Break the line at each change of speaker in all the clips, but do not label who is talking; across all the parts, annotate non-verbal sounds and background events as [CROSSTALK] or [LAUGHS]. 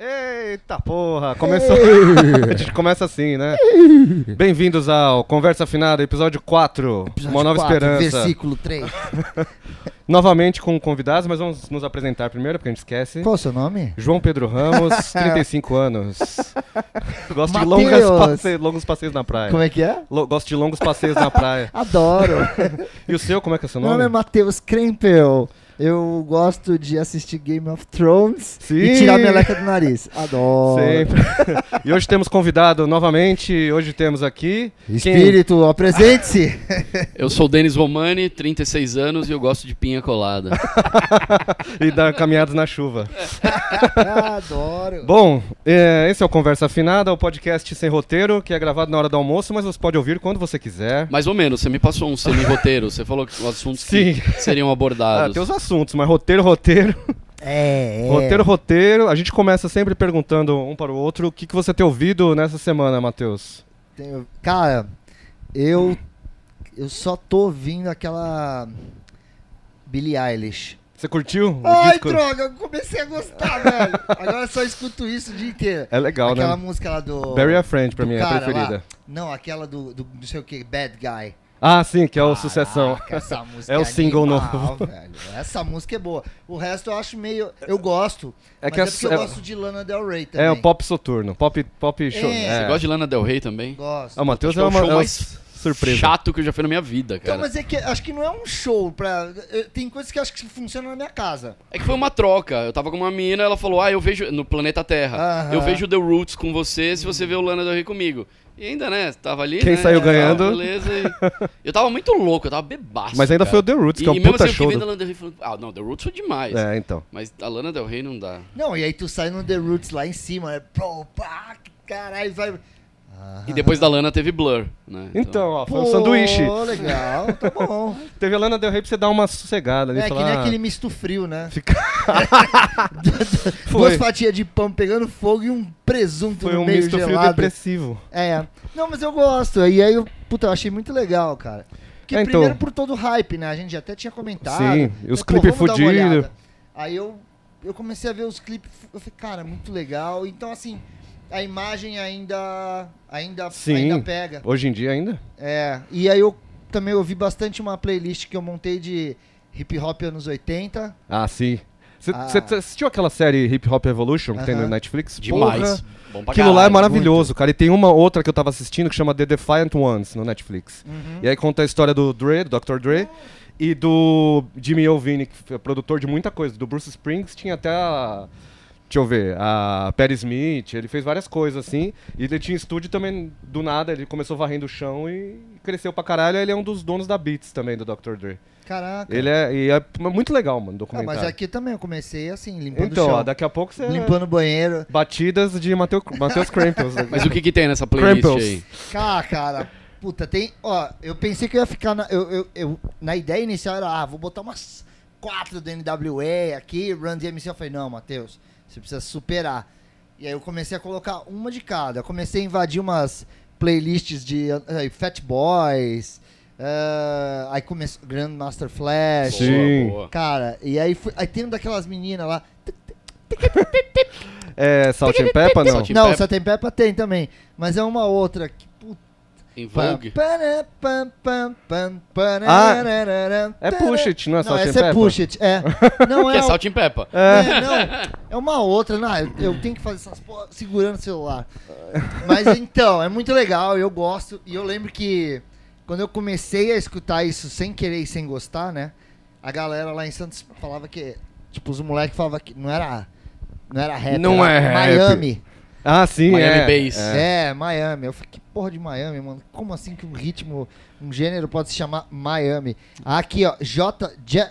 Eita porra, começou. [LAUGHS] a gente começa assim, né? Bem-vindos ao Conversa Afinada, episódio 4, Uma Nova
quatro,
Esperança.
Versículo 3.
Novamente com convidados, mas vamos nos apresentar primeiro, porque a gente esquece.
Qual o seu nome?
João Pedro
[LAUGHS]
Ramos, 35 anos. [LAUGHS] Gosto de
Mateus.
longas passe- longos passeios na praia.
Como é que é?
Lo- Gosto de longos passeios na praia.
Adoro.
E o seu, como é que é [LAUGHS] o seu
Meu
nome?
nome é Matheus Krempel. Eu gosto de assistir Game of Thrones
Sim.
e tirar a meleca do nariz. Adoro.
Sempre. [LAUGHS] E hoje temos convidado novamente, hoje temos aqui... quem-
Espírito, apresente-se.
[LAUGHS]
Eu sou o Denis Romani, 36 anos e eu gosto de pinha colada.
E dar caminhadas na chuva.
Adoro.
Bom, é, esse é o Conversa Afinada, o podcast sem roteiro, que é gravado na hora do almoço, mas você pode ouvir quando você quiser.
Mais ou menos, você me passou um semi-roteiro, você falou que os assuntos que seriam
Ah,
abordados.
tem os assuntos, mas roteiro, roteiro,
É, é.
roteiro, roteiro. A gente começa sempre perguntando um para o outro o que, que você tem ouvido nessa semana, Matheus.
Tenho- Cara, eu eu só tô ouvindo aquela Billie Eilish.
Você curtiu o
Ai,
Um disco?
droga, eu comecei a gostar, [LAUGHS] velho. Agora eu só escuto isso o dia inteiro.
É legal,
Aquela
né?
música lá do.
Barry a Friend, pra
do
mim, é a
cara
preferida.
lá. Não, aquela do, do não sei o que, Bad Guy.
Ah, sim, que é o Sucessão.
Caraca, essa música
[LAUGHS] É o single
animal,
novo.
velho. Essa música é boa. O resto eu acho meio. Eu gosto.
É
É
que
que é
as-
porque eu
é-
gosto de Lana Del Rey também.
É o pop soturno, pop, pop show.
É.
É.
Você gosta de Lana Del Rey também?
Gosto.
Ah, o Matheus é
Acho que é o
uma
show
é uma
mais
surpresa.
Chato que eu já fiz na minha vida,
Então,
cara.
mas é que acho que não é um show pra. eu- Tem coisas que eu acho que funcionam na minha casa.
É que foi uma troca. Eu tava com uma menina, ela falou: Ah, eu vejo. No planeta Terra.
Aham.
Eu vejo The Roots com você se você vê o Lana Del Rey comigo. E ainda, né? Tava ali.
Quem
né,
saiu
tava,
ganhando?
Beleza. e- [LAUGHS] Eu tava muito louco, eu tava bebaço.
Mas ainda
cara.
foi o The Roots,
e,
que é um
e mesmo
puta
assim,
show.
Eu fiquei vendo
do-
a Lana Del Rey falando: Ah, não, The Roots foi demais.
É, então.
Mas a Lana Del Rey não dá.
Não, e aí tu sai no The Roots lá em cima, é pro, pá, caralho, vai. Ah,
E depois da Lana teve Blur, né?
Então, ó, foi um
pô,
sanduíche.
legal, tá bom.
Teve a Lana Del Rey pra você dar uma sossegada [LAUGHS] ali.
É que
falar,
nem
"Ah,
aquele misto frio, né?
Fica-
Duas
Foi,
fatias de pão pegando fogo e um presunto
foi
no
um
meio
misto frio
gelado.
depressivo.
É. Não, mas eu gosto. E aí eu, puta, eu achei muito legal, cara. Porque
É, então.
primeiro por todo o hype, né? A gente já até tinha comentado.
Sim, e
Eu
os
falei,
clipes
"Pô, vamos dar uma
fudido."
olhada. Aí eu, eu comecei a ver os clipes, fu- eu falei, cara, muito legal. Então, assim, a imagem ainda, ainda,
Sim.
ainda pega.
Hoje em dia ainda?
É, e aí eu também ouvi bastante uma playlist que eu montei de hip hop anos 80.
Ah, sim. Você
Ah.
assistiu aquela série Hip Hop Evolution que tem no
Aham.
Netflix?
Demais.
Porra,
Bom pra
Aquilo lá é
caralho.
maravilhoso, cara. E tem uma outra que eu tava assistindo que chama The Defiant Ones no Netflix.
Uhum.
E aí conta a história do Dre, do Dr. Dre, e do Jimmy Iovine, que foi produtor de muita coisa. Do Bruce Springs tinha até a... Deixa eu ver, a Perry Smith, ele fez várias coisas assim. E ele tinha estúdio também do nada, ele começou varrendo o chão e cresceu pra caralho. Ele é um dos donos da Beats também, do Dr. Dre.
Caraca.
Ele é, e é muito legal, mano, o
Ah,
documentário.
mas aqui também eu comecei assim, limpando
Então,
o chão,
ó, daqui a pouco você.
é.
limpando o banheiro.
Batidas de Mateus, Mateus né? Cramples.
[LAUGHS] Mas o que que tem nessa playlist
Cramples.
aí?
Ah, cara, puta, tem. Ó, eu pensei que eu ia ficar. Na, eu, eu, eu- na ideia inicial era, ah, vou botar umas quatro do NWA aqui, Run DMC. Eu falei, não, Matheus, você precisa superar. E aí eu comecei a colocar uma de cada. Eu comecei a invadir umas playlists de eh, Fat Boys. eh, aí começou Grandmaster Flash.
É. Sim.
Boa, boa.
Cara, e aí, fui, aí tem um daquelas meninas lá.
É Salt and Peppa, não?
Salt Tim
não,
Peppa.
só tem Peppa tem também. Mas é uma outra que, puta.
Em Vogue.
Ah,
É Push It, não é Salt and
essa é
Peppa?
Push
[LAUGHS]
It, é. Não
Que
é,
é
o-
Salt and Peppa.
é, não, é uma outra, não, eu, eu tenho que fazer essas porra segurando o celular. Mas então, é muito legal, eu gosto, e eu lembro que quando eu comecei a escutar isso sem querer e sem gostar, né, a galera lá em Santos falava que, tipo, os moleques falavam que não era, não era rap,
Não
era
é rap.
Miami.
Ah, sim,
Miami
é.
Bass.
É.
É. Miami. Eu falei, que porra de Miami, mano? Como assim que um ritmo, um gênero pode se chamar Miami? Aqui, ó, J. J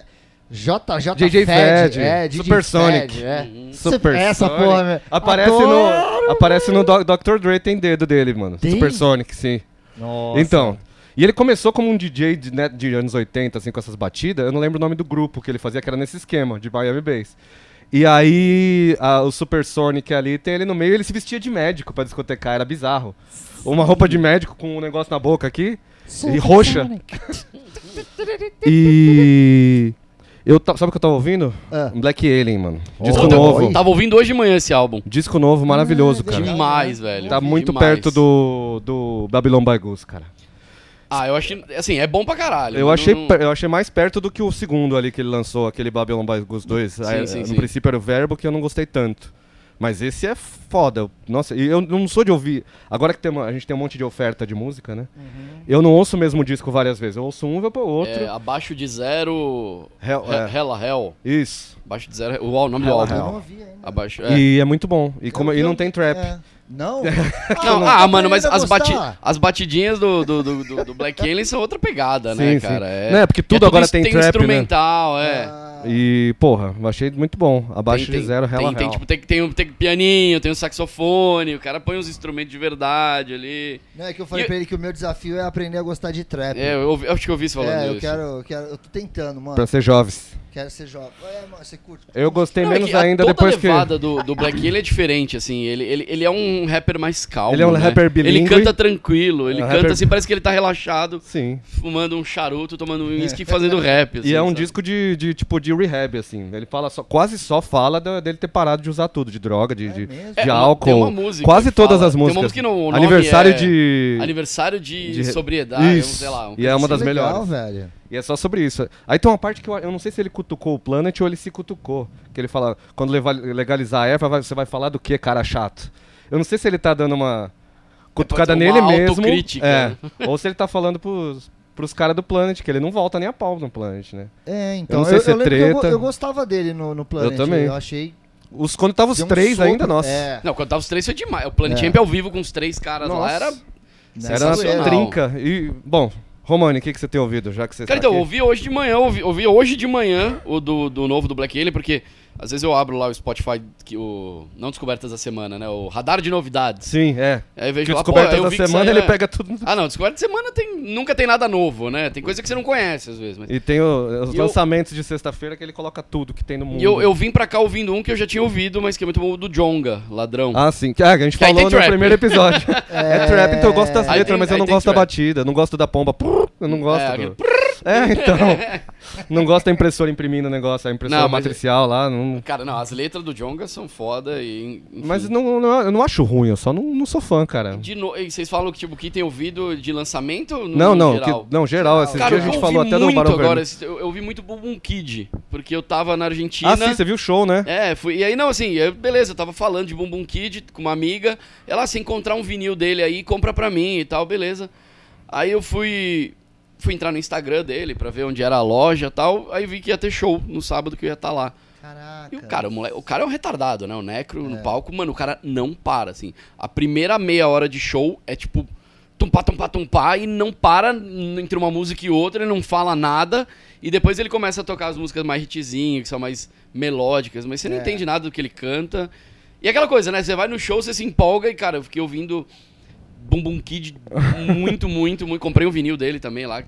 JJ
DJ Fed,
é, DJ
Supersonic.
Fed, é.
Uhum.
Super essa
Sonic.
porra, meu.
Aparece
Adoro.
no, aparece no Doc- Dr. Dre, tem dedo dele, mano.
Tem?
Super Sonic, sim.
Nossa.
Então, e ele começou como um DJ de, né, de anos 80, assim, com essas batidas. Eu não lembro o nome do grupo que ele fazia, que era nesse esquema, de Miami Bass. E aí, a- o Super Sonic ali, tem ele no meio, ele se vestia de médico pra discotecar, era bizarro. Uma roupa de médico com um negócio na boca aqui, e roxa. E... Eu ta- sabe o que eu tava ouvindo? Um
Ah.
Black Alien, mano. Disco
Puta,
novo.
oi.
Tava ouvindo hoje de manhã esse álbum.
Disco novo, maravilhoso,
Ah,
cara.
legal.
Demais, velho.
Tá muito
Demais.
perto do, do Babylon by Goose, cara.
Ah, eu achei. Assim, é bom pra caralho.
Eu
Não-
achei,
não-
per- eu achei mais perto do que o segundo ali que ele lançou, aquele Babylon by Goose 2. Aí,
sim,
no
sim.
princípio era o verbo que eu não gostei tanto. Mas esse é foda. Nossa, e eu não sou de ouvir. Agora que tem uma- a gente tem um monte de oferta de música, né? Eu não ouço o mesmo disco várias vezes. Eu ouço um, vou pro outro.
Uhum. É, abaixo de zero.
Hell-
He-
é.
Hella Hell.
Isso.
Abaixo de zero. é, O nome do
Hella
álbum.
Eu não
Hell.
ouvi ainda.
Abaixo. é.
E é muito bom. E, como,
Eu-
e
eu-
não tem trap.
é.
[LAUGHS]
Não?
Não,
eu
ah,
tô
mano, mas
aprendendo a
as, bati-
gostar.
as batidinhas do, do, do, do- do
[LAUGHS]
Black Alien são outra pegada, né,
Sim, sim.
cara?
Não, é porque tudo agora
isso-
tem
tem
trap, né?
instrumental, é.
Ah,
E, porra, eu achei muito bom. Abaixo
Tem- tem-
de zero,
tem,
Hella
tem,
Hell.
tipo, tem, tem, tem pianinho, tem um saxofone, o cara põe uns instrumentos de verdade ali.
Não, é que eu falei
E-
pra ele que o meu desafio é aprender a gostar de trap.
É, eu, ouvi- eu acho que eu ouvi você falando
É, eu
isso.
quero, eu quero. Eu tô tentando, mano.
Pra ser jovens.
Quero ser jovem. É, mano, você curte.
Eu gostei
Não, é
menos
que a-
ainda
toda
depois
a
que.
levada do, do Black Alien é diferente, assim. Ele, ele, ele é um rapper mais calmo.
Ele é um
né?
rapper
Ele
bilíngue.
canta tranquilo, ele
É um
canta
rapper-
assim, parece que ele tá relaxado,
Sim.
fumando um charuto, tomando um uísque e fazendo rap. assim,
E é um
sabe?
disco de, de, tipo de rehab, assim. Ele fala só, quase só fala da- dele ter parado de usar tudo, de droga, de, de,
mesmo?
de
É, uma-
álcool.
tem uma música
quase
que
todas
fala-
as
tem uma
músicas.
música que não- o nome
Aniversário
é-
de.
Aniversário de,
de-
sobriedade,
Isso.
sei lá. um
E é uma
Isso
das
legal,
melhores.
velho.
E é só sobre isso. Aí tem uma parte que eu, eu não sei se ele cutucou o Planet ou ele se cutucou. Que ele fala, quando leva- legalizar a erva, vai- você vai falar do que, cara chato? Eu não sei se ele tá dando uma cutucada
É, pode ser
nele
uma
mesmo.
autocrítica,
É.
né?
ou se ele tá falando pros, pros caras do Planet, que ele não volta nem a pau no Planet, né?
É, então.
não sei se é
lembro que eu go-
treta.
Eu, gostava dele no, no Planet.
também.
Eu achei.
Os, quando tava os
deu um
três
sopro.
ainda, nossa.
É.
Não, quando tava os três foi demais. O Planet
É.
Champ ao vivo com os três caras lá
Nossa.
era.
Né?
Era
Sensacional.
uma trinca. E, bom, Romani, o que, que você tem ouvido, já que você
Cara,
tá
então, eu
aqui?
ouvi hoje de manhã, eu ouvi, ouvi hoje de manhã o do, do novo do Black Alien, porque às vezes eu abro lá o Spotify, que o. Não descobertas da semana, né? O radar de novidades.
Sim, é.
Aí
Porque
eu vejo lá, pô,
descoberta
eu
da
vi que
semana,
saiu,
ele
é.
pega tudo.
Ah, não, descoberta de semana tem, nunca tem nada novo, né? Tem coisa que você não conhece às vezes. Mas...
E tem o- os
E eu-
lançamentos de sexta-feira que ele coloca tudo que tem no mundo.
E eu, eu vim pra cá ouvindo um que eu já tinha ouvido, mas que é muito bom, o do Jonga, ladrão.
Ah, sim. Que, ah, a gente
Que aí
falou
tem
no
trap.
primeiro episódio.
[LAUGHS]
é... trap, então eu gosto das
Aí
letras,
tem-
mas
aí
eu não
tem
gosto da
trap.
batida, não gosto da pomba. prrr, Eu não gosto.
É,
do-
aquele
É, então.
[LAUGHS]
não gosto da impressora imprimindo o negócio, a impressora
Não, mas-
matricial lá. Não...
Cara, não, as letras do Jonga são foda e. enfim.
Mas não, não- eu não acho ruim, eu só não, não sou fã, cara.
De no... e Vocês falam que, tipo, que tem ouvido de lançamento? No
Não, não,
Geral?
que- não, geral, esses
Cara,
dias a
eu
gente
ouvi
falou até do
muito
Barão
agora.
Vermelho.
esse- Eu, eu vi muito Bumbum Kid, porque eu tava na Argentina.
Ah, sim, você viu o show, né?
É, fui, e aí não, assim, eu- beleza, eu tava falando de Bumbum Kid com uma amiga. Ela, se encontrar um vinil dele aí, compra pra mim e tal, beleza. Aí eu fui fui entrar no Instagram dele pra ver onde era a loja e tal. Aí vi que ia ter show no sábado que eu ia estar lá.
Caraca. É.
E o cara, o, moleque, o cara é um retardado, né? O Necro no palco, mano, o cara não para, assim. A primeira meia hora de show é tipo tumpá, tumpá, tumpá, e não para n- entre uma música e outra, ele não fala nada, e depois ele começa a tocar as músicas mais hitzinho, que são mais melódicas, mas você não
É.
entende nada do que ele canta. E é aquela coisa, né? Você vai no show, você se empolga, e cara, eu fiquei ouvindo Bum Bum Kid muito, muito, muito. Comprei um vinil dele também lá.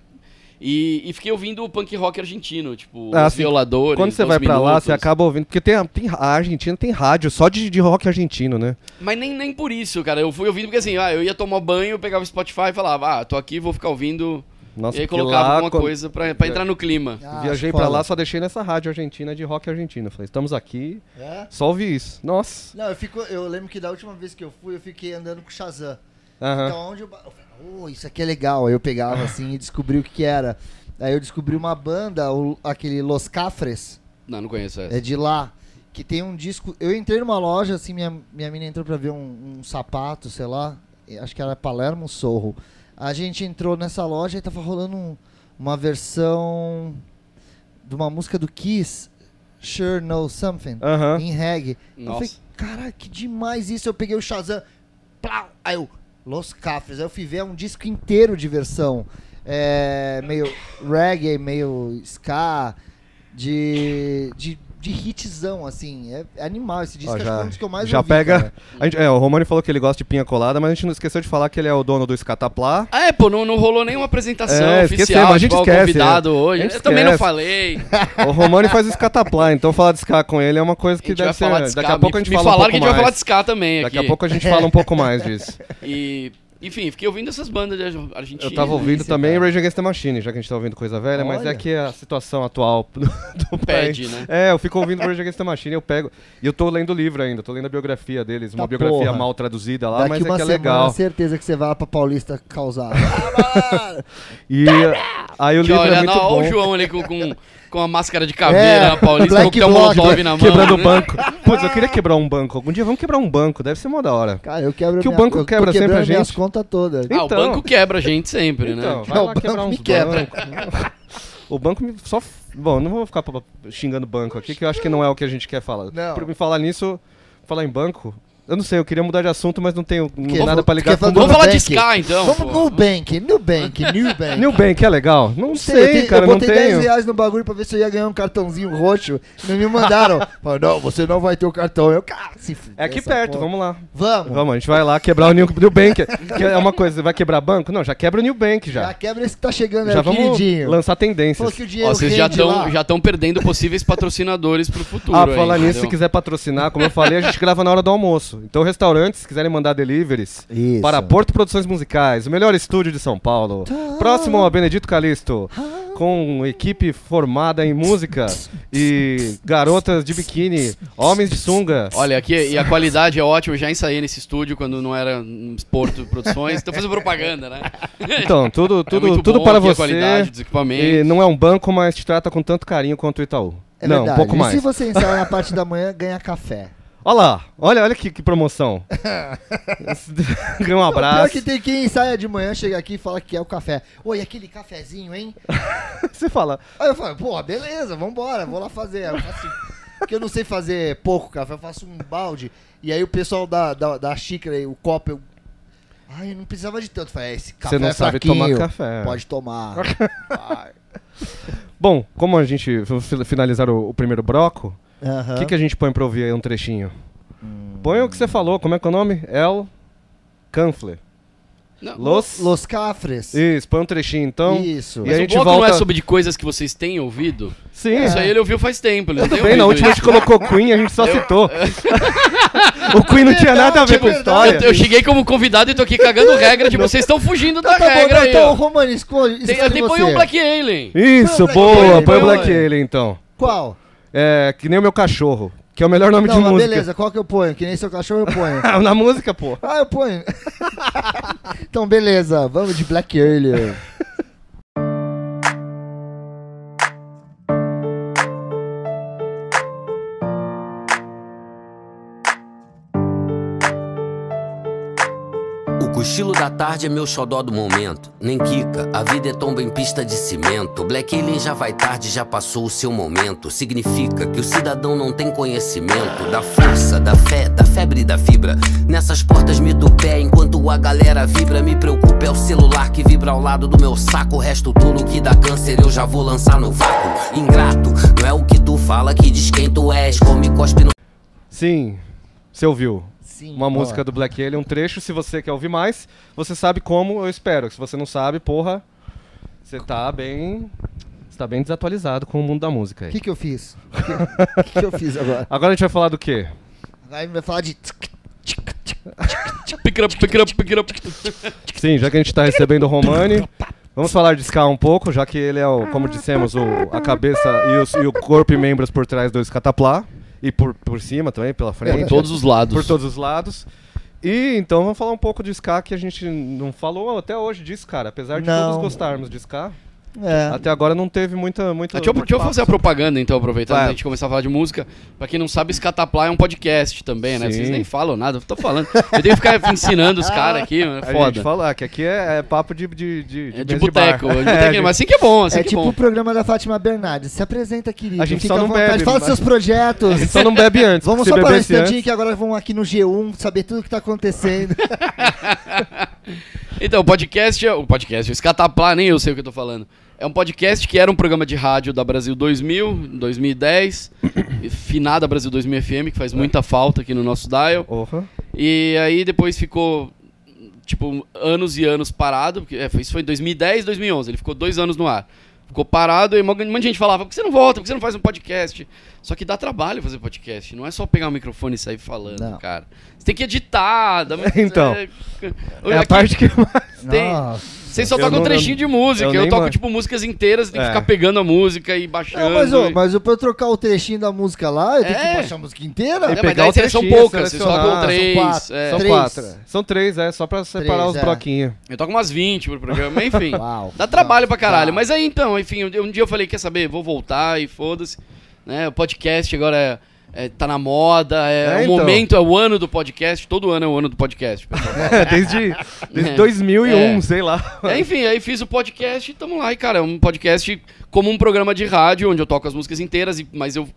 E, e fiquei ouvindo o punk rock argentino, tipo,
Ah,
os
sim.
violadores.
Quando você vai
12
pra lá, você
minutos.
acaba ouvindo. Porque tem, a- tem- a Argentina tem rádio só de, de rock argentino, né?
Mas nem, nem por isso, cara. Eu fui ouvindo porque assim, ah, eu ia tomar banho, eu pegava o Spotify e falava, ah, tô aqui, vou ficar ouvindo.
Nossa,
e aí
porque
colocava
lá,
alguma
quando-
coisa pra, pra entrar no clima.
Ah,
Viajei
foda.
pra lá, só deixei nessa rádio argentina de rock argentino. Falei, estamos aqui,
É?
só ouvi isso. Nossa.
Não, eu, fico, eu lembro que da última vez que eu fui, eu fiquei andando com o Shazam.
Aham.
Então, onde eu. ba- eu falei, "Oh, isso aqui é legal. Aí eu pegava assim e descobri o que, que era. Aí eu descobri uma banda, o- aquele Los Cafres,
Não, não conheço essa.
é de lá, que tem um disco. Eu entrei numa loja, assim, minha, minha mina entrou pra ver um, um sapato, sei lá. e Acho que era Palermo Sorro. A gente entrou nessa loja e tava rolando um- uma versão de uma música do Kiss, Sure Know Something,
Aham.
em reggae.
Nossa.
Eu falei, caralho, que demais isso. Eu peguei o Shazam, plau, aí eu, Los Cafres. Aí eu fui ver é um disco inteiro de versão. é, meio reggae, meio ska, de, de, de hitzão, assim. É, é animal esse disco,
Ó,
acho que foi um dos que eu mais
já
ouvi,
pega.
cara.
a gente- é, o Romani falou que ele gosta de pinha colada, mas a gente não esqueceu de falar que ele é o dono do Escataplá.
Ah, é, pô, não, não rolou nenhuma apresentação
É,
oficial,
esquecemos, a
igual
gente
o
esquece,
convidado
é.
hoje.
A
Eu
gente
também não
esquece. [LAUGHS]
falei.
O Romani faz o Escataplá, então falar de Ska com ele é uma coisa
A
que
gente vai
deve ser.
falar de ska.
Daqui a pouco
me,
a gente
me
fala um pouco
falaram que a gente
mais.
vai falar de ska também
Daqui
aqui. [LAUGHS]
a pouco a gente fala um pouco mais disso.
E, Enfim, fiquei ouvindo essas bandas de Argentina.
Eu tava ouvindo
esse,
também
cara.
Rage Against the Machine, já que a gente tá ouvindo coisa velha, mas
Olha.
é que a situação atual [LAUGHS] do, do
Pede,
país-
né?
É, eu fico ouvindo Rage Against the Machine, eu pego. E eu tô lendo o livro ainda, tô lendo a biografia deles, uma
Tá
biografia
porra.
mal traduzida lá,
Daqui
mas
uma
é que é
semana,
legal.
certeza que você vai lá pra Paulista
[LAUGHS]
causar. Ah, mano!
E aí o
Que,
livro
olha,
é muito
não,
bom.
olha o João ali com, com, com a máscara de caveira,
É,
a paulista,
Black
com o teu
Bloc,
molotov na mão.
Quebrando o
né?
banco. Putz, eu queria quebrar um banco. Algum dia vamos quebrar um banco, deve ser mó da hora.
Cara, eu quebro
Que o
minha-
banco
eu tô
quebra sempre
quebrando
a gente.
minhas contas todas.
Ah, o
Então.
banco quebra a gente sempre,
Então,
né?
vai
Não,
lá
o
quebrar
banco
uns
me quebra.
bancos. né? O banco me só. f- Bom, não vou ficar pa- xingando banco aqui, que eu acho que não é o que a gente quer falar.
Não.
Por me falar nisso, falar em banco. Eu não sei, eu queria mudar de assunto, mas não tenho não
Quer-
nada pra ligar
quer
com o
falar
banco.
Vamos falar de
Nubank.
Sky, então.
Vamos
pô.
no Nubank, [LAUGHS] Nubank, Nubank.
Nubank é legal? Não sei,
eu te-
cara,
eu
não
botei 10
tenho.
reais no bagulho pra ver se eu ia ganhar um cartãozinho roxo. Não me
[LAUGHS]
mandaram. Falaram, não, você não vai ter o cartão. Eu, cara, se
É aqui perto, vamos lá.
Vamos.
Vamos, a gente vai lá quebrar o New, Nubank. Que é uma coisa, vai quebrar banco? Não, já quebra o Nubank
Já.
já.
quebra esse que tá chegando
Já
aí,
vamos
queridinho.
lançar tendências.
Falou que o dinheiro
Ó, vocês já
rende lá.
estão já tão perdendo possíveis patrocinadores pro futuro.
Ah,
aí,
falar nisso, se
entendeu?
quiser patrocinar, como eu falei, a gente grava na hora do almoço. Então, restaurantes, se quiserem mandar deliveries
Isso.
para Porto Produções Musicais, o melhor estúdio de São Paulo,
Tá.
próximo a Benedito Calixto, com equipe formada em música e garotas de biquíni, homens de sunga.
Olha, aqui e a qualidade é ótima. Eu já ensaiei nesse estúdio quando não era hum, Porto Produções. Estão fazendo
[LAUGHS]
propaganda, né?
Então, tudo,
É
tudo,
muito
tudo
bom
para
aqui
você.
A qualidade dos equipamentos.
E não é um banco, mas te trata com tanto carinho quanto o Itaú.
É
não,
verdade.
um pouco
e
mais.
se você ensaiar na parte da manhã, ganha café.
Olha lá, olha, olha que, que
[LAUGHS]
promoção. Ganha um
Não,
[LAUGHS]
Pior
abraço.
que tem quem ensaia de manhã, chega aqui e fala que é o café. Oi, aquele cafezinho, hein?
Você fala,
Aí eu falo, pô, beleza, vambora, vou lá fazer. Aí eu faço- assim, Porque eu não sei fazer pouco café, eu faço um balde. E aí o pessoal da, da, da xícara e o copo, eu... Ai, eu não precisava de tanto. Eu Falei, "É, esse café
você não
é
sabe
fraquinho,
tomar café.
Pode tomar.
[LAUGHS]
Vai.
Bom, como a gente vou fi- finalizar o, o primeiro bloco, o
Aham.
que, que a gente põe pra ouvir aí um trechinho?
Hum.
Põe o que você falou, como é que é o nome? El Canfle.
Não,
Los...
Los Cafres.
Isso, põe um trechinho então.
Isso.
E a
mas o
gente
bloco não é
volta- É.
sobre de coisas que vocês têm ouvido.
Sim,
Isso aí ele é ouviu faz tempo. Ele
tudo bem, na última a gente colocou Queen, a gente
[LAUGHS]
só citou.
É.
[LAUGHS] o Queen não tinha nada a ver com a história.
Eu, eu cheguei como convidado e tô aqui cagando regra. Tipo, vocês estão fugindo da
Tá, tá bom,
regra
não,
aí.
então,
ó.
Romano, escolhe,
Tem,
escolhe
tem põe
você.
um Black Alien.
Isso,
Põe o Black
boa,
Alien,
põe o
põe o
Black
Alien.
Alien então.
Qual?
É, que nem o meu cachorro, que é o melhor nome
não,
de
mas
música.
beleza, qual que eu ponho? Que nem seu cachorro eu
[LAUGHS]
ponho.
Na música, pô.
ah, eu ponho. [LAUGHS] então, beleza, vamos de Black Earlier.
O cochilo da tarde é meu xodó do momento. Nem quica, a vida é tomba em pista de cimento. Black Alien já vai tarde, já passou o seu momento. Significa que o cidadão não tem conhecimento da força, da fé, da febre e da fibra. Nessas portas meto o pé enquanto a galera vibra. Me preocupa é o celular que vibra ao lado do meu saco. O resto tudo que dá câncer eu já vou lançar no vácuo. Ingrato, não é o que tu fala que diz quem tu és. Come cospe no
Sim, você ouviu.
Sim,
Uma
ó.
música do Black Alien, um trecho. Se você quer ouvir mais, você sabe como, eu espero. Se você não sabe, porra, você tá bem. Você tá bem desatualizado com o mundo da música
O
aí.
que, que eu
[LAUGHS]
fiz? O que, que eu fiz agora?
Agora a gente vai falar do quê?
Agora ele vai falar de. tsk, tsk, tsk.
Pick it up, pick it up, pick it up.
Sim, já que a gente tá recebendo o Romani, vamos falar de Ska um pouco, já que ele é, o, como dissemos, o- a cabeça e, os- e o corpo e membros por trás do Scataplá. E por, por cima também, pela frente.
Por todos os lados.
por todos os lados. E então vamos falar um pouco de Ska que a gente não falou até hoje disso, cara. Apesar de
Não.
todos gostarmos de Ska,
É.
até agora não teve muita. muita
Ah, Deixa eu,
muito
deixa eu
papo.
fazer a propaganda, então, aproveitando
Vai.
a gente começar a falar de música. Pra quem não sabe, Scatapla é um podcast também, né?
Sim.
Vocês nem falam nada, eu tô falando. Eu tenho que ficar ensinando os caras aqui, mano, é
[LAUGHS] A gente
foda.
falar que aqui é, é papo de. de, de,
É
mesa
de
bar.
boteco, é de
[LAUGHS] É,
boteco,
gente-
mas assim que é bom, assim
É
que
tipo
é
o
bom.
programa da Fátima Bernardes. Se apresenta, querido.
A gente
Fica
só
à
não
vontade.
bebe,
Fala
mas-
dos seus
[LAUGHS]
projetos.
a gente só Então não bebe antes.
Vamos
se
só parar um
bebesse
instantinho
antes.
que agora vão aqui no G1 saber tudo que tá
[LAUGHS]
acontecendo.
Então, o podcast, é- o podcast, o Scatapla, nem eu sei o que eu tô falando. É um podcast que era um programa de rádio da Brasil 2000, 2010, e finada Brasil 2000 FM, que faz muita falta aqui no nosso dial.
Porra.
E aí depois ficou, tipo, anos e anos parado. Porque, é, foi- isso foi em 2010, 2011. Ele ficou dois anos no ar. ficou parado e um monte de gente falava, por que você não volta, por que você não faz um podcast? Só que dá trabalho fazer podcast, não é só pegar o microfone e sair falando,
Não.
cara. Você tem que editar,
[LAUGHS]
dá
Então,
é,
É a
aqui-
parte que
Tem.
Nossa.
Vocês só
Eu
tocam
não-
um trechinho de música,
eu
eu,
nem
toco,
man-
tipo, músicas inteiras, tem que
É.
ficar pegando a música e baixando.
Não, mas, ô,
e-
mas ô, pra eu trocar o trechinho da música lá, eu tenho
É.
que baixar a música inteira?
E
É,
pegar
mas daí
o
vocês são
trechinho,
poucas, vocês
selecionar.
tocam
São
três.
quatro.
é.
são
Três.
quatro. São três, é, só pra separar
Três,
os
é.
troquinhos.
Eu toco umas 20 pro programa, mas
É.
enfim.
Uau.
Dá trabalho
Nossa,
tá.
pra caralho.
dá.
Mas aí então, enfim, um dia- um dia eu falei, quer saber? Vou voltar e foda-se. Né? O podcast agora é, é- tá na moda, é,
É,
o
então.
momento, é o ano do podcast. Todo ano é o ano do podcast.
[LAUGHS]
pessoal.
desde desde 2001,
É.
sei lá.
É, enfim, aí fiz o podcast e tamo lá. E, cara, é um podcast como um programa de rádio, onde eu toco as músicas inteiras, e- mas eu,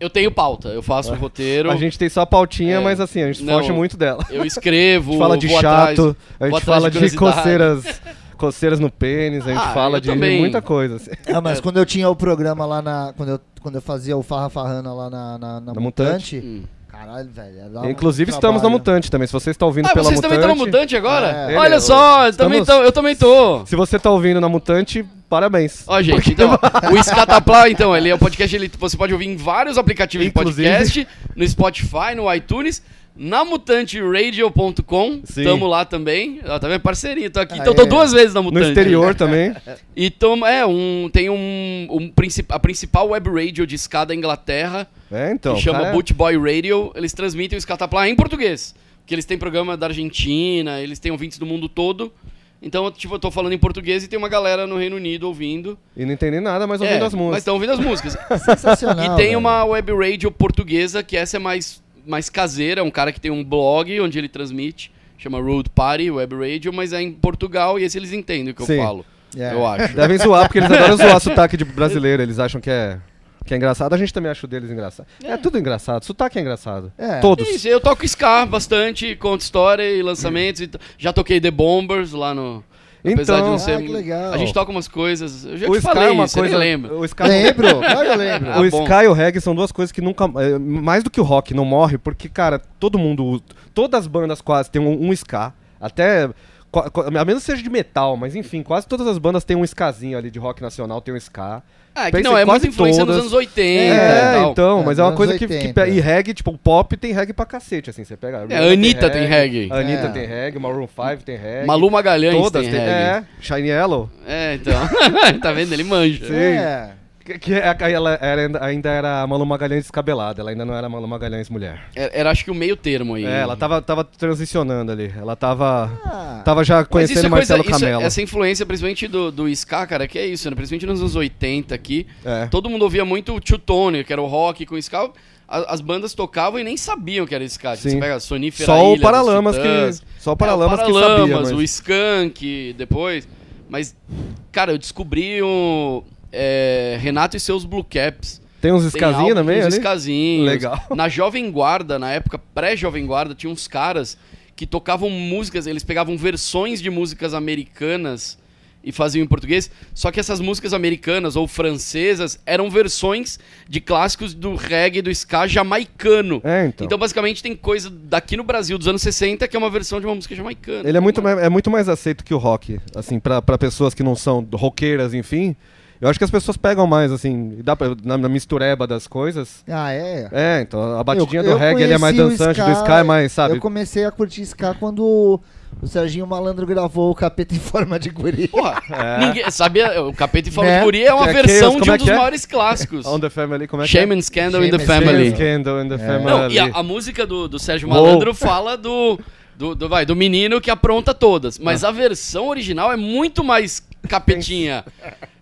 eu tenho pauta. Eu faço o roteiro,
É. A gente tem só a pautinha,
É.
mas assim, a gente
Não.
foge muito dela.
eu escrevo,
A gente fala de
vou atrás.
chato, a
vou
gente
atrás
fala
de
de,
curiosidade.
coceiras, coceiras no pênis, a gente
Ah,
fala
eu
de
também.
muita coisa. assim.
É, mas quando eu tinha o programa lá na. Quando eu, quando eu fazia o Farra Farrana lá na, na, na
Na
Mutante.
Hum.
Caralho, velho. era um
Inclusive,
trabalho.
estamos na Mutante também. Se você está ouvindo
Ah,
pela
vocês
Mutante.
também estão no Mutante agora?
É.
Olha
Ele-
só, eu também
Estamos-
tô, eu também tô.
Se você está ouvindo na Mutante, parabéns.
Ó, gente, então,
[LAUGHS]
ó, o Scatapla, então, ele é um podcast, ele, você pode ouvir em vários aplicativos
Inclusive.
de podcast, no Spotify, no iTunes, na mutanteradio.com,
Sim.
tamo lá também, ó, tá vendo? Parceria, tô aqui,
Aê.
então tô duas vezes na Mutante.
No
[LAUGHS]
exterior também.
E tamo, é, um, tem um, um princi- a principal web radio de ska da Inglaterra,
É, então.
que chama
cara,
Boot Boy Radio, eles transmitem o Scatapla em português, porque eles têm programa da Argentina, eles têm ouvintes do mundo todo, então, tipo, eu tô falando em português e tem uma galera no Reino Unido ouvindo.
E não entendi nada, mas
É,
ouvindo as
Mas
músicas.
estão ouvindo
[LAUGHS]
as músicas.
Sensacional.
e tem
velho.
uma web radio portuguesa que essa é mais, mais caseira, um cara que tem um blog onde ele transmite, chama Road Party Web Radio, mas é em Portugal e esse eles entendem o que
Sim.
eu falo.
É.
Eu acho.
Devem zoar, porque eles adoram
[LAUGHS]
zoar sotaque de brasileiro. Eles acham que é, que é engraçado. A gente também acha o deles engraçado. É. tudo engraçado. Sotaque é engraçado.
É.
Todos.
É Isso, eu toco Ska bastante, conto história e lançamentos. e t- já toquei The Bombers lá no. apesar de
Então-
não ser.
Ah, que legal.
A gente toca umas coisas. Eu já
O
te
Sky
falei,
é uma
você nem
coisa.
lembra.
O Sky
Lembro,
[LAUGHS]
claro que eu lembro.
Ah,
o
bom.
Sky e o reggae são duas coisas que nunca. é, Mais do que o rock não morre, porque, cara, todo mundo. Todas as bandas quase têm um, um Ska. Até. qua- qua- A menos que seja de metal, mas enfim, quase todas as bandas têm um Skazinho ali de rock nacional, tem um Ska.
Ah, que
Pensa
não,
em
é
quase
muita influência
todas.
nos anos 80 e
É,
tal.
então,
É,
mas é uma
anos
coisa que, que.
80.
pe- E reggae, tipo, o pop tem reggae pra cacete, assim, você pega.
É, a Anitta tem reggae.
A Anitta
É.
tem reggae, Maroon 5 tem reggae.
Malu Magalhães
todas
tem
tem,
reggae.
É, Shine Yellow.
É, então. [LAUGHS] tá vendo? Ele manja.
É.
Que, que é- ela era ainda- ainda era a Malu Magalhães descabelada, ela ainda não era a Malu Magalhães mulher.
Era, É, era, acho que o meio termo aí.
É, ela tava, tava transicionando ali. Ela tava.
Ah.
Tava já
Mas isso
conhecendo
é
Marcelo
coisa- isso é-
Camelo.
essa influência, principalmente do, do Ska, cara, que é isso, né? Principalmente nos anos 80 aqui.
É.
Todo mundo ouvia muito o Teutonia, que era o rock com Ska. A- as bandas tocavam e nem sabiam que era Ska. Tipo,
Sim.
Você pega a Sonífera
Só
Ilha
o
dos
Paralamas que.
Titãs.
Só o
É,
Paralamas que
Paralamas,
sabia. Mas...
o Skank, depois. Mas, cara, eu descobri o é, Renato e seus Blue Caps.
Tem uns
Tem
escasinhos
álbum
também
dos
ali?
escasinhos.
Legal.
Na Jovem Guarda, na época pré-Jovem Guarda, tinha uns caras que tocavam músicas, eles pegavam versões de músicas americanas e faziam em português, só que essas músicas americanas ou francesas eram versões de clássicos do reggae, do ska jamaicano.
É, então.
Então, basicamente, tem coisa daqui no Brasil dos anos 60 que é uma versão de uma música jamaicana.
Ele é muito, mais, é muito mais aceito que o rock. Assim, pra, pra pessoas que não são roqueiras, enfim. Eu acho que as pessoas pegam mais, assim. Dá pra, na, na mistureba das coisas.
Ah, é.
É, então. A batidinha do
eu
reggae ele é mais
conheci o
dançante, do
Ska,
Sky é mais, sabe?
Eu comecei a curtir Ska quando o Serginho Malandro gravou o Capeta em Forma de Guri.
Porra, É.
é.
ninguém, sabia, o Capeta e Fala
Né?
de Guri é uma
Que é que
versão
esse-
de
como
um
é
dos
que é?
maiores clássicos.
On the Family, como é que
Shame
é?
and Scandal in
Shame
the
and Scandal.
Family. Oh,
Scandal and the Family.
Não, e a,
ali.
a música do, do Sérgio
Uou.
Malandro fala do, do, do- vai, do menino que apronta todas. Mas a versão original é muito mais capetinha.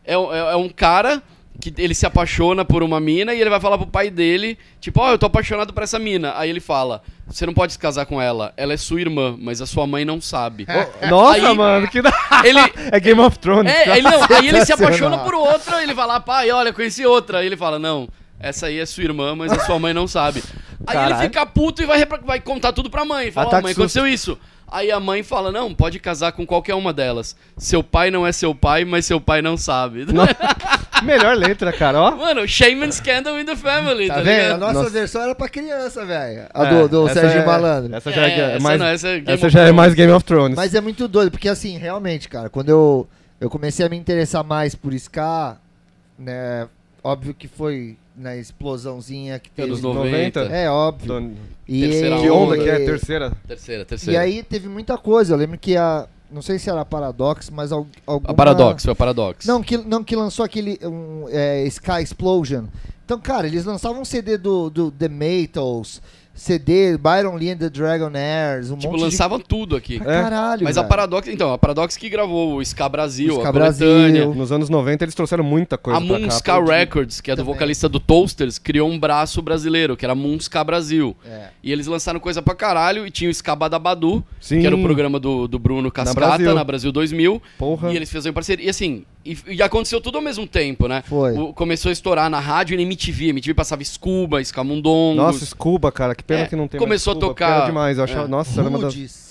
É, um- é- é um cara que ele se apaixona por uma mina e ele vai falar pro pai dele, tipo, ó, eu tô apaixonado por essa mina. Aí ele fala, você não pode se casar com ela, ela é sua irmã, mas a sua mãe não sabe.
Oh, Nossa,
Aí-
mano, que da...
Ele,
É Game of
[LAUGHS]
Thrones.
é,
cara.
ele
[LAUGHS]
não, aí ele se apaixona
Sensacional.
por outra, ele vai lá, pai, olha, conheci outra. Aí ele fala, não, essa aí é sua irmã, mas a sua mãe não sabe. Aí ele
Caralho.
fica puto e vai, repra- vai contar tudo pra mãe. Fala, ó,
Ataque
mãe,
susto.
aconteceu isso. Aí a mãe fala, não, pode casar com qualquer uma delas. Seu pai não é seu pai, mas seu pai não sabe. [LAUGHS]
Melhor letra, cara, ó.
Mano, shame and scandal in the family, tá,
Tá vendo? A [LAUGHS]
ligado?
nossa,
Nossa.
versão era pra criança, velho. A do, do
essa
Serginho
é-
Malandro.
Essa já é,
É, essa
mais,
não, essa
essa
é Game of
já é
Thrones.
mais Game of Thrones.
Mas é muito doido, porque assim, realmente, cara, quando eu, eu comecei a me interessar mais por Ska, né? Óbvio que foi na explosãozinha que teve.
Anos
no-
90.
É, óbvio.
Então,
E,
Terceira
que onda
onda.
que é? Terceira?
Terceira,
E
terceira.
aí teve muita coisa. Eu lembro que a. Não sei se era a Paradox, mas al- alguma.
A Paradox, foi a Paradox.
Não, um que, não, que lançou aquele um, é, Sky Explosion. Então, cara, eles lançavam um CD do, do The Maytals, CD Byron Lee and the Dragonairs, um
tipo,
monte
lançavam tudo aqui.
de... Pra caralho,
Mas a
velho.
Paradox, então, a Paradox que gravou o Ska Brasil,
O Ska
a Coletânea,
Brasil.
Nos anos 90 eles trouxeram muita coisa
a
pra cá.
Moon Ska Records, que é do
Também.
vocalista do Toasters, criou um braço brasileiro, que era Moon Ska Brasil.
É.
E eles lançaram coisa pra caralho, e tinha o Ska Badabadu,
Sim.
que era o programa do, do Bruno Cascata, na
Brasil.
Brasil, 2000.
Porra.
E eles fizeram parceria. E assim, e, e aconteceu tudo ao mesmo tempo, né?
Foi.
O- começou a estourar na rádio e na MTV. A MTV passava Scuba, Escamundongo,
Nossa, Scuba, cara, que pena
É,
que não tem
começou a
mais Scuba, porque
tocar- É.
Era demais, eu achava, nossa, era uma das...
Rudes.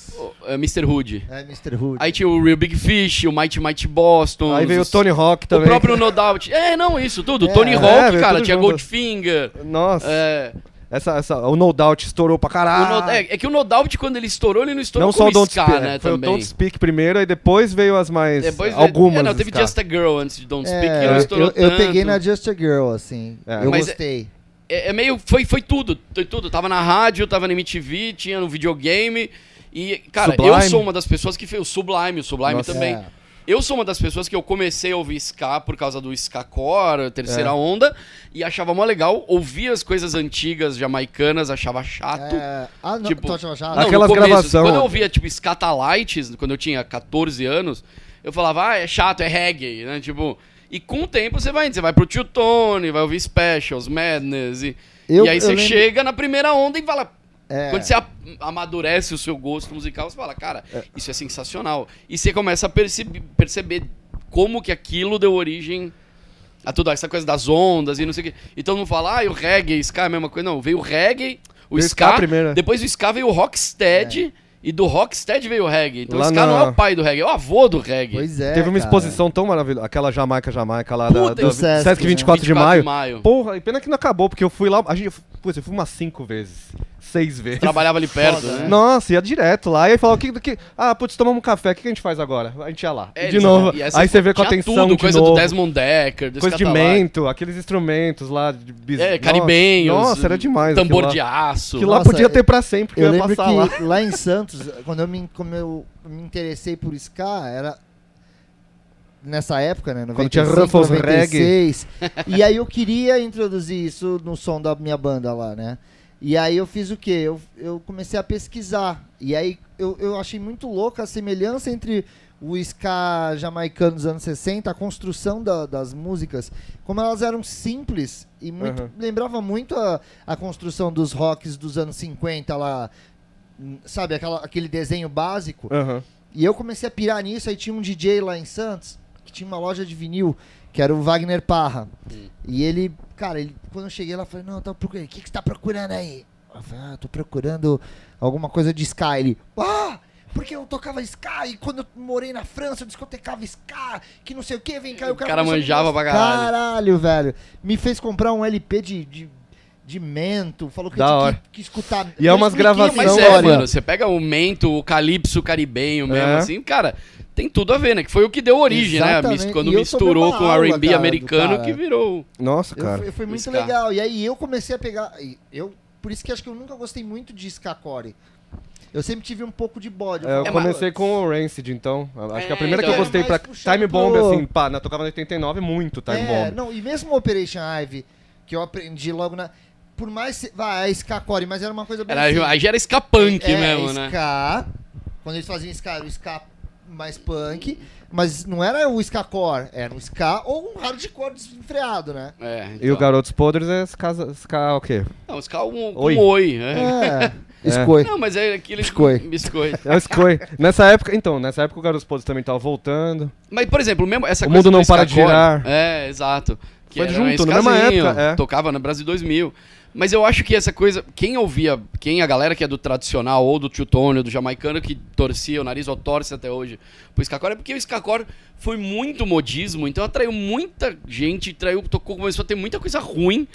Mr. eh, Hood.
É, Mr. Hood.
Aí tinha o Real Big Fish, o Mighty Mighty Boston.
Aí veio o
os-
Tony Hawk também.
O próprio No Doubt. É, não, isso tudo.
É,
Tony
é,
Hawk,
veio
cara,
tudo
tinha
junto.
Goldfinger.
Nossa,
É,
essa, essa, o No Doubt estourou pra
o
caralho.
No- é, é que o No Doubt, quando ele estourou, ele não
Ah.
estourou
Não só
como
o Don't
ska,
Speak,
né,
foi
também.
o Don't Speak primeiro, e depois veio as mais,
Depois
algumas
É, não, teve
ska.
Just a Girl antes de Don't Speak, que
É,
não
eu,
né? estourou
eu peguei
tanto.
na Just a Girl, assim.
É.
Eu
Mas é-
gostei.
É, é meio. Foi, foi tudo. Foi tudo. Tava na rádio, tava na MTV, tinha no videogame. E, cara, eu
Sublime.
sou uma das pessoas que fez o Sublime, o Sublime
Nossa.
também.
É.
Eu sou uma das pessoas que eu comecei a ouvir ska por causa do ska core, terceira
É.
onda, e achava mó legal, ouvia as coisas antigas jamaicanas, achava chato.
É, Ah, não,
Tipo-
tô achando chato.
Não, no
Aquelas
começo,
gravação-
Quando eu ouvia, tipo, Scatalites, quando eu tinha 14 anos, eu falava, ah, é chato, é reggae, né? Tipo. E com o tempo você vai indo, você vai pro Tio Tony, vai ouvir Specials, Madness. E,
Eu-
e aí
eu
você
lembro-
chega na primeira onda e fala.
É.
Quando você a- amadurece o seu gosto musical, você fala, cara, isso é sensacional. E você começa a perceber, perceber como que aquilo deu origem a tudo, essa coisa das ondas e não sei o quê. Então não fala, ah, e o reggae, ska é a mesma coisa. Não, veio o reggae, o
Veio o
ska,
ska primeiro, né?
depois do ska veio o rocksteady, e do rocksteady veio o reggae. Então
É. Lá
o ska
na-
não é o pai do reggae, é o avô do reggae.
Pois é,
Teve uma
cara.
exposição tão maravilhosa, aquela Jamaica Jamaica lá
Puta,
da,
e
do
o
Sesc,
Sesc,
né?
24 de
24
maio.
de maio.
Porra, e pena que não acabou, porque eu fui lá, a gente, putz, eu fui umas cinco vezes, seis vezes.
Trabalhava ali perto, né?
Nossa, ia direto lá. E aí falava, que, que, ah, putz, tomamos um café, o que que a gente faz agora? A gente ia lá.
É,
de
eles-
novo.
e essa-
aí você vê com
tinha
atenção
tudo,
de
coisa
novo.
do Desmond Decker, do
coisa de
Escatalac.
mento, aqueles instrumentos lá de bis...
tá É,
Nossa,
caribenhos.
Nossa, era demais.
Tambor de é,
aquilo lá.
aço.
Que lá
Nossa,
podia ter pra sempre, que
Eu
eu ia
lembro que
passar
[LAUGHS]
[LAUGHS] lá.
lá.
em Santos, quando eu me, como eu me interessei por ska, era nessa época, né?
Quando tinha
95,
Ruffles
96. E aí eu queria introduzir isso no som da minha banda lá, né? E aí eu fiz o quê? Eu, eu comecei a pesquisar. E aí eu, eu achei muito louca a semelhança entre o ska jamaicano dos anos 60, a construção da- das músicas, como elas eram simples e muito,
Aham.
lembrava muito a, a construção dos rocks dos anos 50 lá, hum, sabe, aquela, aquele desenho básico.
Aham.
E eu comecei a pirar nisso, aí tinha um DJ lá em Santos, que tinha uma loja de vinil, que era o Wagner Parra.
Hum.
E ele, cara, ele, quando eu cheguei lá, eu falei, não, eu tava procurando, o que, que você tá procurando aí? Eu falei, ah, eu tô procurando alguma coisa de Sky. Ele, ah, porque eu tocava Sky, e quando eu morei na França, eu discotecava Sky, que não sei o que, vem cá. e
O cara
começou a me
manjava pra caralho.
Caralho, velho. Me fez comprar um LP de... de de mento, falou que
Da
eu tinha
hora.
que, que escutar.
E é
Eu
umas
expliquei,
gravação,
Mas
Não,
é,
olha.
mano, você pega o mento, o calypso caribenho mesmo,
É.
assim, cara, tem tudo a ver, né? Que foi o que deu origem, né?
Exatamente.
Mis- Quando
E eu tomei
misturou
uma
com o
aula,
R&B
cara, do
americano
cara.
que virou...
Nossa,
Eu, fui-
cara.
foi muito
ska.
legal. E aí eu comecei a pegar. e Eu, por isso que acho que eu nunca gostei muito de ska core. Eu sempre tive um pouco de bode.
É, eu
É, mas-
comecei com o Rancid, então. Acho que a
É,
primeira
então.
que eu gostei
É
pra
mais puxado
Time Bomb,
pro-
assim, pá, na, tocava em 89 muito Time
é,
Bomb.
não, e mesmo Operation Ive, que eu aprendi logo na. Por mais. se- Vai, é ska core, mas era uma coisa bem.
Era,
assim.
aí já era ska punk
é,
mesmo,
ska,
né?
Quando eles faziam ska, era o ska mais punk. Mas não era o ska core, era um ska ou um hardcore desenfreado, né?
É,
E o
então.
Garotos Podres é esse casa, esse ca- o quê?
Não, ska um,
Oi.
um oi, é.
[LAUGHS] É.
Não, mas é aquele...
Biscoito.
Biscoito.
É o
[LAUGHS]
Scoy. nessa época, então, nessa época o Garotos Podres também tava voltando.
Mas, por exemplo, mesmo essa
O
coisa
mundo
do
não para de
Skakor-
girar.
É, exato. Que
Foi
era
junto,
um
na mesma
escasinho,
época, é.
Tocava no Brasil 2000. Mas eu acho que essa coisa, quem ouvia, quem a galera que é do tradicional ou do Teutônio, do jamaicano, que torcia o nariz ou torce até hoje pro Skakor, é porque o Skakor foi muito modismo, então atraiu muita gente, atraiu, tocou, começou a ter muita coisa ruim.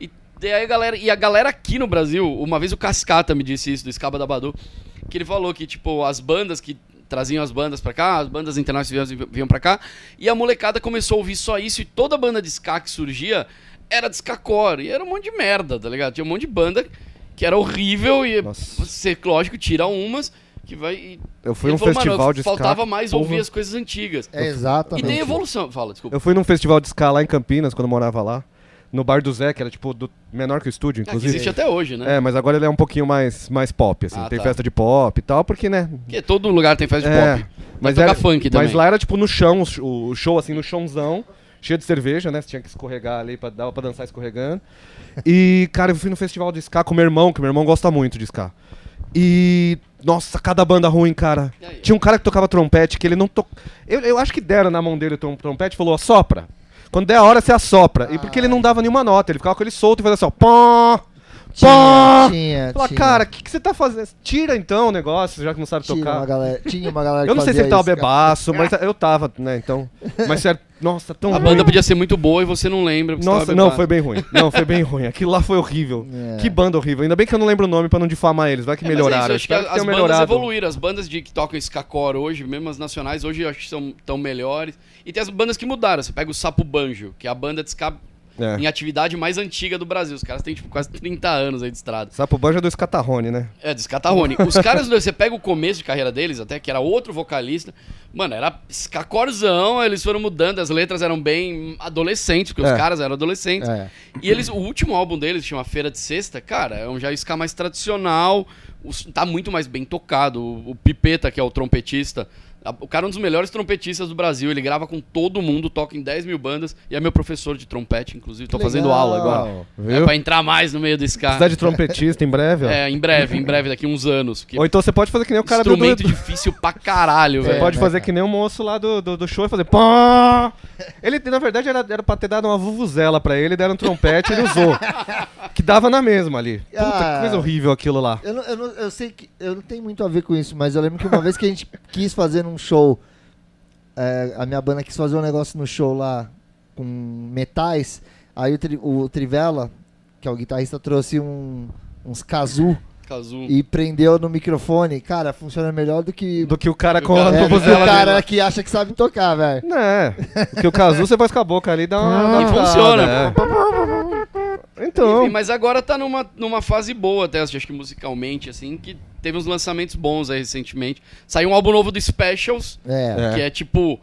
E, e aí a galera, e a galera aqui no Brasil, uma vez o Cascata me disse isso, do Escaba da Badu, que ele falou que, tipo, as bandas que traziam as bandas pra cá, as bandas internacionais vinham, vinham pra cá, e a molecada começou a ouvir só isso, e toda banda de ska que surgia era de ska core, e era um monte de merda, tá ligado? Tinha um monte de banda que era horrível, e
Nossa.
você, lógico, tira umas, que vai... E,
Eu fui
e
num
falou, "Mano,
festival de ska.
Faltava mais
porra.
ouvir as coisas antigas.
É,
e
exatamente.
tem evolução, fala, desculpa.
Eu fui num festival de ska lá em Campinas, quando eu morava lá. No bar do Zé, que era tipo do- menor que o estúdio,
Ah, que
inclusive.
existe até hoje, né?
É, mas agora ele é um pouquinho mais, mais pop, assim.
Ah,
tem
tá.
festa de pop e tal, porque, né?
Porque todo lugar tem festa de
É,
pop. Mas tocar funk também.
mas lá era tipo no chão, o sh- o show, assim, no chãozão, cheio de cerveja, né? Você tinha que escorregar ali pra, dava pra dançar escorregando. E, cara, eu fui no festival de ska com meu irmão, que meu irmão gosta muito de ska. E, nossa, cada banda ruim, cara.
E aí?
Tinha um cara que tocava trompete, que ele não tocava. Eu, eu acho que deram na mão dele o trom- trompete e falou: assopra. Quando der a hora, você assopra. E
Ah.
porque ele não dava nenhuma nota, ele ficava com ele solto e fazia assim, ó. Pó! Pó!
Tinha, tinha,
Fala,
tinha.
cara, o que, que você tá fazendo? Tira então o negócio, já que não sabe
Tinha
tocar.
uma galera, tinha
[LAUGHS]
uma galera que
Eu não sei se
fazia
ele tava
isso, cara.
bebaço, mas eu tava, né,
[LAUGHS]
então. Mas sério, nossa, tão
A
um ruim.
banda podia ser muito boa e você não lembra. porque você
Nossa,
tava
não,
bebado.
foi bem ruim. Não, foi bem ruim. Aquilo lá foi horrível.
É.
Que banda horrível. Ainda bem que eu não lembro o nome pra não difamar eles. Vai que
É, mas é isso,
melhoraram.
eu
Eu
acho que
Espero que,
as
tenham
bandas
melhorado.
evoluíram. As bandas de, que tocam Skakor hoje, mesmo as nacionais, hoje eu acho que são tão melhores. E tem as bandas que mudaram. Você pega o Sapo Banjo, que é a banda de ska
É.
em atividade mais antiga do Brasil. Os caras têm tipo, quase 30 anos aí de estrada.
Sapo Banjo é do Scatarrone, né?
É, de Scatarrone. Os caras, você pega o começo de carreira deles, até que era outro vocalista. Mano, era Skakorzão, eles foram mudando, as letras eram bem adolescentes, porque
É.
os caras eram adolescentes.
É.
E eles, o último álbum deles, chama Feira de Sexta, cara, é um já ska mais tradicional, os- tá muito mais bem tocado. O, o Pipeta, que é o trompetista, a- o cara é um dos melhores trompetistas do Brasil, ele grava com todo mundo, toca em 10 mil bandas, e é meu professor de trompete, inclusive, tô
Legal.
fazendo aula agora. É
Viu?
pra entrar mais no meio do ska.
Precisar de trompetista em breve, ó.
É, em breve, em breve, daqui uns anos. Porque
Ou então você pode fazer que nem o cara do.
instrumento
do-
difícil pra caralho,
Você
velho.
pode
né,
fazer que nem o moço lá do, do, do show e fazer. Pó! Ele, na verdade, era, era pra ter dado uma vuvuzela pra ele, deram um trompete ele
[LAUGHS]
usou. Que dava na mesma ali. Puta,
Ah.
que coisa horrível aquilo lá.
Eu, não, eu, não, eu sei que eu não tenho muito a ver com isso, mas eu lembro que uma vez que a gente [LAUGHS] quis fazer um show, é, a minha banda quis fazer um negócio no show lá com metais, aí o, Tri- o Trivela, que é o guitarrista, trouxe um, uns kazoo
Kazoo.
e prendeu no microfone. Cara, funciona melhor do que,
Do que o cara
Do
com a
cara-
é, do que
vuvuzela
o cara
dele.
que acha que sabe tocar, velho.
Não é. Porque o casu você faz com a boca ali e dá uma. dá
Ah. E
uma
funciona.
risada, é.
Enfim,
Então.
mas agora tá numa, numa fase boa até, acho que musicalmente, assim, que teve uns lançamentos bons aí recentemente. Saiu um álbum novo do Specials,
É.
É.
que é tipo...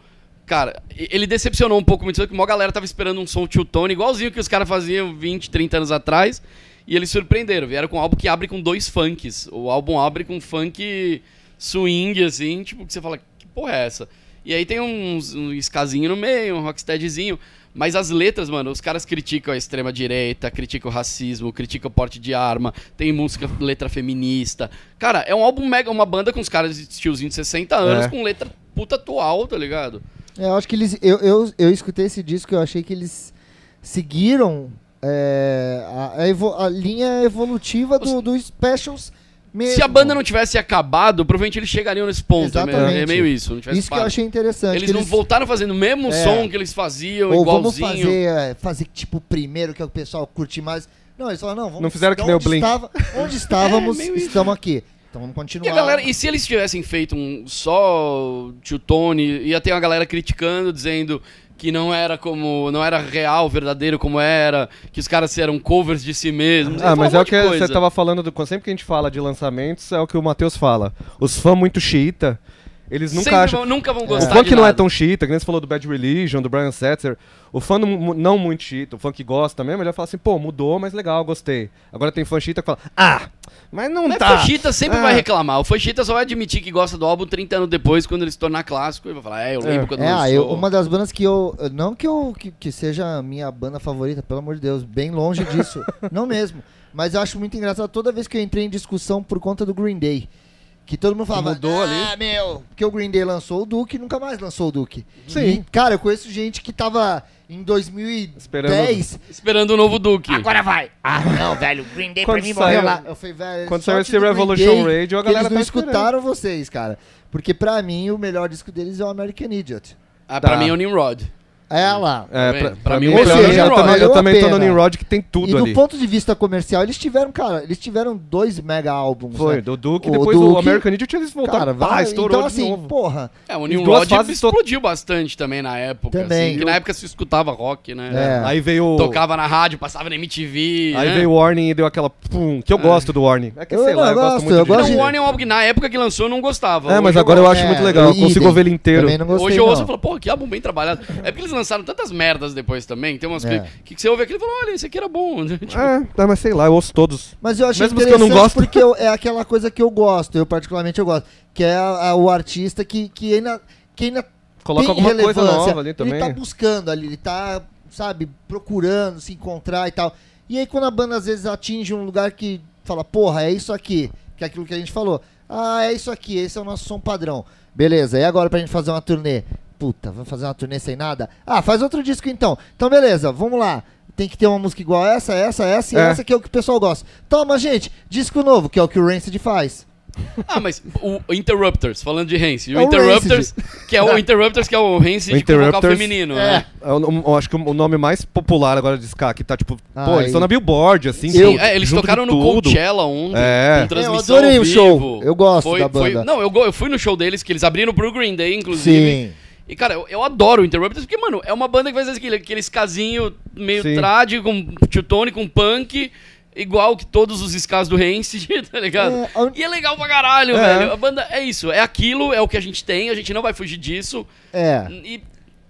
Cara, e- ele decepcionou um pouco, muito que a maior galera tava esperando um som Tiltone, igualzinho que os caras faziam 20, 30 anos atrás, e eles surpreenderam. Vieram com um álbum que abre com dois funks. O álbum abre com um funk swing, assim, tipo, que você fala, que porra é essa? E aí tem uns, um escazinho no meio, um rocksteadzinho. Mas as letras, mano, os caras criticam a extrema-direita, criticam o racismo, criticam o porte de arma, tem música, letra feminista. Cara, é um álbum mega, uma banda com os caras de tiozinho de 60 anos,
É.
com letra puta atual, tá ligado?
É, eu acho que eles. Eu, eu, eu escutei esse disco e eu achei que eles seguiram é, a, a evo- a linha evolutiva do, do Specials mesmo.
Se a banda não tivesse acabado, provavelmente eles chegariam nesse ponto.
Exatamente.
É meio, é meio isso. Não tivesse
Isso que eu
parado.
achei interessante.
Eles
que
não voltaram fazendo o mesmo
É.
som que eles faziam,
Ou vamos
igualzinho.
fazer, é, fazer tipo o primeiro que é o pessoal curte mais. Não, eles falaram, não, vamos
Não fizeram que
de
nem o
onde
Blink.
estava-
[LAUGHS]
onde estávamos,
É, meio isso.
estamos aqui. Então vamos
E,
continuar.
a galera, e se eles tivessem feito um só Tio Tony, ia ter uma galera criticando, dizendo que não era como. não era real, verdadeiro como era, que os caras eram covers de si mesmos.
Ah,
ia
mas é
falar um
o
monte
que
de
você
coisa.
tava falando, do, sempre que a gente fala de lançamentos, é o que o Matheus fala. Os fãs muito xiita, eles nunca
Sempre
acham.
vão- nunca vão
O
gostar.
fã
de
que não é
nada.
tão xiita, que nem você falou do Bad Religion, do Brian Setzer, o fã não, mu- não muito xiita, o fã que gosta mesmo, ele vai falar assim, pô, mudou, mas legal, gostei. Agora tem fã xiita que fala, ah, mas não
Mas
tá.
Fanchita sempre
Ah.
vai reclamar. O Fanchita só vai admitir que gosta do álbum 30 anos depois, quando ele se tornar clássico, e vai falar, é, eu lembro
É.
quando lançou.
É, eu- uma das bandas que eu. Não que eu que, que seja a minha banda favorita, pelo amor de Deus, bem longe disso. não mesmo. Mas eu acho muito engraçado toda vez que eu entrei em discussão por conta do Green Day. Que todo mundo falava.
Mudou
ah,
ali."
meu! Porque o Green Day lançou o Duke e nunca mais lançou o Duke.
Sim.
E, cara, eu conheço gente que tava em 2010.
Esperando-
Esperando o novo Duke.
Agora vai. Ah, não, velho. Green Day pra
Quando
mim
saiu-
morreu lá.
Eu falei, velho,
Quando
só
saiu
o
esse
Tito
Revolution
Green Day,
Radio, a
que
galera
Eles não
tá esperando.
escutaram vocês, cara. Porque pra mim, o melhor disco deles é o American Idiot.
Ah,
Tá.
pra mim é o Nimrod.
É lá.
É,
Tá
pra,
vendo?
pra
Pra
mim,
mim, o
ou
melhor é o
seja, eu
Nimrod.
também, eu
Valeu a
também tô
pena.
no Nimrod que tem
e
tudo
do
ali.
ponto de vista comercial, eles tiveram, cara, eles tiveram dois mega álbuns.
Foi,
né?
do Duke,
O
depois o
Duke-
American Idiot, eles voltaram.
Cara,
pá,
vai,
estourou
então
de
assim,
novo.
porra.
É, o
Em
Nimrod
duas fases
explodiu bastante também na época.
Também.
Assim, que na época se escutava rock, né?
É.
Aí veio...
Tocava na rádio, passava na MTV.
Tipo, Aí
né?
veio o Warning e deu aquela... Pum, que eu gosto do Warning. É que,
Eu
sei
não
lá, eu
gosto,
gosto muito
eu
de-
gosto
Não,
Hoje-
o Warning é um álbum que na época que lançou eu não gostava.
É, mas
Hoje
agora eu acho
É,
muito legal. Eu
Idem.
consigo ouvir ele inteiro.
Também não gostei,
Hoje eu ouço
não.
e falo, pô, que álbum bem trabalhado. É porque eles lançaram tantas merdas depois também. Tem umas
É.
que, que você ouve aquilo e fala, olha, esse aqui era bom. [LAUGHS] Tipo,
É, tá, mas sei lá, eu ouço todos.
Mas eu achei
Mesmo que eu
interessante
não gosto.
porque eu- é aquela coisa que eu gosto, eu particularmente eu gosto, que é a- a- o artista que, que ainda, que ainda
Coloca
tem
alguma
relevância.
coisa nova ali também.
Ele tá buscando ali, ele tá, sabe, procurando se encontrar e tal. E aí quando a banda às vezes atinge um lugar que fala, porra, é isso aqui, que é aquilo que a gente falou. Ah, é isso aqui, esse é o nosso som padrão. Beleza, e agora pra gente fazer uma turnê? Puta, vamos fazer uma turnê sem nada? Ah, faz outro disco então. Então beleza, vamos lá. Tem que ter uma música igual essa, essa, essa e
É.
essa que é o que o pessoal gosta. Toma, gente, disco novo, que é o que o Rancid faz.
ah, mas o Interrupters, falando de Hancy. O
É o
Interrupters, que é o Interrupters, que é o Hancy
O
de vocal
Interrupters. é.
feminino, né?
Eu, eu acho que o nome mais popular agora de Ska, que tá tipo. Pô,
Ai.
eles estão na Billboard, assim.
Sim,
junto-
é, eles
junto de
tocaram no
tudo.
Coachella ontem,
É.
com transmissão
Eu adorei
ao
o
vivo.
show, eu gosto
Foi-
da
foi-
banda.
não, eu, go- eu fui no show deles, que eles abriram pro Green Day, inclusive. E, cara, eu, eu adoro o Interrupters, porque, mano, é uma banda que faz aquele, aqueles casinho meio
Sim.
trad, com tutone, com punk, igual que todos os scas do Rancid, [LAUGHS] tá ligado?
É, a un-
E é legal pra caralho,
É.
velho. A banda é isso, é aquilo, é o que a gente tem, a gente não vai fugir disso.
É.
E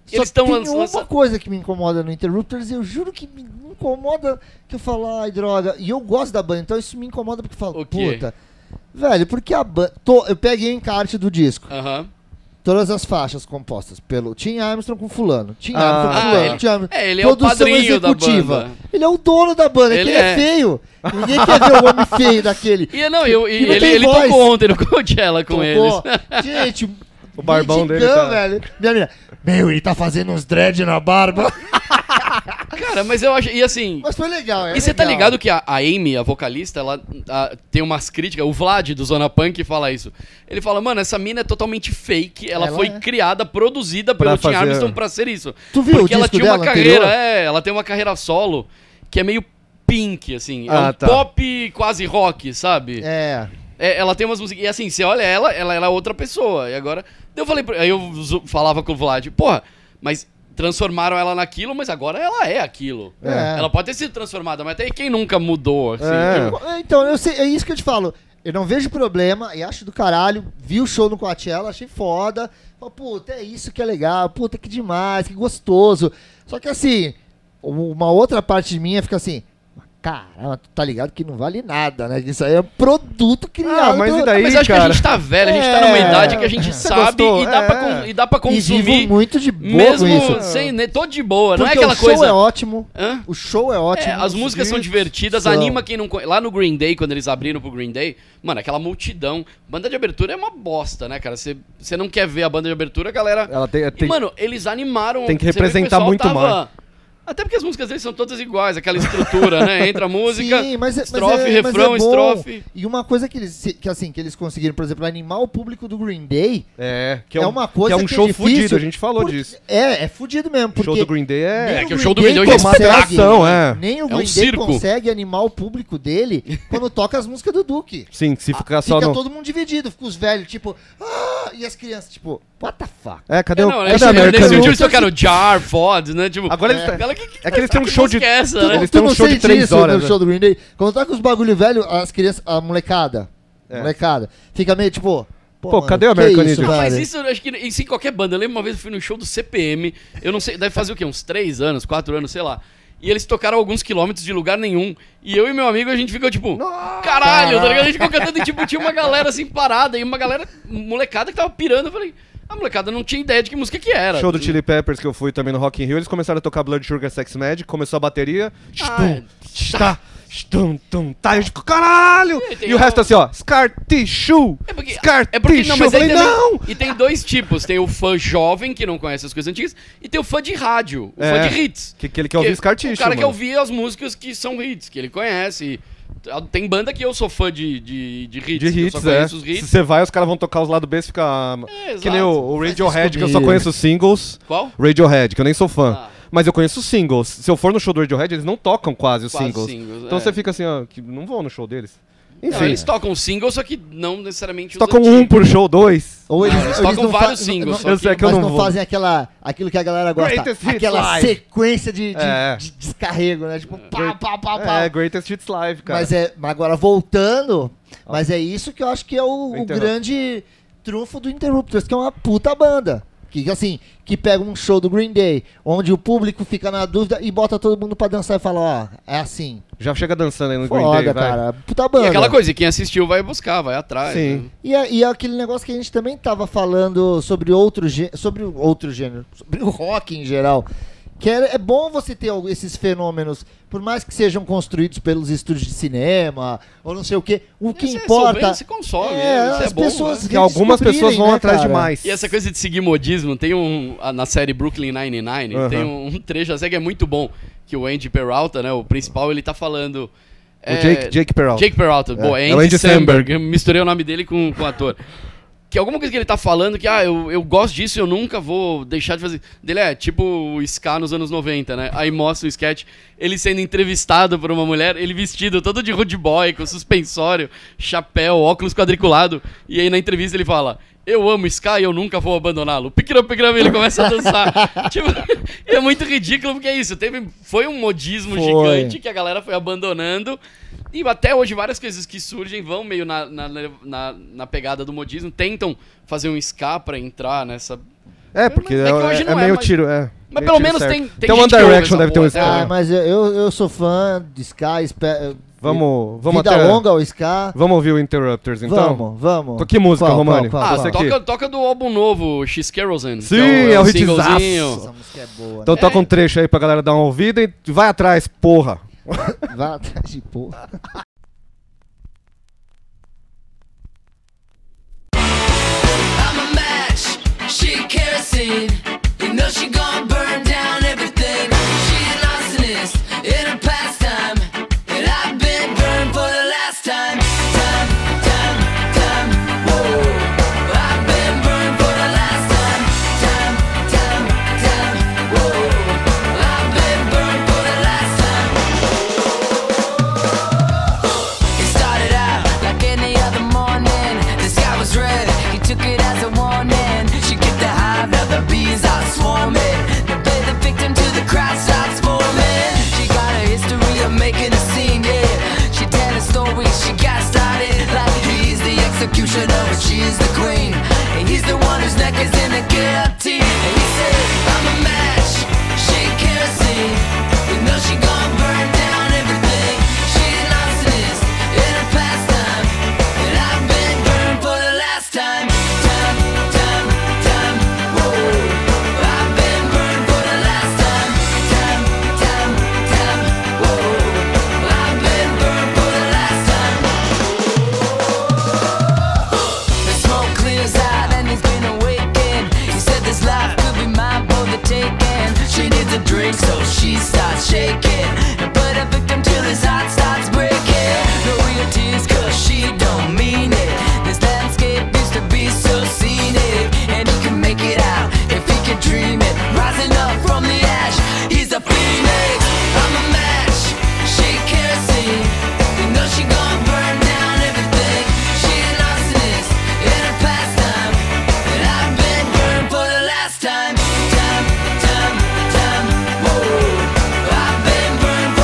Só
eles estão
tem
lançando.
uma coisa que me incomoda no Interrupters, eu juro que me incomoda que eu falo, ai, droga. E eu gosto da banda, então isso me incomoda porque eu falo,
O quê?
puta. Velho, porque a banda. Eu peguei o encarte do disco.
Aham.
Todas as faixas compostas pelo Tim Armstrong com fulano. Tim
Ah.
Armstrong com
Ah,
fulano.
ele-
Tim Armstrong.
é, ele é o padrinho da banda.
Ele é o dono da banda,
Ele
ele, ele é.
é.
feio. Ninguém quer ver o homem feio daquele.
E, não, eu, e
E não
ele,
tem
ele
voz.
tocou ontem no [LAUGHS] Coachella [LAUGHS] com
Tocou.
eles.
[LAUGHS]
[LAUGHS]
Gente,
O barbão dele
mendigão,
tá-
velho. Minha menina, meu, ele tá fazendo uns dread na barba.
Cara, mas eu acho. E assim.
Mas foi legal, é
E você tá
legal.
ligado que a, a Amy, a vocalista, ela a- tem umas críticas. O Vlad do Zona Punk fala isso. Ele fala, mano, essa mina é totalmente fake. Ela,
Ela
foi
é.
criada, produzida
Pra
pelo
fazer-
Tim Armstrong pra ser isso.
Tu viu o
Porque ela
disco
tinha uma
dela
carreira,
anterior?
é, ela tem uma carreira solo que é meio pink, assim. é
Ah,
um
tá.
pop quase rock, sabe?
É.
É, ela tem umas musiquinhas. E assim, você olha ela, ela era outra pessoa. E agora. Eu falei, pra- aí eu zo- falava com o Vlad, porra, mas transformaram ela naquilo, mas agora ela é aquilo.
É.
Ela pode ter sido transformada, mas até quem nunca mudou, assim.
É.
Então, eu sei, é isso que eu te falo. Eu não vejo problema, e acho do caralho. Vi o show no Coachella, achei foda. Falei, puta, é isso que é legal. Puta, que demais, que gostoso. Só que assim, uma outra parte de mim fica assim... Caramba, tu tá ligado que não vale nada, né? Isso aí é um produto criado.
mas
do-
e daí?
Ah, mas eu acho que a
cara.
gente tá velho, a gente tá numa
É.
idade que
[LAUGHS]
a gente
Você
sabe
gostou?
e dá, pra
É.
con- e dá pra
E vivo
consumir.
muito de boa
Mesmo
com isso.
sem. Né, tô de boa, não é
Porque
aquela
o show
coisa.
é ótimo.
Hã?
O show é
É,
ótimo.
as músicas são divertidas,
São.
anima quem não conhece. Lá no Green Day, quando eles abriram pro Green Day, mano, aquela multidão. Banda de abertura é uma bosta, né, cara? Você você não quer ver a banda de abertura, a galera.
Ela tem-
E,
É, tem-
mano, eles animaram.
tem que
você vê o
representar
pessoal
muito mais.
Até porque as músicas deles são todas iguais, aquela
[LAUGHS]
estrutura, né? Entra a música,
Sim, mas é- mas
estrofe,
é- mas
refrão,
é bom.
estrofe.
E uma coisa que eles, se- que, assim, que eles conseguiram, por exemplo, animar o público do Green Day
É, que
é,
um-
uma
que
coisa que
é um show
difícil,
fudido, a gente falou
porque-
disso.
É, é fudido mesmo,
O
porque...
show do Green Day
nem
é.
É que o show do Green Day
é uma
consegue-
atração, é.
Nem o
É um
Green Day
circo.
consegue animar o público dele quando toca as músicas do Duke.
Sim, se ficar só
Fica
no.
todo mundo dividido, fica os velhos, tipo... "Ah", e as crianças, tipo... What the fuck?
É, cadê
É,
o.
não,
cadê
nesse,
a
nesse
American
último
Idiot?
eles tocaram Jar, Fod, né? Tipo,
Agora eles.
Galera, que, que,
É que eles têm um show de.
música é essa,
Tu,
eles
né?
Então, tu
têm um
não
show de
sente
três
isso
horas, né?
no show do Green Day? Quando toca os bagulho velho, as crianças, a molecada,
É.
a molecada, fica meio tipo... Pô,
Pô,
mano,
cadê o
que
American
isso,
Idiot?
velho?
Mas isso eu acho que isso em qualquer banda. Eu lembro uma vez eu fui no show do CPM, eu não sei, deve fazer o quê? Uns três anos, quatro anos, sei lá. E eles tocaram alguns quilômetros de lugar nenhum. E eu e meu amigo, a gente ficou tipo, caralho, tá ligado? A gente ficou cantando e tipo, tinha uma galera assim parada e uma galera molecada que tava pirando. Eu falei, a molecada não tinha ideia de que música que era.
Show do Chili Peppers que eu fui também no Rock in Rio, eles começaram a tocar Blood Sugar Sex Magic, começou a bateria.
Ah,
Stum, tá, stum, tum, tá, eu digo, caralho!
E tem
E o
um-
resto assim, ó, Scar Tissue!
É porque,
Scar
é porque não,
Tissue! Eu
mas aí
falei,
também,
não!
E tem dois tipos: tem o fã jovem, que não conhece as coisas antigas, e tem o fã de rádio, o
É,
fã de hits.
Que, é que ele quer ouvir Scar Tissue.
O cara que
mano.
ouvia as músicas que são hits, que ele conhece. Tem banda que eu sou fã de, de, de hits.
De
que eu
hits,
só
é.
conheço os
Se
hits.
você vai, os caras vão tocar os lados B e fica.
É,
que nem o,
exato.
o
Vai
Radiohead, que eu só
descobrir.
conheço os singles.
Qual?
Radiohead, que eu nem sou fã.
Ah.
Mas eu conheço os singles. Se eu for no show do Radiohead, eles não tocam quase os
Quase
singles.
singles,
Então
é.
você fica assim, ó, que não vou no show deles. Enfim,
Não, eles tocam single, só que não necessariamente os
tocam um
antigos.
por show, dois.
Ou
Não, eles tocam
fa-
vários singles, só
Eu sei que eu
mas
não
não
vou.
fazem aquela, aquilo que a galera gosta.
Greatest hits
Aquela
live.
sequência de, de-
É.
de descarrego, né? Tipo, pá, pá, pá, pá.
É, Greatest Hits Live, cara.
Mas, é, mas agora voltando, mas é isso que eu acho que é o, o
Interrupt-
grande trunfo do Interrupters, que é uma puta banda. Que assim, que pega um show do Green Day, onde o público fica na dúvida e bota todo mundo pra dançar e fala, ó, é assim.
Já chega dançando aí no Green Day,
Foda,
vai.
cara. Puta
E
banda.
aquela coisa, quem assistiu vai buscar, vai atrás.
Sim.
né?
E, é- e é aquele negócio que a gente também tava falando sobre outro, gê- sobre o outro gênero, sobre o rock em geral. Que é, é bom você ter al- esses fenômenos, por mais que sejam construídos pelos estúdios de cinema, ou não sei o quê, o que
Esse é,
importa.
Bem, se consome,
é,
é, isso é
as
bom.
pessoas
né?
Que algumas
redescobrirem,
pessoas vão
né,
atrás
cara?
demais.
E essa coisa de seguir modismo, tem um. a- Na série Brooklyn Nine-Nine,
Aham.
tem um, um trecho assim que é muito bom. Que o Andy Peralta, né? O principal, ele tá falando.
O Jake, Jake Peralta.
é- Jake Peralta, boa, é,
é o
Andy
Andy
Samberg. Eu misturei o nome dele com, com o ator. Que alguma coisa que ele tá falando que, ah, eu, eu gosto disso, eu nunca vou deixar de fazer. Dele é tipo o Ska nos anos 90, né? Aí mostra o sketch, ele sendo entrevistado por uma mulher, ele vestido todo de rude boy, com suspensório, chapéu, óculos quadriculado. E aí na entrevista ele fala: Eu amo Ska e eu nunca vou abandoná-lo. Piquirão, piquirão, e ele começa a dançar. [LAUGHS] tipo, é muito ridículo porque é isso. Teve, foi um modismo
Foi.
gigante que a galera foi abandonando. E até hoje várias coisas que surgem vão meio na, na, na, na pegada do modismo, tentam fazer um ska pra entrar nessa.
É, porque
É
é,
que hoje
é
não é,
meio
mas-
tiro, é.
Mas
Meio
pelo
tiro
menos
certo.
tem- tem
Tem One
gente que ouve
Direction,
essa
deve ter um
porra. É.
Sky.
Ah, mas eu, eu eu sou fã de Ska, espero.
Vamos, vamos
Vida
até...
longa ao Ska.
Vamos ouvir o Interrupters, então?
vamos, vamos.
Que música,
Qual,
Romani?
qual,
Ah,
qual,
Você
qual?
aqui.
toca, toca do álbum novo, X Kerosene. que
Sim, é o hitzaço.
singlezinho.
Essa música é boa.
Então toca um trecho aí pra galera dar uma ouvida e vai atrás, porra.
Né? Vai atrás de porra.
I'm a match, she kerosene. You know she gonna burn down everything. She an arsonist in her pastime, and I've been burned for the last time. Time, time, time, whoa. I've been burned for the last time. Time, time, time, whoa. I've been burned for the last time. It started out like any other morning. The sky was red, he took it as a warning. She get the hive, now the bees are swarming. They play the victim to the crowd starts forming. She got a history of making a scene, yeah. She telling stories, she got started like he's the executioner, but she's the queen. And he's the one whose neck is in the guillotine. And he said, I'm a match, she kerosene. We know she gon' burn down everything. She lost this in her pastime, and I've been burned for the last time. Time, time, time, whoa. I've been burned for the last time. Time, time, time, whoa. I've been burned for the last time. The smoke clears out and he's been awakened. He said this life could be mine for the taking. She needs a drink, so she starts shaking. And put a victim till his heart starts breaking. No real tears, cause she don't mean it. This landscape used to be so scenic. And he can make it out if he can dream it. Rising up from the ash, he's a phoenix. I'm a match, she can't see. You know she gon' burn down everything. She an arsonist in her pastime, and I've been burned for the last time. Time, time, time, whoa. I've been burned.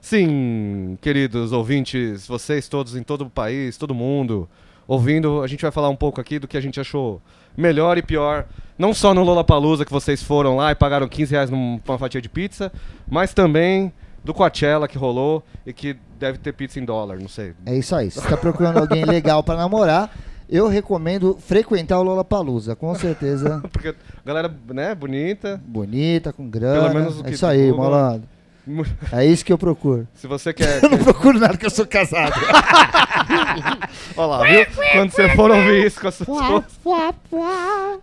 Sim, queridos ouvintes, vocês todos em todo o país, todo mundo ouvindo, a gente vai falar um pouco aqui do que a gente achou melhor e pior, não só no Lollapalooza que vocês foram lá e pagaram 15 reais num- pra uma fatia de pizza, mas também do Coachella que rolou e que deve ter pizza em dólar, não sei.
É isso aí. Se você tá procurando alguém legal pra namorar, eu recomendo frequentar o Lollapalooza, com certeza.
Porque a galera, né, bonita. [LAUGHS]
Bonita, com grana.
Pelo menos o
é
que
isso aí,
Google-
malandro. É isso que eu procuro.
Se você quer.
Eu não procuro nada que eu sou casado.
Olha lá, viu? Quando você for ouvir isso com as suas coisas.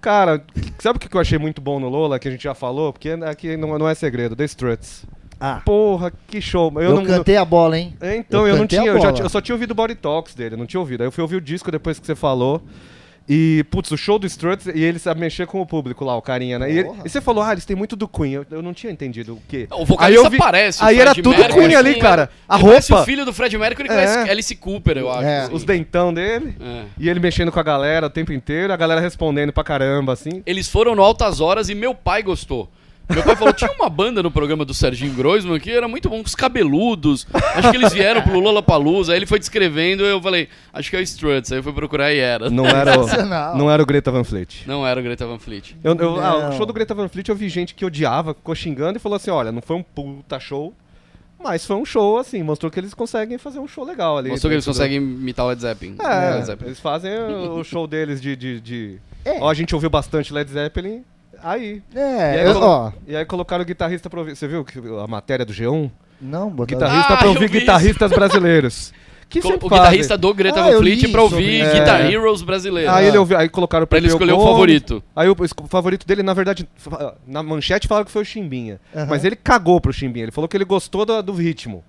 Cara, sabe o que eu achei muito bom no Lola, que a gente já falou? Porque aqui não, não é segredo, The Struts.
Ah,
Porra, que show. Eu,
eu,
não,
cantei a bola, hein?
É, Então, eu, não
cantei a
tinha, eu, já
bola.
ti- eu só tinha ouvido o Body Talks dele, não tinha ouvido. Aí eu fui ouvir o disco depois que você falou. E, putz, o show do Struts, e ele sabe mexer com o público lá, o carinha, né? E, ele-
Porra.
e você falou, ah, eles têm muito do Queen. Eu, eu não tinha entendido o quê.
O vocalista
Aí eu vi-
parece. o
Aí era
Fred
tudo
Mercury,
Queen ali,
assim,
cara. A
ele parece
roupa.
o filho do Fred Mercury com
É.
é. Alice Cooper, eu acho.
É.
assim.
Os dentão dele.
É.
E ele mexendo com a galera o tempo inteiro, a galera respondendo pra caramba, assim.
Eles foram no Altas Horas e meu pai gostou. Meu pai falou, tinha uma banda no programa do Serginho Groisman que era muito bom, com os cabeludos. Acho que eles vieram pro Lollapalooza, aí ele foi descrevendo, eu falei, acho que é o Struts. Aí eu fui procurar e era.
Não era o,
Sensacional.
não era o Greta Van Fleet.
Não era o Greta Van Fleet.
Eu- eu- ah,
Não.
o show do Greta Van Fleet eu vi gente que odiava, ficou xingando e falou assim: olha, não foi um puta show, mas foi um show assim, mostrou que eles conseguem fazer um show legal ali.
Mostrou que eles
dentro do-
conseguem imitar o Led Zeppelin. Led
É,
Zeppelin.
eles fazem o o show deles de. de, de-
É.
Ó, a gente ouviu bastante Led Zeppelin. Aí. E
É,
aí,
eu-
colo-
ó.
e aí colocaram o guitarrista pra ouvir. Você viu que- a matéria do G1?
Não, botar.
Guitarrista
Ah,
pra
eu
ouvir
vi isso.
guitarristas
[LAUGHS]
brasileiros. Que
Co-
sempre
O
fazem.
guitarrista do Greta
Ah,
Van
eu
Fleet
li
pra
isso,
ouvir
é.
Guitar Heroes brasileiro.
Aí Ah, ele ouviu, aí colocaram
Pra ele
Pepeu
escolher o
Gomes.
favorito.
Aí o, o favorito dele, na verdade, fa- na manchete falaram que foi o Chimbinha. Mas ele cagou pro Chimbinha. Ele falou que ele gostou do, do ritmo.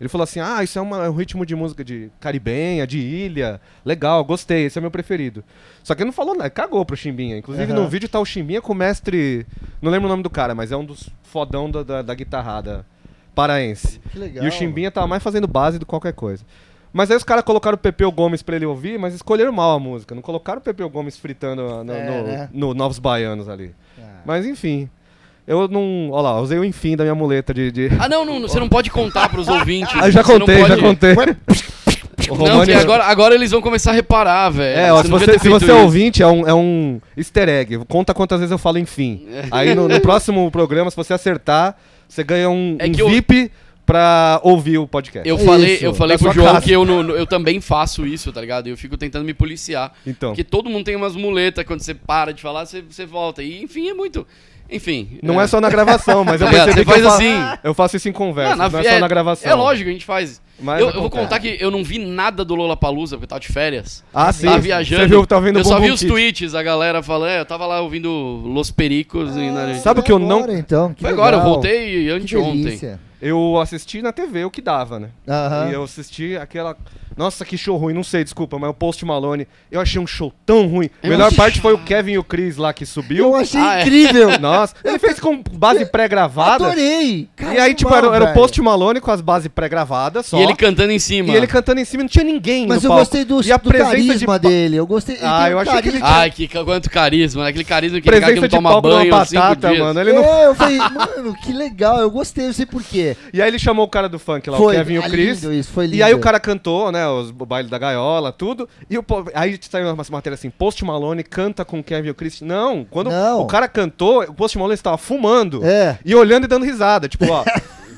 Ele falou assim: ah, isso é, uma- é um ritmo de música de caribenha, de ilha. Legal, gostei, esse é meu preferido. Só que ele não falou nada, cagou pro Chimbinha. Inclusive
Aham.
no vídeo tá o Chimbinha com o mestre. Não lembro o nome do cara, mas é um dos fodão da, da, da guitarrada paraense.
Que legal.
E o Chimbinha tava mais fazendo base do que qualquer coisa. Mas aí os caras colocaram o Pepeu Gomes pra ele ouvir, mas escolheram mal a música. Não colocaram o Pepeu Gomes fritando a- no,
É,
no-
né?
no Novos Baianos ali.
É.
Mas enfim. Eu não. Olha lá, usei o enfim da minha muleta de. de...
Ah, não, não, você não pode contar pros ouvintes.
[LAUGHS] Ah, já
Você não
contei, já
pode-
contei. [LAUGHS] O
Não,
Romani-
porque agora, agora eles vão começar a reparar, velho.
É, ó, se
devia
você,
ter
se
feito
você é
isso.
ouvinte, é um, é um easter egg. Conta quantas vezes eu falo enfim.
É.
Aí no, no próximo programa, se você acertar, você ganha um,
É
um
que eu-
VIP pra ouvir o podcast.
Eu
É
falei,
isso,
eu falei
na
pro
sua
João
casa.
que eu, não- eu também faço isso, tá ligado? E Eu fico tentando me policiar.
Então.
Porque todo mundo tem umas muletas, quando você para de falar, você, você volta. E enfim, é muito. Enfim.
Não é. só na gravação, mas eu
Tá ligado?
percebi
Você
que eu,
faz
fa-
assim.
eu faço isso em conversa,
Ah, na-
não é só na gravação.
É lógico, a gente faz.
Mas
eu, eu vou
acontece.
contar que eu não vi nada do Lollapalooza, porque eu tava de férias.
Ah, sim.
tava viajando.
Você viu, tá vendo
eu só
Bumbum
vi os
Kid.
tweets, a galera falando, é, eu tava lá ouvindo Los Pericos e na-
Ah, Sabe o que eu não-
Agora, então, que
Foi agora, eu
legal.
voltei
Que
anteontem.
delícia.
Eu assisti na TV o que dava, né?
Aham.
E eu assisti aquela. Nossa, que show ruim, não sei, desculpa, mas é o Post Malone, eu achei um show tão ruim. A melhor parte foi o Kevin e o Chris lá que subiu.
Eu achei
Ah, é.
[LAUGHS]
incrível.
Nossa, ele fez com base pré-gravada.
Adorei.
E aí, tipo, era,
Caramba,
era o
velho.
Post Malone com as bases pré-gravadas só.
E ele cantando em cima.
E ele cantando em cima, não tinha ninguém
Mas
no
eu
palco.
gostei do,
e a
do
presença
carisma
de... pa-
dele. Eu gostei. ele
Ah,
tem um
eu achei que ele-
carisma-
Ai, que, quanto carisma, né? Aquele carisma que cara que
Presença
não
de
toma
palco
banho
numa
há cinco
batata,
dias.
mano. Ele não
É,
[LAUGHS]
eu falei, mano, que legal. Eu gostei, eu sei por quê.
E aí ele chamou o cara do funk lá, o Kevin e o
ah,
Chris.
lindo isso, foi lindo.
E aí o cara cantou, né, os, o baile da gaiola, tudo. E o, po- aí saiu uma matéria assim, Post Malone canta com Kevin e o Chris. Não, quando
Não.
o cara cantou, o Post Malone estava fumando.
É.
E olhando e dando risada, tipo,
[LAUGHS]
ó...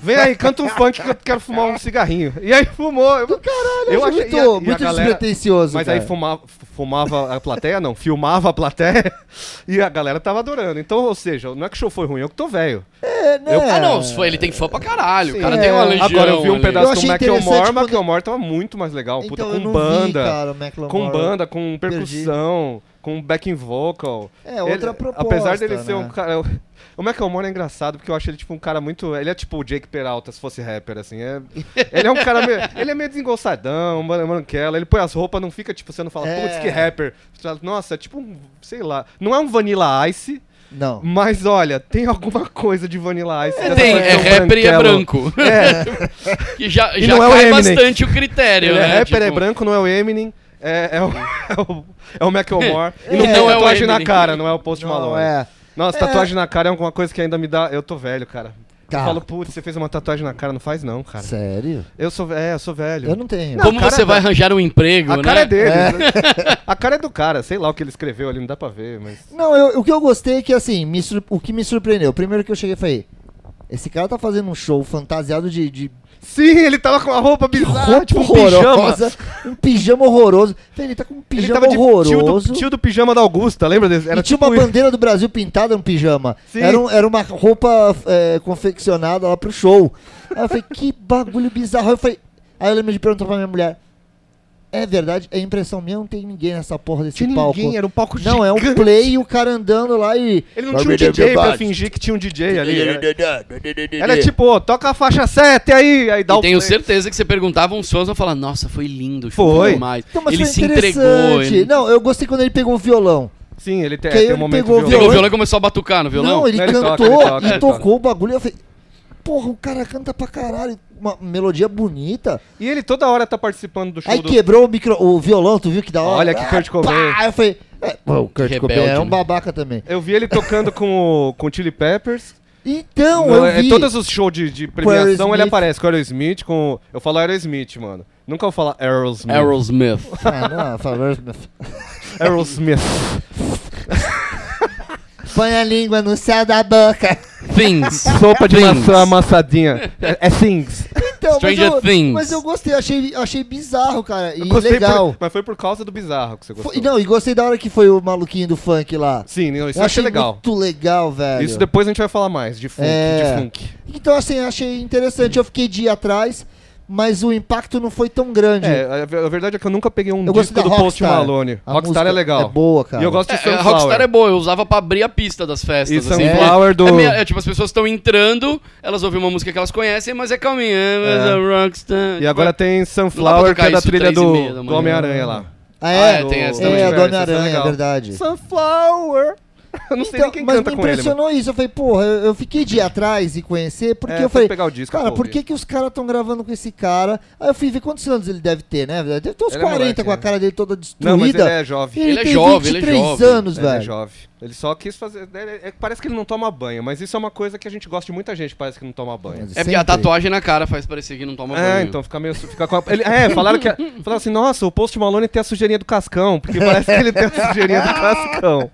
Vem aí, canta um funk que eu quero fumar um cigarrinho. E aí fumou. Eu, Caralho,
Eu achei muito, muito despretensioso,
Mas
cara.
aí fumava, fumava a plateia, não, filmava a plateia [LAUGHS] e a galera tava adorando. Então, ou seja, não é que o show foi ruim, eu que tô velho.
É, né?
eu-
Ah, não, isso foi- ele tem fã pra caralho.
Sim.
o cara tem uma
É.
legião. né?
Agora eu vi um
ali.
pedaço
Eu
do
achei
Macklemore,
interessante
o Macklemore tava muito mais legal, um puta,
Então, eu
com
não
banda,
vi, cara, o Macklemore.
com banda, com
Perdi.
percussão, com backing vocal.
É, outra proposta,
Apesar dele ser um
né?
cara... O Macklemore é engraçado porque eu acho ele tipo um cara muito... Ele é tipo o Jake Peralta se fosse rapper, assim. é- ele é um cara
[LAUGHS]
meio... Ele é meio desengonçadão, man- manquela, ele põe as roupas, não fica tipo... Você não fala,
É.
putz, que rapper. Você fala, Nossa, é tipo um... Sei lá. Não é um Vanilla Ice...
Não.
Mas olha, tem alguma coisa de Vanilla Ice. nessa
Tem, é
versão
rapper e é
branquela.
[LAUGHS] branco. [LAUGHS] que já,
E
já
não é o
cai
Eminem.
bastante o critério,
Ele
né?
é rapper, é
Tipo,
branco, não é o Eminem. É, é o, [LAUGHS] é o, é o Macklemore. E não tem
É. Não é o
tatuagem na
Eminem.
cara, não é o Post
Não,
Malone.
é.
Nossa, tatuagem na cara é alguma coisa que ainda me dá. Eu tô velho, cara. Eu
Cara,
falo, putz, você fez uma tatuagem na cara, não faz não, cara.
sério?
Eu sou, é, eu sou velho.
Eu não tenho.
Como
cara
você vai arranjar um emprego,
A
né?
cara é dele. né? [LAUGHS] A cara é do cara, sei lá o que ele escreveu ali, não dá pra ver, mas.
Não, eu- o que eu gostei é que, assim, me sur- o que me surpreendeu, primeiro que eu cheguei e falei, esse cara tá fazendo um show fantasiado de, de
Sim, ele tava com uma roupa bizarra,
roupa
tipo um
horrorosa,
pijama.
um pijama horroroso. Falei, Ele tá com um
Ele
pijama
tava de tio
horroroso.
do, tio do pijama da Augusta, lembra desse?
e tinha uma
tipo isso.
bandeira do Brasil pintada no pijama.
Sim.
Era, um- era uma roupa é, confeccionada lá pro show. Aí eu falei, que bagulho bizarro. Aí eu, falei, aí eu lembro de perguntar pra minha mulher, é verdade, é impressão minha, não tem ninguém nessa porra desse
Tinha
palco.
ninguém, era um palco
Não, é um
gigante.
play e o cara andando lá e.
Ele não tinha um DJ pra fingir que tinha um DJ ali. Era, era tipo, ó, toca a faixa 7 aí, aí dá
E
o
tenho
play.
certeza que você perguntava uns fãs, vão falar, nossa, foi lindo,
Foi.
mais.
Então, mas
ele
foi
se entregou.
interessante.
Ele...
Não, eu gostei quando ele pegou o violão.
Sim, ele te,
Que aí
tem um
ele
momento
pegou o
Pegou o
violão.
violão e começou a batucar no violão?
Não, ele,
Ele
cantou
toca, ele toca,
e
ele
tocou
toca.
o bagulho. Eu falei, porra, o cara canta pra caralho. Uma melodia bonita.
E ele toda hora tá participando do show
Aí
do...
quebrou o, micro, o violão, tu viu que da hora?
Olha que Kurt Cobain.
Ah, eu falei, é, pô, o Kurt
Rebelde,
Cobain era um
né?
babaca também.
Eu vi ele tocando com o com o Chili Peppers.
Então,
Não,
eu
é
vi.
todos os shows de, de premiação
Aerosmith.
ele aparece com o Aerosmith, com eu falo Aerosmith, mano. Nunca vou falar Aerosmith.
Aerosmith.
Ah, não, favor. [LAUGHS]
Aerosmith.
Põe a língua no céu da boca. [LAUGHS]
Things.
[LAUGHS] Sopa de
Things.
maçã amassadinha. É, é
[LAUGHS]
things.
Então,
Stranger
mas eu,
Things.
Mas eu gostei, achei, achei bizarro, cara. E
Gostei
legal.
por- mas foi por causa do bizarro que você gostou.
Foi- não, e gostei da hora que foi o maluquinho do funk lá.
Sim, não, isso
Eu
eu
achei
achei legal.
muito legal, velho.
Isso depois a gente vai falar mais, de funk,
É.
de funk.
Então, assim, eu achei interessante. Eu fiquei dia atrás, mas o impacto não foi tão grande.
É, a, a verdade é que eu nunca peguei um
Eu gosto
disco
da
do Post
Rockstar.
Malone.
A
Rockstar
música
é legal.
é boa, cara.
E eu gosto de
É,
Sunflower.
a Rockstar é boa, eu usava pra abrir a pista das festas.
E
assim,
Sunflower
porque
um do-
É, meio- é tipo, as pessoas estão entrando, elas ouvem uma música que elas conhecem, mas é calminha. Mas
É.
a Rockstar.
E agora tem
né? Não dá pra
Sunflower, que
tocar
é da
isso
trilha
três e
do,
meia da
do
manhã.
Homem-Aranha lá.
Ah,
Ah,
é?
é, tem essa
é,
também.
a do
Essa é
Homem-Aranha, é
legal.
verdade.
Sunflower! Eu não sei
Então,
nem quem
mas
canta
me
com ele, mano.
impressionou isso. Eu falei, porra, eu, eu
[LAUGHS]
fiquei de ir atrás e conhecer, porque
É,
eu
fui
falei,
pegar o disco
cara,
pra
por
ouvir.
que, que os caras estão gravando com esse cara? Aí eu fui ver quantos anos ele deve ter, né? velho? Deve ter uns
Ele é
40
moleque,
com a
né?
cara dele toda
Não, mas
destruída.
ele é jovem.
Ele é
tem
jovem, ele é
23
jovem.
anos,
Ele é
velho.
jovem. Ele só quis fazer. é- é- parece que ele não toma banho, mas isso é uma coisa que a gente gosta de muita gente, parece que não toma banho.
Mas
É porque a
sempre-
tatuagem na cara faz parecer que não toma banho.
É, então fica meio. su- Fica com a- ele- é, falaram que. Falaram assim, nossa, o Post Malone tem a sujeirinha do Cascão, porque parece que ele tem a sujeirinha do Cascão.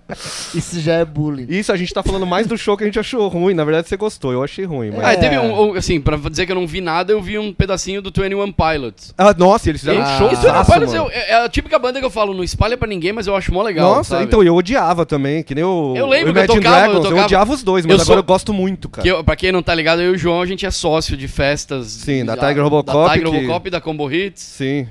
Isso já é bullying.
[LAUGHS] Isso, a gente tá falando mais do show que a gente achou ruim. Na verdade, você gostou, eu achei ruim, mas.
Ah, e teve um, um- assim, pra dizer que eu não vi nada, eu vi um pedacinho do 21 Pilots.
Ah, nossa, eles fizeram um show
e 21 Pilots
mano.
eu- é, é a típica banda que eu falo, não espalha pra ninguém, mas eu acho mó legal.
Nossa,
sabe?
então eu odiava também, que nem o
Eu lembro
o
que eu
Imagine
tocava, eu
Dragons, eu,
tocava.
odiava os dois,
Eu
mas
sou-
agora eu gosto muito, cara.
Que eu- pra quem não tá ligado, eu e o João, a gente é sócio de festas.
Sim, da
de- a-
Tiger Robocop,
Da Tiger
que-
Robocop, da Combo Hits.
Sim.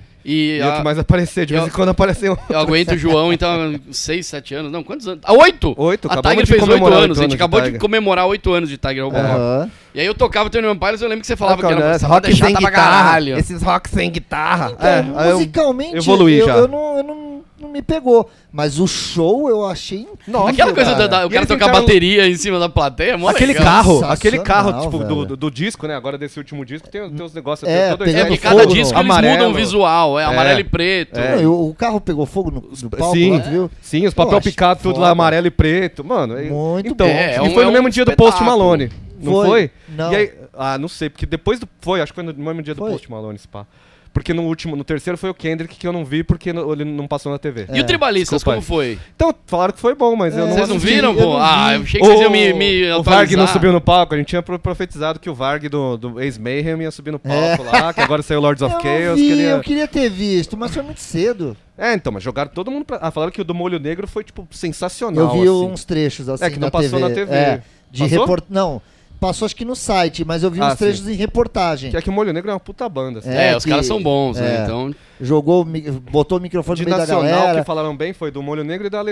E
E,
é
a-
o que mais aparecer, de
eu-
vez em quando um- apareceu.
eu aguento o João, então, seis, sete anos. Não, quantos anos? Ah, oito!
Oito,
A
acabamos
Tiger
de
fez oito
comemorar oito
anos, a gente
anos de
acabou de
Tiger. É.
comemorar oito anos de Tiger Robocop.
Aham.
E aí eu tocava o 21 Pilots, eu lembro que você falava que era
Cara,
uma salada chata pra caralho.
Esses rock sem [LAUGHS] guitarra.
Então,
É, aí eu-
musicalmente, eu,
evoluí já.
eu não, eu não- não me pegou. Mas o show eu achei incrível.
Aquela coisa
cara.
da, da- o
é E
cara
eles
tocar
tentaram-
bateria em cima da plateia, é mó
Aquele
legal.
carro,
Sensacional,
aquele carro, tipo,
velho.
do, do- do disco, né? Agora desse último disco tem, tem os negócios.
É,
tem todo
pegando
É,
esse-
porque
fogo,
cada disco
amarelo. É.
eles mudam o visual, é amarelo e preto.
Não, e o, o carro pegou fogo no, no palco,
Sim,
lá, tu viu?
sim, os
Eu
papel
acho
picado, tudo lá
foda.
amarelo e preto. Mano, é-
Muito
então,
bom.
É, é
e
um-
foi
é
no
um
mesmo dia do Post
espetáculo.
Malone. Não
Foi,
foi?
não.
E aí- ah, não sei, porque depois do. Foi, acho que foi no mesmo dia
Foi.
do Post Malone, Spa. Porque no último, no terceiro foi o Kendrick que eu não vi porque no- ele não passou na TV.
É.
E o Tribalistas,
Desculpa
como
aí.
foi?
Então, falaram que foi bom, mas eu não
Vocês não
assisti.
viram,
eu
pô?
não
ah,
vi.
eu achei que vocês iam me, me
o Varg não
atualizar.
subiu no palco, a gente tinha pro- profetizado que o Varg do, do Ace Mayhem ia subir no palco lá, que agora saiu
[LAUGHS]
Lords
É. Eu,
of
não
Chaos.
vi,
que ele ia-
eu queria ter visto, mas foi muito cedo.
É, então, mas jogaram todo mundo pra. Ah, falaram que o do Molho Negro foi, tipo, sensacional.
eu vi
assim.
uns trechos assim
É, que não
na
passou
TV.
na TV.
É, de
Passou?
report... Não, passou acho que no site, mas eu vi
Ah,
uns trechos em reportagem.
Que é que o Molho Negro é uma puta banda. assim.
É,
É,
os
que-
caras são bons, né?
é.
Então,
Jogou, o mi- botou o microfone
De
no meio da
nacional
galera.
que falaram bem foi do Molho Negro e da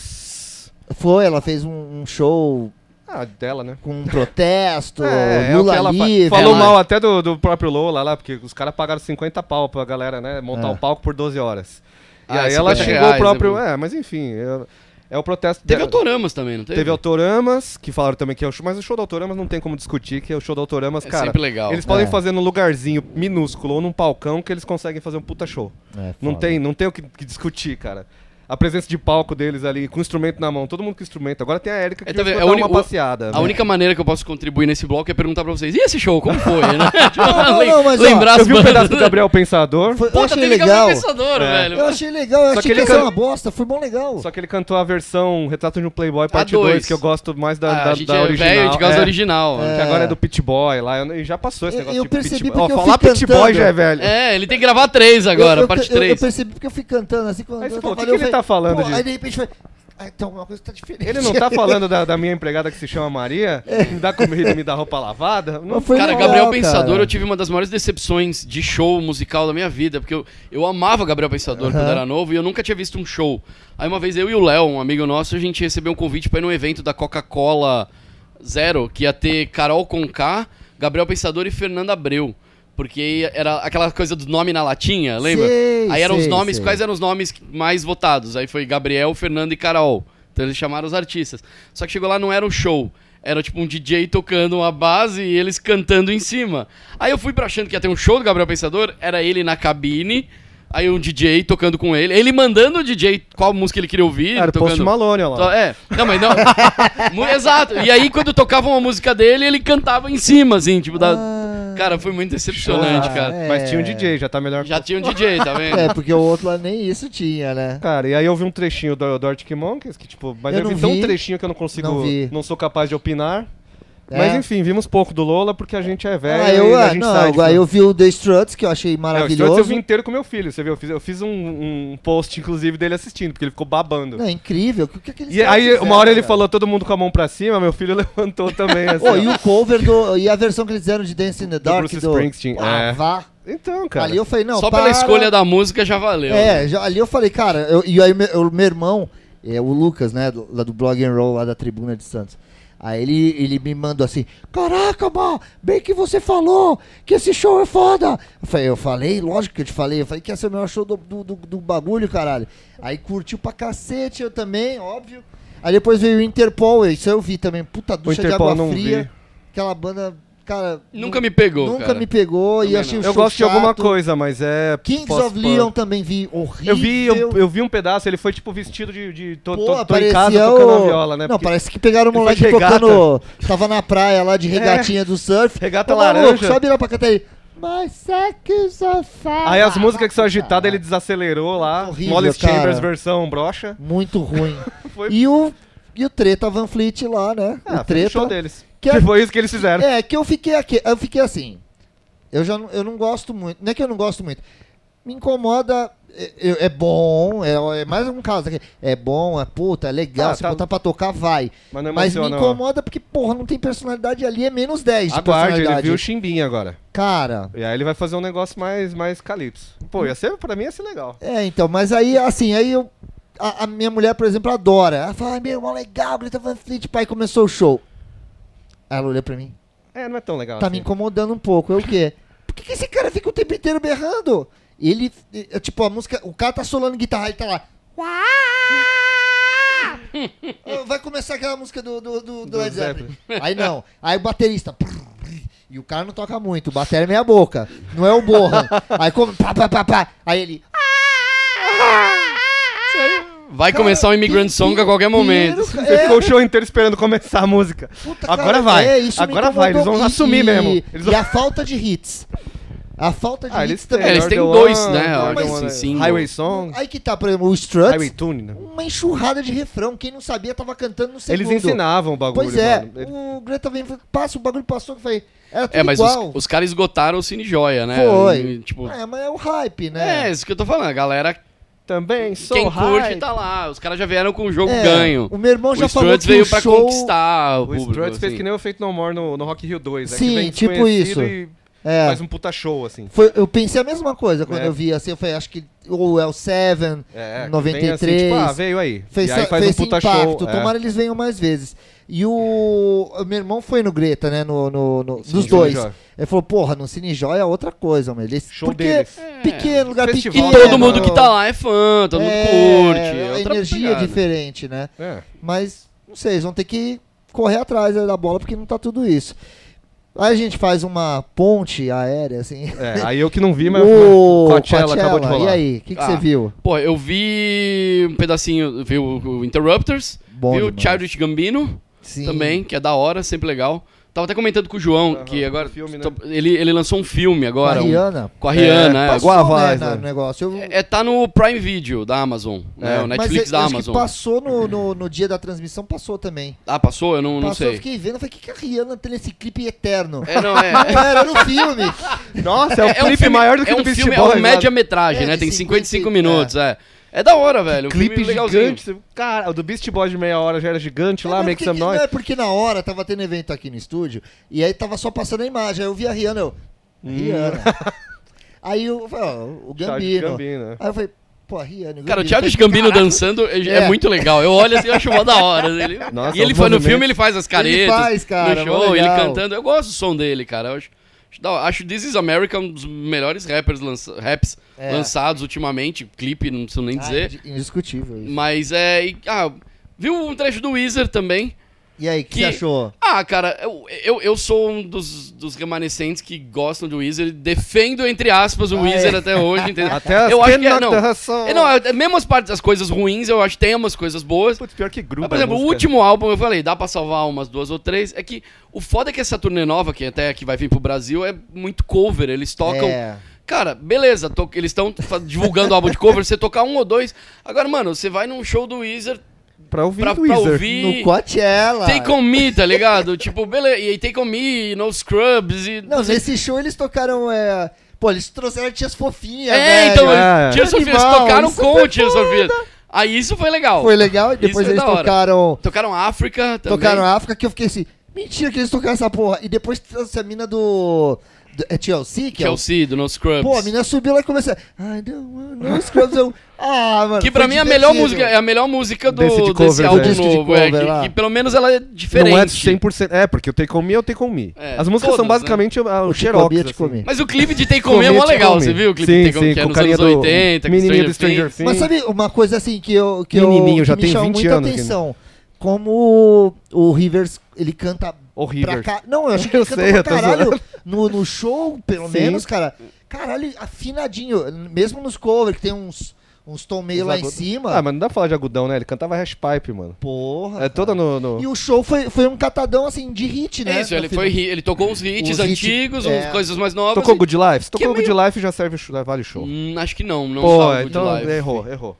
Letrux.
Foi, ela fez um, um show
Ah, dela, né?
com um protesto,
É, o
Lula
que ela fa-
livre. É,
falou
ela-
mal até do, do próprio Lola lá, porque os caras pagaram 50 pau pra galera, né? Montar
É.
o palco por 12 horas. E
Ah,
aí ela
50
xingou o
reais,
próprio.
né?
É, mas enfim, eu- é o protesto
teve
dela.
Autoramas também, não teve?
Teve Autoramas, que falaram também que é o show, mas o show do Autoramas não tem como discutir, que é o show do Autoramas,
É
cara.
sempre legal.
Eles podem
É.
fazer num lugarzinho minúsculo ou num palcão que eles conseguem fazer um puta show.
É,
Não
foda.
tem, não tem o que, que discutir, cara. a presença de palco deles ali, com instrumento na mão, todo mundo com instrumento. Agora tem a Erika que
É, tá
veio
vendo?
pra
É
dar
a uni-
uma passeada.
A
né?
única maneira que eu posso contribuir nesse bloco é perguntar pra vocês, e esse show, como foi, né? Tipo,
[LAUGHS] não,
lem-
não, mas, ó,
lembrar
Eu
as
vi um pedaço
bandas.
do Gabriel Pensador,
Foi, eu
Puta,
achei
teve Gabriel
legal. É.
Pensador, velho.
Eu achei legal, eu
Só que
achei que
ele
ia ser
can-
uma bosta, foi bom legal.
só que ele cantou a versão Retrato de um Playboy parte
dois.
2, que eu gosto mais da,
Ah,
da,
a gente
da
é
original.
velho de causa
É.
original.
Que
É.
agora é do Pit Boy lá, eu- e já passou esse
Eu-
negócio
eu
de
percebi
Pit Boy.
porque
Ó,
eu
falar
fui
Pit Boy
cantando.
já é velho.
ele tem que gravar três agora,
Eu- eu,
parte
eu- Eu,
3.
percebi porque eu fui cantando assim quando
Aí você
eu
falou, o que
trabalhei,
que ele
eu
tá falando
"Pô",
disso?
Aí de repente foi. Ah, então alguma coisa tá diferente.
Ele não tá falando
[LAUGHS]
da, da minha empregada que se chama Maria?
É.
Me dá comida e me dá roupa lavada? Não
Mas foi
Cara,
legal,
Gabriel
cara.
Pensador, eu tive uma das maiores decepções de show musical da minha vida, porque eu, eu amava Gabriel Pensador quando era novo e eu nunca tinha visto um show. Aí uma vez eu e o Léo, um amigo nosso, a gente recebeu um convite pra ir num evento da Coca-Cola Zero, que ia ter Carol Conká, Gabriel Pensador e Fernanda Abreu. Porque era aquela coisa do nome na latinha, lembra?
Sei,
Aí eram os
sei,
nomes,
sei.
quais eram os nomes mais votados? Aí foi Gabriel, Fernando e Carol. Então eles chamaram os artistas. Só que chegou lá, não era um show. Era tipo um DJ tocando uma base e eles cantando em cima. Aí eu fui pra achando que ia ter um show do Gabriel Pensador, era ele na cabine, aí um DJ tocando com ele, ele mandando o DJ qual música ele queria ouvir.
Era o
tocando...
Post Malone, olha
To-
lá.
É, não, mas não. Mu- Exato. E aí, quando tocava uma música dele, ele cantava em cima, assim, tipo, da. Cara, foi muito decepcionante,
Ah,
cara.
é.
Mas tinha um DJ, já tá melhor que
Já tinha um DJ, tá vendo?
É, porque o outro lá nem isso tinha, né?
Cara, e aí eu vi um trechinho do, do Arctic Monkeys, que tipo, mas
Eu
eu,
não
vi tão
vi.
trechinho que eu não consigo,
Não
não,
vi.
sou capaz de opinar.
É.
Mas enfim, vimos pouco do Lola porque a gente é velho
ah, eu,
e
ah,
a gente sai de-
não, aí eu vi o The Struts, que eu achei
É, o Stuart
maravilhoso.
eu vi inteiro com meu filho, você viu? Eu fiz, eu fiz um, um post, inclusive, dele assistindo, porque ele ficou babando.
Não, é incrível. O que, que eles
E aí, uma hora ele falou todo mundo com a mão pra cima, meu filho [LAUGHS] levantou também, assim.
Oh,
ó.
e o cover do. E a versão que eles fizeram de Dance in the Dark
Bruce
do.
Springsteen,
Ah,
é.
vá.
Então, cara.
Ali eu falei, não,
Só pela
para.
escolha da música já valeu.
É, já- ali eu falei, cara, eu- e aí meu, eu- meu irmão, é, o Lucas, né, do, lá do Blog and Roll, lá da Tribuna de Santos. Aí ele, ele me mandou assim, caraca, mano, bem que você falou que esse show é foda. Eu falei, eu falei, lógico que eu te falei, eu falei que ia ser o melhor show do, do, do- do bagulho, caralho. Aí curtiu pra cacete, eu também, óbvio. Aí depois veio o Interpol, isso eu vi também, puta ducha de
Interpol
água
não
fria.
vi.
Aquela banda, cara...
Nunca
nu-
me pegou,
Nunca
cara.
me pegou e
Também
achei
não.
o
Eu
show
gosto de alguma
um chato.
coisa, mas é.
Kings of
pós-punk.
Leon também vi horrível.
Eu vi, eu, eu vi um pedaço, ele foi tipo vestido de. de tô,
Pô,
tô- tô
parecia
em casa tocando
o-
a viola, né?
Não,
Porque
parece que pegaram
Ele
o
foi
moleque
de regata. É,
tocando. Tava na praia lá de regatinha do surf.
Regata
Ô, maluco,
laranja.
Sobe lá pra cantar aí. My sex is a fire.
Aí as músicas que são agitadas, ele desacelerou lá.
Horrível,
Mollis
cara.
Chambers versão brocha.
Muito ruim.
[LAUGHS] Foi-
e o. E o Treta Van Fleet lá, né?
Ah,
o
foi
Treta.
o show deles.
Que
Que,
é-
foi isso que eles fizeram.
É, que eu fiquei aqui, eu fiquei assim. Eu já não, eu não gosto muito. Não é que eu não gosto muito. Me incomoda. É, eu- é bom, é, é mais um caso aqui. É bom, é puta, é legal.
Ah,
se
tá-
botar pra tocar, vai.
Mas não
Mas me
emociona, ó.
incomoda porque, porra, não tem personalidade ali, é menos 10
Aguarde,
de
ele
personalidade.
viu o Chimbinha agora.
Cara.
E aí ele vai fazer um negócio mais, mais calypso. Pô, ia ser, pra mim ia ser legal.
É, então, mas aí, assim, aí eu. A, a minha mulher, por exemplo, adora. Ela fala, "Ai, meu, mó legal, Greta Van Fleet, pai, começou o show. Ela olhou pra mim.
É, não é tão legal.
Tá me
assim.
incomodando um pouco. É o
[LAUGHS]
quê? Por que, que esse cara fica o tempo inteiro berrando? Ele, é, tipo, a música, o cara tá solando guitarra, ele tá lá. "Uá!" Oh, Vai começar aquela música do, do, do, do
Do
Led Zeppelin. Aí não. Aí o baterista. E o cara não toca muito, o bater é meia boca. Não é o borra. Aí como. Pá, pá, pá, pá. Aí ele. "Ah,
Vai
um
começar o Immigrant Song a qualquer momento.
Primeiro,
Você
é,
ficou o show inteiro esperando começar a música.
Puta,
agora
cara,
vai.
é, isso me
agora vai, eles
incomodou.
vão
E-
assumir
e-
mesmo. Eles
E
vão...
a falta de hits. A falta
[LAUGHS]
de
Ah,
hits
É,
também.
eles têm
Lord
dois,
One,
né,
Lord
mas-
One, né?
single.
Highway Song,
Aí que tá, por exemplo, o
Highway
Struts,
Tune. né?
uma enxurrada de refrão. Quem não sabia tava cantando no segundo.
Eles ensinavam o bagulho.
Pois é,
mano. Ele-
o Greta vem passa, o bagulho passou, que foi. Era tudo
É, mas os,
igual.
os caras esgotaram o Cine Joia, né?
Foi.
E, tipo,
É, mas é o hype,
é,
né?
isso que eu tô falando. A galera,
Também, sou
quem curte,
high.
tá lá. Os caras já vieram com o jogo
É,
ganho.
O meu irmão já
o
falou
Struts
que
veio
o
pra
show...
conquistar o
O
público.
Struts fez
assim.
que nem o Feito No More no, no Rock Rio 2. né?
Sim,
que vem
tipo
desconhecido
isso.
E
É.
Faz um puta show, assim.
Foi, eu pensei a mesma coisa quando
É.
eu vi, assim, eu falei, acho que ou é o Seven,
É, que vem
93.
Assim, tipo, ah, veio aí.
Fez,
e aí faz
fez
um puta
impacto.
show. é.
Tomara eles venham mais vezes. E o. o Meu irmão foi no Greta, né? No, no, no-
Sim,
nos
Cine
dois.
Joia.
Ele falou, porra, no Cine Joia é outra coisa, mano. Eles,
Show
porque
deles.
Pequeno, lugar
Festival,
E
pequeno.
todo
É,
mundo
não.
que tá lá é fã, todo
né, é,
mundo curte.
é
outra
energia
pegada.
diferente, né?
É.
Mas, não sei, eles vão ter que correr atrás né, da bola porque não tá tudo isso. Aí a gente faz uma ponte aérea, assim. [LAUGHS]
É, aí eu que não vi, mas
Ô,
Coachella acabou de rolar.
E aí, o que, que
Ah.
você viu?
Pô, eu vi um pedacinho, vi o, o Interrupters,
Bom
vi o
demais.
Childish Gambino
Sim.
também, que é da hora, sempre legal. Tava até comentando com o João, que
do
agora.
filme, né?
tô- ele, ele lançou um filme
Com a
agora. um-
Rihanna.
com a Rihanna, é.
Passou,
igual a voz,
né,
né?
no negócio. Eu-
É, tá no Prime Video da Amazon, né? O
mas é,
Netflix
eu-
da
acho que
Amazon.
passou no, no, no dia da transmissão, passou também.
Ah, passou? Eu não, não
passou, eu
sei.
fiquei vendo, eu falei, o que, que a Rihanna tem nesse clipe eterno?
É, não, é.
Não [LAUGHS] era no
[LAUGHS]
filme.
Nossa, é um clipe
filme-
maior do que
é
o
um
do Beast
filme,
Boys,
É um
né?
média-metragem,
É,
né?
de
Tem 55
55
minutos, é. É da hora, velho. Um
Clipe
filme legalzinho.
gigante. você- Cara, o do Beast Boys de meia hora já era gigante lá,
Mas
Make
porque
Some
que- Não,
Noise. Tá,
é porque na hora tava tendo evento aqui no estúdio e aí tava só passando a imagem. Aí eu vi a Rihanna, eu.
Hum. [LAUGHS]
Rihanna. aí eu falei, ó, o
Charles
Gambino.
Gambino.
Aí eu falei, pô, a Rihanna.
Cara, o
Gambino.
Charles
Eu falei,
Gambino dançando é, é
tá É.
muito legal. Eu olho assim e acho mó da
[LAUGHS]
hora. Ele,
Nossa,
e ele
os
faz no
movimentos.
filme, ele faz as caretas.
faz, cara,
No
mó
show, ele
legal.
cantando. Eu gosto do som dele, cara. Eu acho, acho, da hora. acho This Is America um dos melhores rappers lança- raps
É.
lançados ultimamente. Clipe, não preciso nem
"Ah,
dizer.
indi- Indiscutível. isso."
Mas é. e- ah, viu um trecho do Weezer também?
E aí, o que,
que-
você achou?
Ah, cara, eu, eu, eu sou um dos, dos remanescentes que gostam do Weezer. Defendo, entre aspas, o
Ah,
Weezer
é.
até hoje, entendeu?
[LAUGHS]
Até as
eu acho que é,
penas
não.
da razão.
É, não, é- mesmo as partes, as coisas ruins, eu acho que tem umas coisas boas.
Putz, pior que gruda.
Mas, por exemplo,
a
o
música.
último álbum, eu falei, dá pra salvar umas duas ou três. É que o foda é que essa turnê nova, que até que vai vir pro Brasil, é muito cover. Eles tocam.
É.
Cara, beleza, to- eles estão divulgando o álbum de cover, você tocar um ou dois. Agora, mano, você vai num show do Weezer
Pra ouvir
pra,
o
pra
Weezer.
ouvir.
No Coachella.
Take On Me, tá ligado? tipo, beleza. E aí Take On Me, No Scrubs e...
Não, nesse show eles tocaram. É... Pô, eles trouxeram tias fofinhas. né,
é,
velho.
então,
É.
eles- Tears of Fears,
Animal,
tocaram
isso
com
foi
o Tears of Fears. Aí isso foi legal.
Foi legal. E depois
Isso é
eles
da hora.
tocaram.
Tocaram África também.
Tocaram a África que eu fiquei assim, mentira que eles tocaram essa porra. E depois trouxe a mina do. do é Chelsea? Que é o-
Chelsea, do No Scrubs.
Pô, a mina subiu lá e começou. I don't want no scrubs.
[LAUGHS]
Eu... Ah, mano.
Que
foi
pra mim é a melhor
divertido.
música, é a melhor música do,
Desse de
desse,
covers,
álbum
é.
Disco de
novo. é,
cover lá.
que, que pelo menos ela é diferente.
Não é 100%. É, porque o Take On Me é o Take On Me.
É,
As músicas
todas,
são basicamente a- o
O
Xerox.
Xerox.
assim.
Assim. Mas,
Mas o clipe de Take On Me é mó
Comer,
legal,
Take On
você
Me.
viu? O clipe
Sim,
de Take On
sim,
Me, que é
com
nos
carinha
anos
do
80, com
menininho do Stranger
Things.
Things.
sabe uma coisa assim que eu. Que eu-
Menininho, já
que
tem
me chama
20
muita
anos, né?
atenção. Como o, o Rivers, ele canta.
O
Pra
Rivers.
cá. Não, eu achei que
Eu
ele canta
sei,
pra
eu tô
caralho
zoando.
no, no show, pelo
Sim.
menos, cara. Caralho, afinadinho. Mesmo nos covers, que tem uns, uns tom meio
Os
lá em
agudos.
cima.
Ah, mas não dá pra falar de agudão, né? Ele cantava hash pipe, mano.
Porra.
É toda no. no-
E o show foi, foi um catadão, assim, de hit, né?
É isso, ele,
No final.
foi, hi- ele tocou uns hits
Os hits,
antigos,
é.
umas coisas mais novas.
Tocou
e-
Good Life? Se Tocou
é meio-
Good Life já serve show, vale show.
Hum, acho que não, não
Pô,
salvo
então
de live.
errou, Então, errou.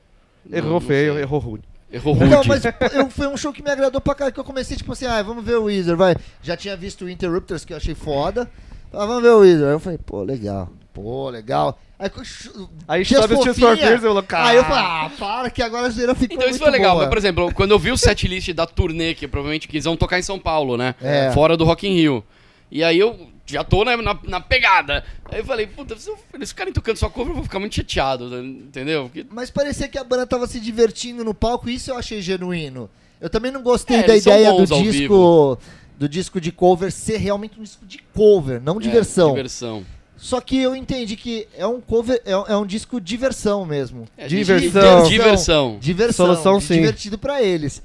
Não,
Errou
não
feio,
sei.
errou rude.
Errou rude.
Não, mas eu, foi um show que me agradou pra caralho, que eu comecei, tipo assim, ah, vamos ver o Weezer, vai. Já tinha visto o Interrupters, que eu achei foda. Ah, vamos ver o Weezer. Aí eu falei, pô, legal. Pô, legal. Aí, co- chu-
Aí
Tias
sobe o Tears for
Fofinha.
Fears, eu falo,
Aí eu falei,
"Caralho."
ah, para, que agora a zoeira ficou
Então isso
muito
foi legal,
boa.
mas por exemplo, quando eu vi o setlist da turnê, que provavelmente que eles vão tocar em São Paulo, né?
É.
Fora do Rock in Rio. E aí eu já tô né, na, na pegada. Aí eu falei, puta, se eu- eles ficarem tocando só cover, eu vou ficar muito chateado, né? entendeu? Porque,
Mas parecia que a banda tava se divertindo no palco, isso eu achei genuíno. Eu também não gostei
É,
da
eles são
ideia do
bons ao
disco, do disco de cover ser realmente um disco de cover, não
É,
diversão.
diversão.
Só que eu entendi que é um cover, é, um- é um disco diversão mesmo.
É,
Diversão.
di- Diversão.
Diversão,
Solução,
e
sim.
divertido pra eles.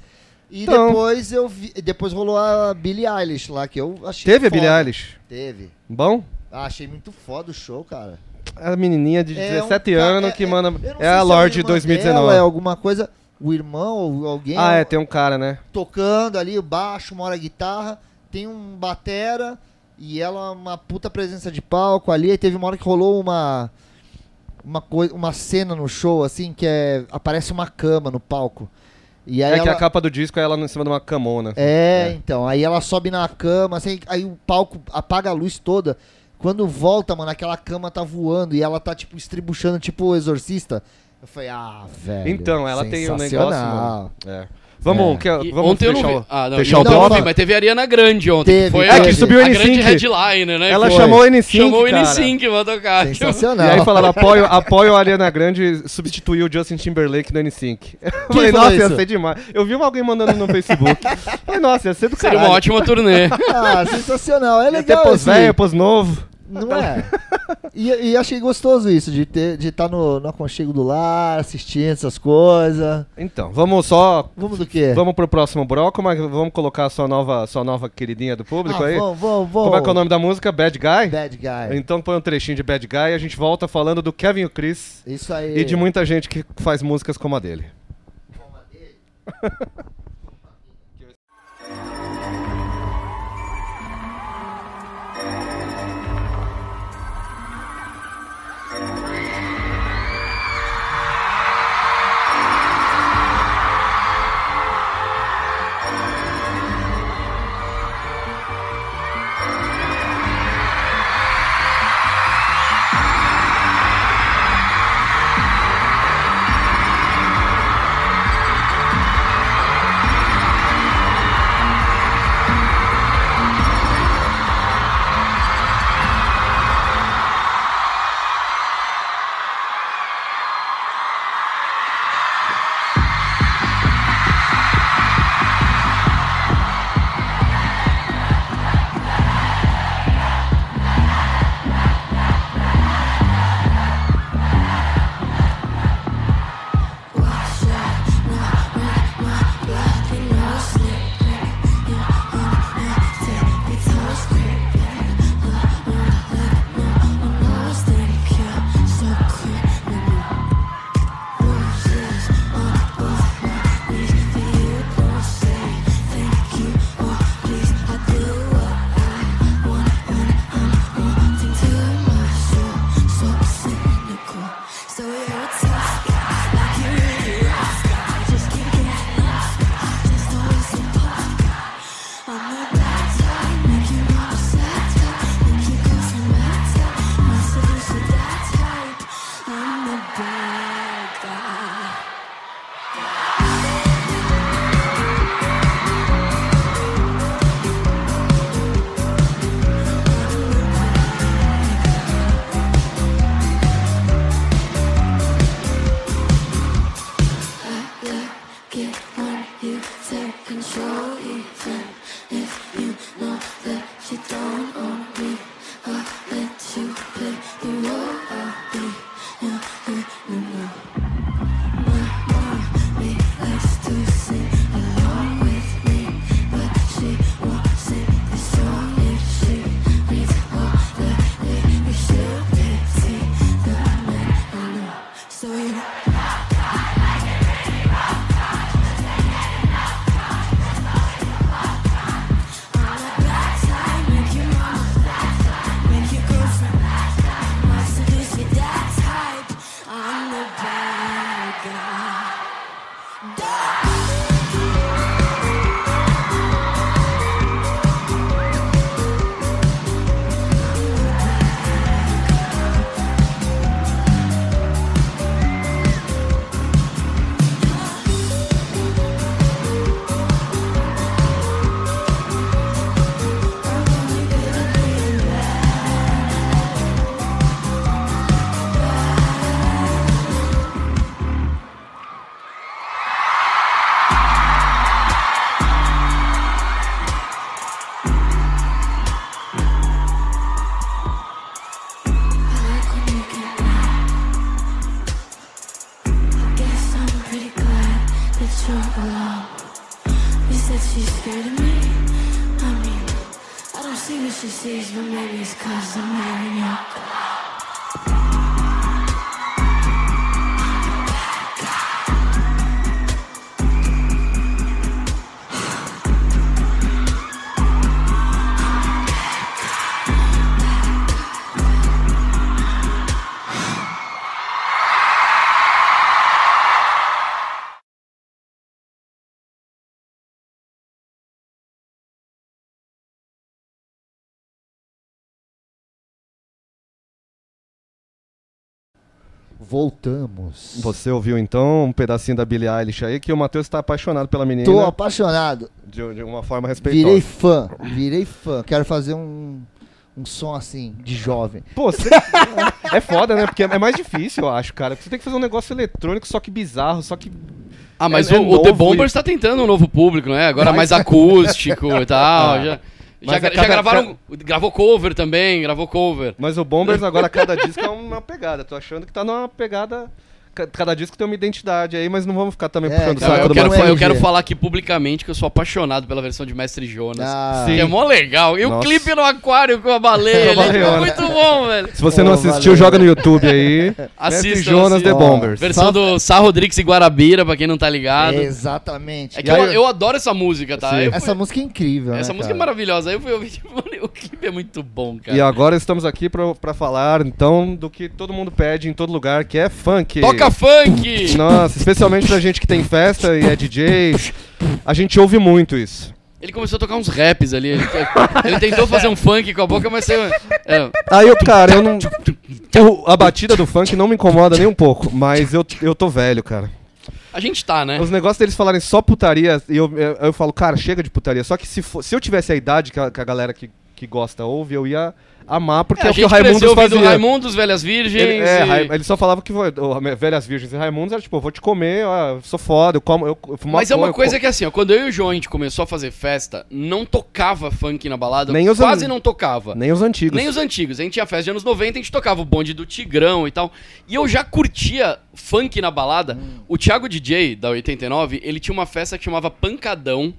E
Então.
depois eu vi, depois rolou a Billie Eilish lá que eu achei
Teve a
é foda.
Billie Eilish?
Teve.
Bom?
Ah, achei muito foda o show, cara.
A menininha de
É
17
um ca-
anos
é-
que
é-
manda.
eu não sei
É
se
a
o
Lorde
irmão
2019.
dela É alguma coisa, o irmão ou alguém
Ah, é, tem um cara, né?
tocando ali o baixo, uma hora a guitarra, tem um batera e ela uma puta presença de palco ali. Aí teve uma hora que rolou uma uma coisa, uma cena no show assim que é aparece uma cama no palco. E aí
É
ela,
que a capa do disco é ela em cima de uma camona.
é, então, aí ela sobe na cama, assim, aí o palco apaga a luz toda. Quando volta, mano, aquela cama tá voando e ela tá tipo estribuchando tipo o exorcista. Eu falei, ah, velho.
Então, ela tem um negócio.
sensacional.
mano. É. Vamos,
É.
que-
E
vamos
ontem eu não
fechar
vi.
o.
Ah, não,
fechar
e
o
ontem eu não
top?
vi, mas teve a Ariana Grande ontem.
Teve,
que foi
teve.
a,
É, que
subiu o
a grande
NSYNC.
headliner, né?
Ela
Foi.
chamou o N5.
Chamou o
cara.
N5 pra
[LAUGHS]
tocar. [LAUGHS]
E
Sensacional.
aí falaram, apoio, apoio a Ariana Grande substituiu o Justin Timberlake no N5. [LAUGHS] Eu falei,
falou
nossa, ia
isso?
ser demais. Eu vi alguém mandando no Facebook.
[LAUGHS]
falei, nossa, ia ser do
Seria
caralho.
[LAUGHS]
uma ótima turnê.
Ah, sensacional. É
Ia ter
legal
pós
esse-
velho, pós novo.
Não é? E, e achei gostoso isso, de estar de tá no, no aconchego do lar, assistindo essas coisas.
Então, vamos só.
Vamos do
É.
quê?
Vamos pro próximo bloco, mas vamos colocar a sua nova, sua nova queridinha do público
Ah,
aí.
vamos, vamos, vamos.
Como é que é o nome da música? Bad Guy?
Bad Guy.
Então põe um trechinho de Bad Guy e a gente volta falando do Kevin e o Chris
Isso aí.
É.
e de muita gente que faz músicas como a dele.
So it hurts us like you really lost. I just can't get enough. Just always so on the bad side, make you want to sad type, make you go from mad type, not seduced with that type. I'm the bad guy. Get on you, take control even if you know that you don't own me. I'll let you play the role I'll be. Yeah, yeah, no, no. My mommy likes to sing along with me, but she won't sing the song if she reads all the lyrics she'll pity the man I know. So you I'm the bad guy. Guess I'm pretty glad that you're alone. You said she's scared of me. I mean, I don't see what she sees, but maybe it's cause I'm wearing your
Voltamos.
Você ouviu então um pedacinho da Billie Eilish aí que o Matheus tá apaixonado pela menina
Tô apaixonado.
de, de uma forma
Virei
respeitosa.
fã. Virei fã. Quero fazer um, um som assim, de jovem.
Pô,
[LAUGHS]
você... é foda, né? Porque é mais difícil, eu acho, cara. Porque você tem que fazer um negócio eletrônico, só que bizarro, só que.
Ah, mas
É- é
o, o The
novo [LAUGHS] é.
Bombers tá tentando um novo público, né? Agora mais acústico e tal. já- Já,
Mas
gra-
a
já
cada-
gravaram. um, Gravou cover também, gravou cover.
Mas o Bombers agora, cada disco é uma pegada. Tô achando que tá numa pegada. ca- Cada disco tem uma identidade aí, mas não vamos ficar também
É,
puxando o
cara,
saco
eu,
do
quero,
Marcelo.
Marcelo.
eu quero
Entendi.
falar aqui publicamente que eu sou apaixonado pela versão de Mestre Jonas.
Ah,
Sim.
Que é mó legal. E
Nossa.
o clipe no aquário com a baleia,
Com a
ele é
baleona.
muito bom, velho.
Se você não
Ô,
assistiu,
valeu.
joga no YouTube
[LAUGHS]
aí. Mestre
Assistam,
Jonas The
assistam.
Bombers.
Versão
Só-
do Sá Rodrigues e Guarabira, pra quem não tá
Ah, É
ligado.
É Exatamente.
É que
E
eu,
aí-
eu adoro essa música, tá?
Sim.
Eu fui-
Essa música é incrível,
essa
né,
música
cara?
é maravilhosa. Aí eu fui ouvir [LAUGHS] tipo, mano, o clipe é muito bom, cara.
E agora estamos aqui pra, pra falar, então, do que todo mundo pede em todo lugar, que é funk.
Toca funk!
Nossa, especialmente pra gente que tem festa e é DJ. A gente ouve muito isso.
Ele começou a tocar uns raps ali. Ele, ele tentou fazer um funk com a boca, mas saiu. é,
Aí, eu, cara, eu não. eu- a batida do funk não me incomoda nem um pouco, mas eu, eu tô velho, cara.
a gente tá, né?
Os negócios deles falarem só putaria, e eu, eu, eu falo, cara, chega de putaria. Só que se, fo- se eu tivesse a idade que a, que a galera que, que gosta ouve, eu ia amar, porque é, o que o Raimundo
ouvindo
fazia.
Raimundos, Velhas Virgens.
Ele, é,
e-
Ra- ele só falava que vo- o- velhas virgens e Raimundos era tipo, eu vou te comer, ó, eu sou foda, eu como, eu, eu fumo
Mas é
maconha,
uma
eu
coisa
co-
que assim, ó, quando eu e o João a gente começou a fazer festa, não tocava funk na balada,
Nem os
quase
an-
não tocava.
Nem os antigos.
Nem os antigos. A gente tinha festa de anos 90, a gente tocava o bonde do Tigrão e tal. E eu já curtia funk na balada. O Thiago DJ, da 89, ele tinha uma festa que chamava Pancadão,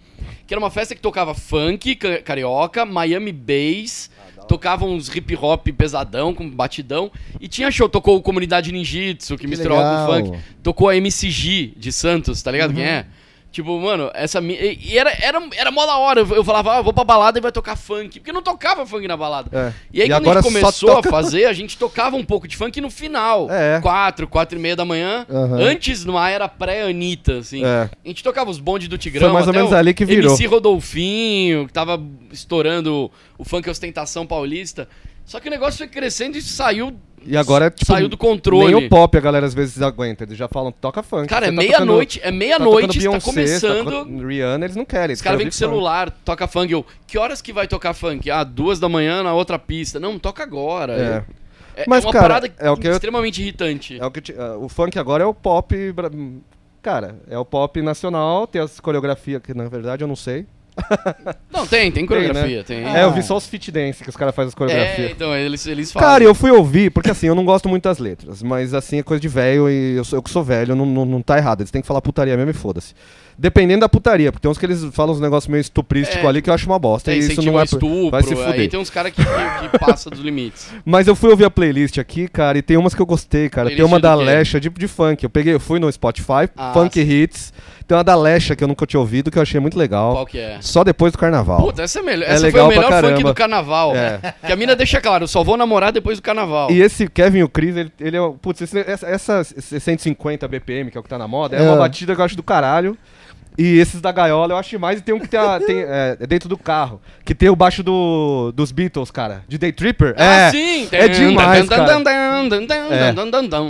que era uma festa que tocava funk, ca- carioca, Miami Bass, tocava uns hip hop pesadão, com batidão. E tinha show, tocou o Comunidade Ninjitsu, que, misturava com
legal.
funk. Tocou a MCG de Santos, tá ligado quem é? Tipo, mano, essa minha. E e era, era, era mó da hora. Eu eu falava, ah, eu vou pra balada e vai tocar funk. Porque não tocava funk na balada.
É.
E aí,
E
quando
agora
a
só
gente começou
toca-
a fazer, a gente tocava um pouco de funk no final.
É.
Quatro, quatro e meia da manhã.
Aham.
Antes, numa era pré-Anitta, assim.
É.
A gente tocava os bondes do Tigrão.
Foi mais ou
até
menos
o
ali que virou.
MC Rodolfinho, que tava estourando o funk ostentação paulista. Só que o negócio foi crescendo e saiu...
E agora é tipo.
Saiu do controle.
Nem o pop a galera às vezes aguenta. Eles já falam, toca funk.
Cara,
você
é
tá
meia-noite, é
tocando-
meia-noite, tá,
tocando Beyoncé, tá
começando...
tocando Rihanna, eles não querem.
Os caras vêm
vêm
com o celular, toca funk. Eu, que horas que vai tocar funk? Ah, duas da manhã na outra pista. Não, toca agora. É, é
Mas,
uma
cara,
parada
é o que eu-
extremamente irritante.
É o, que te- ah, o funk agora é o pop. bra- Cara, é o pop nacional, tem as coreografias que na verdade eu não sei.
Não, tem, tem coreografia, tem. Ah.
É, eu vi só os fit dance que os caras fazem as
É,
coreografias.
então, eles, eles falam.
Cara, eu fui ouvir, porque assim, eu não gosto muito das letras, mas assim, é coisa de velho e eu, sou- eu que sou velho, não, não, não tá errado. Eles têm que falar putaria mesmo e foda-se. Dependendo da putaria, porque tem uns que eles falam uns negócios meio estuprísticos
É.
ali que eu acho uma bosta.
tem
e isso
incentivo
não
ao
é.
estupro,
vai se
aí
fuder.
tem um uns caras que, que, que passa dos
[LAUGHS]
limites.
Mas eu fui ouvir a playlist aqui, cara, e tem umas que eu gostei, cara. tem
Playlist é
uma
do
da
quê?
Lesha, de, de funk. Eu peguei, eu fui no Spotify,
Ah,
Funk
sim.
Hits. Tem uma da Lesha que eu nunca tinha ouvido, que eu achei muito legal.
Qual que é?
Só depois do carnaval.
Puta, essa, é melhor,
É
essa foi
legal
o
pra
melhor funk
caramba.
do carnaval. né?
É.
Que a mina deixa claro, eu só vou namorar depois do carnaval.
E esse Kevin e o Chris, ele, ele é. o- Putz, esse- essa, essa 150 BPM, que é o que tá na moda, é, uma
É.
batida que eu acho do caralho. E esses da gaiola eu acho demais. E tem um que tem,
[LAUGHS]
a- tem, é, é dentro do carro, que tem o baixo do, dos Beatles, cara. De Day Tripper.
Ah,
é,
sim!
é demais, cara.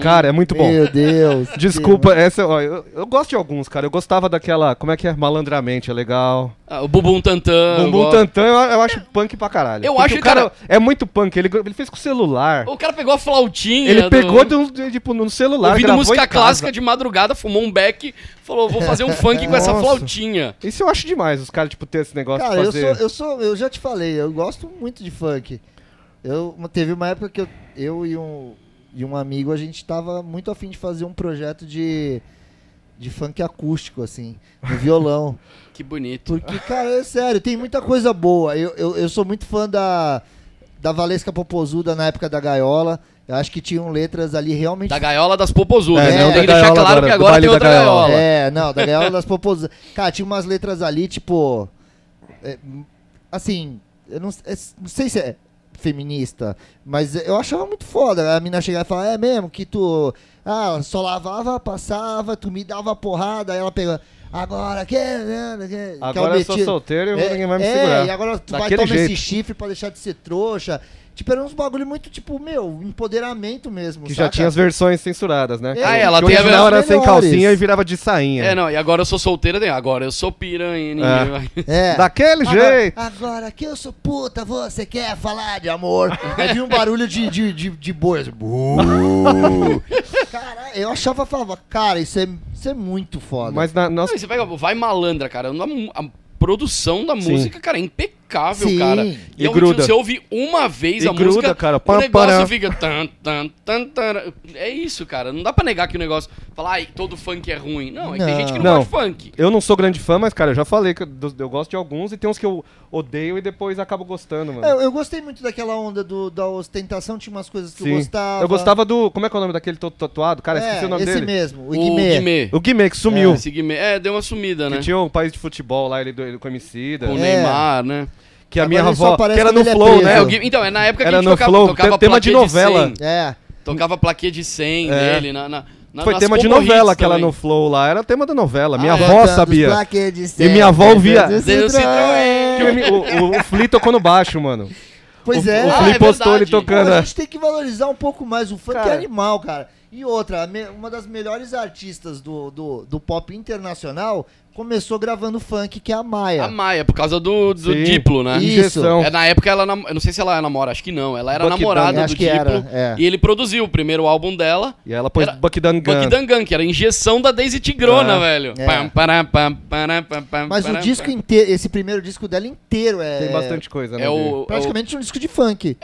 Cara, é muito bom.
Meu Deus.
[LAUGHS] Desculpa, essa, ó, eu, eu gosto de alguns, cara. Eu gostava daquela. Como é que é? Malandramente, é legal.
Ah, o Bumbum Tantan. eu
Bumbum
gosto.
Tantan, eu, eu acho punk pra caralho.
Eu
Porque
acho
o
que,
cara,
cara-
é muito punk. Ele, ele fez com o celular.
O cara pegou a flautinha.
Ele
do-
pegou do, de- tipo, no celular.
Ouvindo
gravou
música
em casa.
clássica de madrugada, fumou um beck, falou, vou fazer um funk com essa
Nossa.
flautinha.
Isso eu acho demais, os caras, tipo, ter esse negócio
Cara,
de
eu
fazer.
sou, eu sou, eu já te falei, eu gosto muito de funk. Eu teve uma época que eu, eu e um e um amigo a gente tava muito afim de fazer um projeto de de funk acústico assim, no violão,
Que bonito.
porque cara, é sério, tem muita coisa boa. Eu, eu, eu sou muito fã da da Valesca Popozuda na época da Gaiola. Eu acho que tinham letras ali realmente
Da gaiola das popozudas.
É,
né?
não,
Tem
da
que deixar
gaiola
claro
agora,
que
do
agora
baile
tem
da
outra
gaiola.
gaiola.
É, não, da gaiola das popos. Cara, tinha umas letras ali, tipo. é, assim, eu não, é, não sei se é feminista, mas eu achava muito foda. A mina chegar e falar, é mesmo, que tu. Ah, só lavava, passava, tu me dava porrada, aí ela pegava. Agora que. né, que-
Agora eu sou
meti-
solteiro e
é,
ninguém vai me
é,
segurar.
e agora tu vai
Daquele
tomar esse
jeito.
chifre pra deixar de ser trouxa. Tipo, era uns bagulho muito, tipo, meu, empoderamento mesmo.
Que já
saca?
tinha as versões censuradas, né?
Ah,
ela
que
tem a
original
versão
era sem
melhores.
calcinha e virava de sainha.
É, não, e agora eu sou solteira, tem. Agora eu sou piranha, ninguém
É.
vai. [LAUGHS]
É.
Daquele
Agora-
jeito.
Agora que eu sou puta, você quer falar de amor? Aí vi um barulho de, de, de, de boi. assim, "Buu". cara, eu achava, falava, cara, isso é, isso é muito foda.
Mas na,
Não,
nossa,
e você pega, vai malandra, cara. A, é mu- a produção da
Sim.
música, cara, é impecável. impecável,
Sim.
cara.
E
é um
gruda.
Você ouve uma vez
E
a
gruda,
música,
cara.
o
Pam,
negócio
pará.
fica... Tan, tan, tan, tan. É isso, cara. Não dá pra negar que o negócio... Falar, ai, todo funk é ruim. Não, é que tem
Não.
gente que não,
Não.
gosta de funk.
Eu não sou grande fã, mas, cara, eu já falei que eu, dos- eu gosto de alguns e tem uns que eu odeio e depois acabo gostando, mano.
É, Eu, eu gostei muito daquela onda do, da ostentação, tinha umas coisas que
Sim.
eu gostava.
Eu gostava do. Como é que é o nome daquele todo tatuado? Cara, esqueci
é,
o nome
esse
dele.
mesmo, o Guimê.
O Guimê, que sumiu.
Esse Guimê. É, deu uma sumida, né?
Que tinha um país de futebol lá, ele, do- ele com MC,
Com o
É.
Neymar, né?
que a
Agora
minha
ele só
avó, que
aparece
era no
quando ele é
Flow,
preso.
né?
É,
Eu-
o Guimê- então, é na época que
Era
a gente
no
tocava,
Flow,
tocava
te- tema de
plaquê
novela.
100.
É.
Tocava plaquê de 100
É.
dele na, na, na
Foi
nas
tema de
combo hits
novela aquela
também.
no Flow lá, era tema da novela. Minha
Ah, é?
tá,
avó sabia. E minha avó ouvia.
Deu Citroën.
Que o, M- o, o, o Flea tocou no baixo, mano.
Pois
o,
é.
O
Ah,
Flea
é
postou ele
verdade.
tocando.
Cara, a
né?
gente tem que valorizar um pouco mais o funk
Cara.
é animal, cara. E outra, a me- uma das melhores artistas do, do, do pop internacional começou gravando funk, que é a Maia.
A Maia, por causa do, do
Sim.
Diplo, né?
Isso.
Injeção.
É, na época ela nam- eu não sei se ela namora, acho que não. Ela era
Buck
namorada
Dunn.
do
Acho que
Diplo.
era, é.
E ele produziu o primeiro álbum dela.
E ela pôs
Era-
Buck Dunn
Buck
Gun.
Dangan, que era a injeção da Daisy Tigrona,
É.
velho.
É.
Pam, pará, pam, pará, pam, pam,
Mas o
pará,
disco
pam.
inteiro, esse primeiro disco dela inteiro é.
um Tem bastante coisa, né?
é
dele.
o, praticamente...
Praticamente um disco de funk.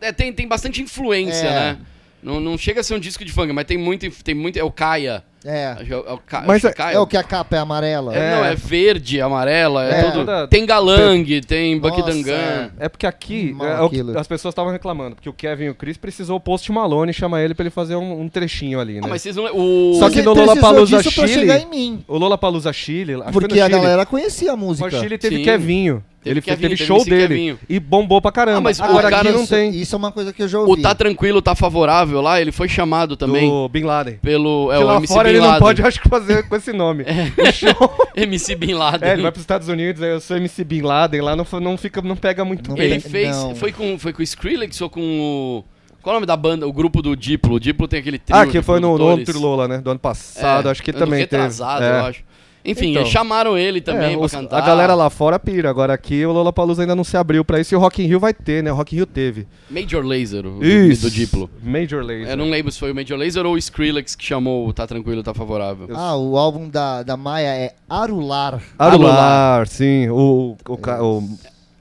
é, tem, tem bastante influência,
É.
né? Não, não chega a ser um disco de funk, mas tem muito, tem muito é o Caia.
É.
Acho que É, o- é o Ca-
Mas
acho
é-
que Caia.
É o que a capa é amarela.
É, Não, é verde, amarela, é,
É.
tudo.
Toda-
Tem Galang, tem Buck
Nossa,
Dangan.
É porque aqui
Mal
é o que
aquilo.
as pessoas estavam reclamando, porque o Kevin e o Chris precisou o Post Malone chamar ele pra ele fazer um, um trechinho ali, né?
Ah, mas vocês não. O...
Só que
Você
no
precisou
Lollapalooza
disso pra
Chile-
chegar em mim.
O Lola Palusa Chile, acho que foi
Porque
no
a
Chile.
galera conhecia a música.
Mas Chile teve
Sim.
Kevinho.
Teve
ele fe-
Kevinho,
teve
teve
show
MC
dele
Kevinho.
e bombou pra caramba.
Ah, mas o
Agora
cara-
aqui não
isso,
tem.
Isso é uma coisa que eu já ouvi.
O Tá Tranquilo, Tá Favorável lá, ele foi chamado também
Do Bin Laden.
pelo. É,
Porque
o
lá
MC
fora
Bin
ele
Laden. É.
não
[LAUGHS]
pode, acho que, fazer com esse nome. O show...
MC Bin Laden.
É, ele vai pros Estados Unidos, aí eu sou MC Bin Laden, lá não, fa- não, fica, não pega muito
Não
bem.
Ele fez.
Não.
Foi com, foi com o Skrillex ou com o. Qual é o nome da banda? O grupo do Diplo. O Diplo tem aquele trio.
Ah, que
de
foi no, no
produtores.
outro Lola, né? Do ano passado,
É,
acho que
ano
também teve.
retrasado,
É.
eu acho. Enfim,
Então.
eles chamaram ele também
É,
pra
os-
cantar.
A galera lá fora pira, agora aqui o Lollapalooza ainda não se abriu pra isso e o Rock in Rio vai ter, né? O Rock in Rio teve.
Major Laser, o
Isso.
do Diplo.
Major Laser.
Eu não lembro se foi o Major Laser ou o Skrillex que chamou o Tá Tranquilo, Tá Favorável.
Ah, o álbum da, da Maia é Arular.
Arular,
Arular. É.
sim. O, o, ca- o-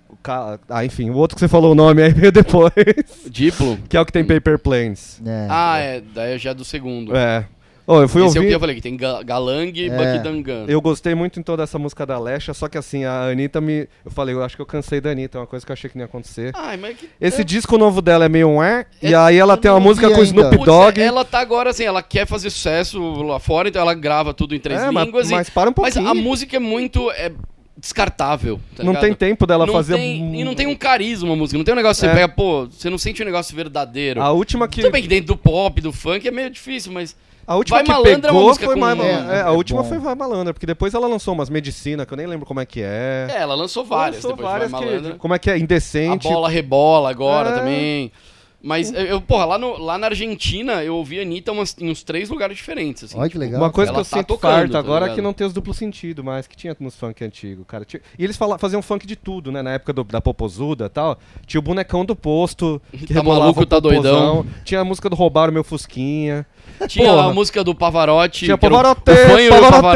o ca- ah, enfim, o outro que você falou o nome aí [LAUGHS] veio depois,
Diplo?
que é o que tem Paper Planes.
né?
Ah, é. Daí já é do segundo.
É. Ô, eu fui
Esse é o que
ouvir.
eu falei, que tem Ga- Galang
É.
e Buck Dangan.
Eu gostei muito em toda essa música da Lesha, só que assim, a Anitta me. Eu falei, eu acho que eu cansei da Anitta, é uma coisa que eu achei que não ia acontecer.
Ai, mas que...
Esse disco novo dela é meio um é, e
É,
aí ela
eu
tem
não
uma música
ouvi
com
ainda.
Snoop
Putz,
Dogg.
ela tá agora assim, ela quer fazer sucesso lá fora, então ela grava tudo em três
É, mas-
línguas. e-
mas para um pouquinho.
Mas a música é muito é, descartável, tá
não
ligado?
tem tempo dela
Não
fazer.
tem- E não tem um carisma a música, não tem um negócio que
É.
você pega, pô, você não sente um negócio verdadeiro.
A última que.
Tudo bem que dentro do pop, do funk, é meio difícil, mas...
A última
Vai
que
Malandra é uma
pegou
música
foi
com-
Vai Malandra.
é,
É,
é
a última
bom.
foi Vai Malandra, porque depois ela lançou umas medicina que eu nem lembro como é que é.
É, ela lançou várias
Lançou
depois
várias
vai
que-
malandra.
Como é que é?
A
Indecente.
bola rebola agora
É.
também. Mas, eu, eu, porra, lá, no- lá na Argentina eu ouvi a Anitta umas- em uns três lugares diferentes. Assim.
Olha que legal.
tipo, Uma coisa
Ela
que eu
tá
sinto
tocando,
farta
tá
agora é
ligado?
que não tem os duplos sentido mais, que tinha nos funk antigo, cara. Tinha- E eles fala- faziam funk de tudo, né? Na época do- da Popozuda e tal. Tinha o bonecão do posto,
[LAUGHS]
que
Tá
rebolava
maluco,
o
tá
popozão.
doidão.
Tinha a música do Roubaram Meu Fusquinha.
Tinha
Porra.
a música do Pavarotti.
Tinha
que era o-
Pavarotti,
o Fanho e o
Pavarotti.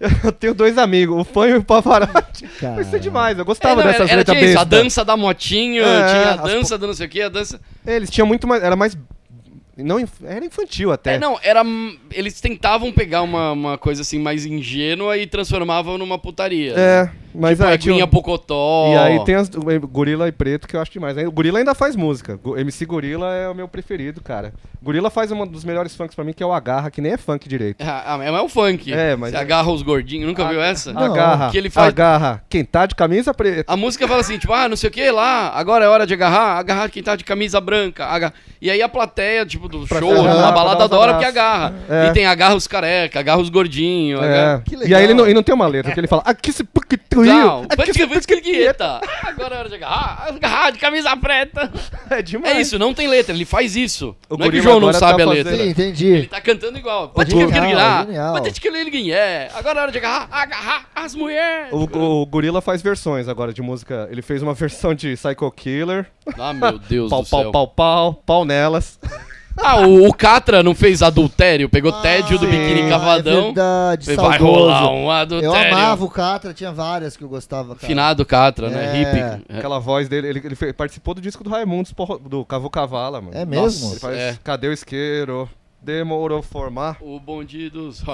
Pavarotti.
[LAUGHS] Eu tenho dois amigos, o Fanho e o Pavarotti.
Cara.
Isso é demais, eu
É,
gostava
não,
dessas
era,
letras
tinha isso, a
bestas.
dança da motinho,
É,
tinha a
as
dança da não sei o que, a dança...
Eles tinham muito mais. Era mais. Não, inf- era infantil até.
É, não, era... hum, Eles tentavam pegar uma, uma coisa assim mais ingênua e transformavam numa putaria.
É, mas
Tipo,
aí
é,
tinha-
Cunha Pocotó.
E aí tem as, o Gorila e Preto, que eu acho demais. Aí O Gorila ainda faz música. Go- MC Gorila é o meu preferido, cara. Gorila faz um dos melhores funks pra mim, que é o Agarra, que nem é funk direito.
Ah, ah, é, mas é o funk.
É, mas
Você
é-
agarra os gordinhos, nunca viu essa?
Não.
Agarra,
Que ele faz-
agarra. Quem tá de camisa preta.
A música fala assim, tipo, ah, não sei o que lá, agora é hora de agarrar, agarrar quem tá de camisa branca. agarra- E aí a plateia, tipo, do
Pra
show,
agarrar,
da
pra dar
balada
uns
adora porque
abraços.
agarra.
É.
E tem agarra os careca, agarra os gordinhos,
É.
agarra...
Que
E
legal.
aí ele não, e não tem uma letra, que ele fala... Aqui se puc tu
Não,
aqui se
Pantilla
puc
Visqueta. Agora é hora de agarrar, agarrar de camisa preta.
É demais.
É isso, não tem letra, ele faz isso.
O
não é que
gorila
o João não
agora
sabe
tá
a letra.
fazendo-
Sim,
Ele
entendi.
tá cantando igual.
Genial,
ah,
Pantilla
genial.
é. Agora é hora de agarrar, agarrar as mulheres.
O, o Gorila faz versões agora de música. Ele [LAUGHS] fez uma versão de Psycho Killer.
Ah, meu Deus
pau,
do
pau,
céu.
pau, pau, pau nelas.
Ah, o, o Catra não fez adultério, pegou tédio do
Ah, Sim,
biquíni
É
cavadão.
verdade,
Vai
saudoso.
rolar um
Eu
adultério.
amava o Catra, tinha várias que eu gostava, cara.
Finado Catra, né?
É.
Hippie. É.
Aquela voz dele, ele, ele fe- participou do disco do Raimundos, porro- do Cavu Cavala, mano.
É mesmo?
Ele faz,
É.
cadê o isqueiro? Demorou formar.
O bonde [LAUGHS] dos.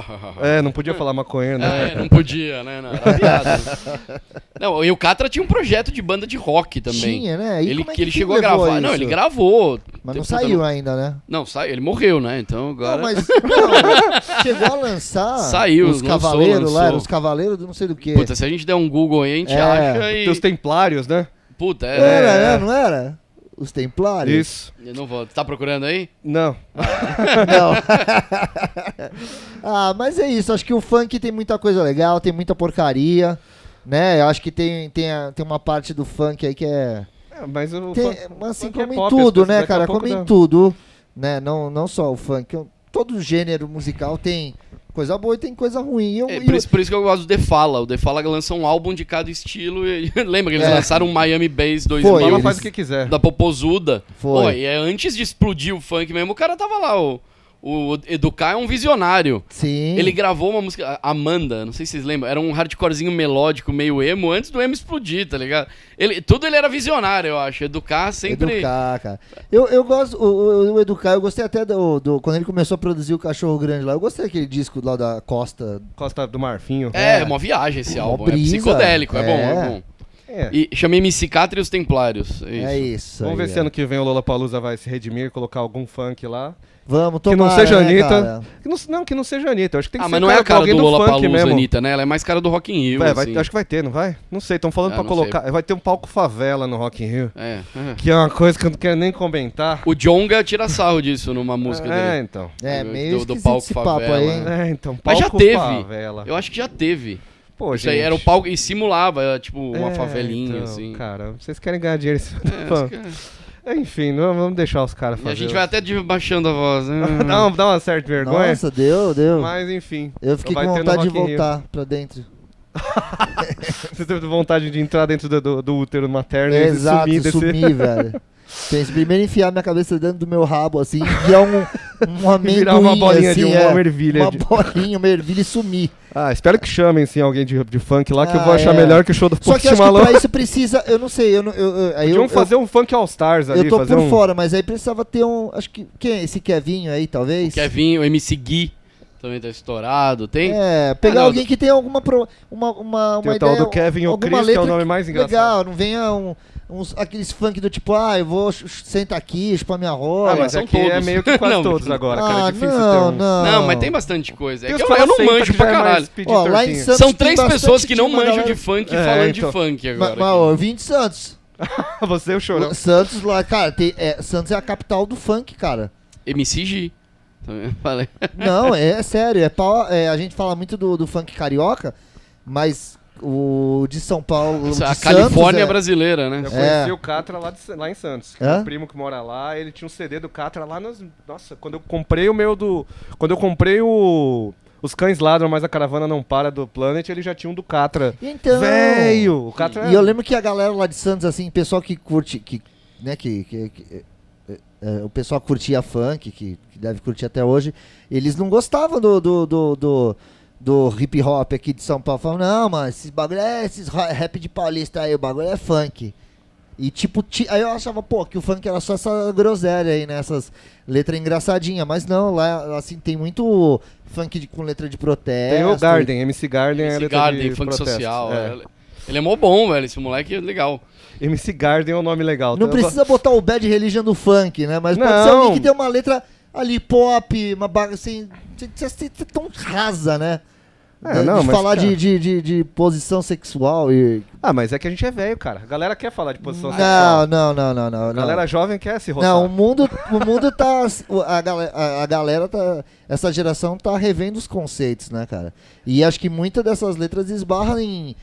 É, não podia falar maconha, né?
Ah. É, não podia, né? Não,
[LAUGHS]
era piada. não, e o Catra tinha um projeto de banda de rock também.
Tinha, né? E
Ele,
como é
que ele
que
chegou a
gravou
gravar. Não,
isso?
ele gravou.
Mas
Tem-
não saiu ainda, né?
Não, saiu. Ele morreu, né? Então agora.
Não, mas
[LAUGHS]
não, chegou a lançar
Saiu,
os
lançou,
cavaleiros lá,
lançou.
eram os cavaleiros do não sei do que.
Puta, se a gente der um Google aí, a gente
É.
acha e.
Tem os templários, né?
Puta, é.
era, né? Não era? Os templários?
Isso.
Eu não vou. Tá procurando aí?
Não.
Não. [LAUGHS] ah, mas é isso. Acho que o funk tem muita coisa legal, tem muita porcaria, né? Eu acho que tem, tem, a- tem uma parte do funk aí que é...
É, mas o
Tem,
funk-
mas assim,
funk é
como em
pop, as
tudo,
pessoas
né,
daqui a
cara?
pouco
Como em
dá-
tudo, né? Não, não só o funk. Todo gênero musical tem coisa boa e tem coisa ruim. E eu-
É,
e
por,
eu-
isso, por isso que eu gosto do The Fala. O The Fala lança um álbum de cada estilo. E... [LAUGHS] Lembra que eles
É.
lançaram um Miami Bass
Foi,
Fala,
2000
faz o que quiser.
da Popozuda?
Foi.
Pô, e é, antes de explodir o funk mesmo, o cara tava lá. O, o Educar é um visionário.
Sim.
Ele gravou uma música, a- Amanda, não sei se vocês lembram, era um hardcorezinho melódico, meio emo, antes do emo explodir, tá ligado? Ele, tudo ele era visionário, eu acho. Educar sempre.
Educar, cara. Eu, eu gosto, o, o- o Educar, eu gostei até do, do- Quando ele começou a produzir o Cachorro Grande lá, eu gostei daquele disco lá da Costa.
Costa do Marfinho.
É, é uma viagem esse
Mó
álbum.
brisa.
É psicodélico, é, bom, é
É.
bom.
É.
E chamei-me Cicatra e os Templários. É isso.
É isso.
Vamos
aí,
ver se
é.
ano que vem o Lollapalooza vai se redimir, colocar algum funk lá.
Vamos,
que não
tomara,
seja
né,
Anitta.
cara?
Que não, não, que não seja Anitta. Eu Acho que tem que
ah,
ser
mas não é a cara
alguém
do Lola
funk
Palusa,
mesmo.
Anitta, né? Ela é mais cara do Rock in Rio.
É, vai-
assim.
acho que vai ter, não vai? Não sei, estão falando
Ah,
pra
não
colocar. Vai ter um palco favela no Rock in Rio.
É. é.
Que é uma coisa que eu não quero nem comentar.
O Jonga tira sarro disso numa música
[LAUGHS] É,
dele.
então.
É,
Do-
meio
do
esquisito
palco
esse papo
favela,
aí, hein?
né?
É, então,
Mas
palco
já teve.
favela.
Eu acho que já teve.
então. Pô,
Isso aí era o palco e simulava, era tipo uma
É,
favelinha,
então,
assim. É,
Cara, vocês querem ganhar dinheiro em cima do funk. Enfim, não- vamos deixar os caras
E
fazer. Hum.
a gente
o-
vai até de- baixando a voz. né?
[LAUGHS] dá, uma, dá uma certa vergonha.
Nossa, deu, deu.
Mas enfim.
eu fiquei
vai
com
ter no
vontade de
Rock in Rio.
voltar pra dentro.
Você teve vontade de entrar dentro do, do, do útero materno
Exato,
e sumir desse. [LAUGHS]
sumir, velho. Pensei primeiro em enfiar minha cabeça dentro do meu rabo, assim, e é um,
[LAUGHS]
um amendoim,
Virar uma bolinha
assim,
de
é,
uma ervilha
Uma
de-
bolinha, uma ervilha
[LAUGHS]
e sumir.
Ah, espero que chamem sim alguém de, de funk lá que eu vou
Ah,
achar
é.
melhor que o show do
Só
Post
que eu acho que
Malone.
pra isso precisa, eu não sei, eu não... Eu, eu, aí eu,
Vamos fazer um funk All Stars
eu,
ali,
eu tô
fazer
por
um
fora, mas aí precisava ter um... Acho que... Quem é esse Kevinho aí, talvez?
Kevin, o MC Gui também tá estourado. Tem.
É, pegar
Ah, não,
alguém que tenha alguma pro- uma, uma,
Tem
uma
o tal
ideia,
do Kevin o
alguma
Chris, que é
letra
o nome mais engraçado.
Legal, não venha um, uns, aqueles funk do tipo, ah, eu vou, ch- ch- senta aqui, chupa minha rola.
Ah, mas
são
aqui é
todos.
meio que [LAUGHS] quase
Não,
todos agora, cara.
Ah,
É difícil
não,
ter um.
não.
Não, mas tem bastante coisa. É
Tem
que
os
eu,
caras
eu não
senta
manjo
que
pra
já é mais
caralho.
pedir
Ó, lá em
tortinha.
Santos
São
tem
três
bastante
pessoas que não
time, a
manjam
galera-
de funk
É,
falando
então.
de funk
Ma-
agora.
Mas, ó, eu vim de Santos.
[LAUGHS] Você e o chorão.
Santos lá, cara, tem- é, Santos é a capital do funk, cara.
MC G. Também [LAUGHS] falei.
Não, é, é sério. É pau- é, a gente fala muito do, do funk carioca, mas o de São Paulo. de
A
Santos,
Califórnia
é-
brasileira, né?
Eu
É.
conheci o Catra lá, de Sa- lá em Santos.
Hã?
Meu primo que mora lá, ele tinha um CD do Catra lá nos. Nossa, quando eu comprei o meu do. Quando eu comprei o. Os cães ladram, mas a caravana não para do Planet, ele já tinha um do Catra.
Então.
Velho! O é Catra
E eu lembro que a galera lá de Santos, assim, pessoal que curte. Que, né, que, que- que- é, é, o pessoal que curtia funk, que, que deve curtir até hoje, eles não gostavam do. do, do, do- do hip hop aqui de São Paulo, falavam, não, mano, esses bagulho é esses ra- rap de paulista aí, o bagulho é funk. E tipo, ti- aí eu achava, pô, que o funk era só essa groselha aí, né? Essas letras engraçadinhas, mas não, lá assim, tem muito funk de- com letra de protesto.
Tem o Garden, MC Garden é a
MC
letra
Garden,
de
funk
protesto.
social.
É.
é. Ele é mó bom, velho. Esse moleque é legal.
MC Garden é um nome legal.
Não
Eu
precisa botar o Bad Religion no funk, né? Mas pode
Não.
ser alguém que tem uma letra ali pop, uma barra assim. sem- sem- sem- sem- tão rasa, né?
É,
de,
não,
de
mas,
falar
cara-
de, de, de, de posição sexual e.
go- Ah, mas é que a gente é velho, cara. A galera quer falar de posição
Não,
sexual.
não, não, não, não.
A galera jovem quer se roçar.
Não, o mundo, o mundo tá. o- A galera, a, a galera tá. Essa geração tá revendo os conceitos, né, cara? E acho que muitas dessas letras esbarram em,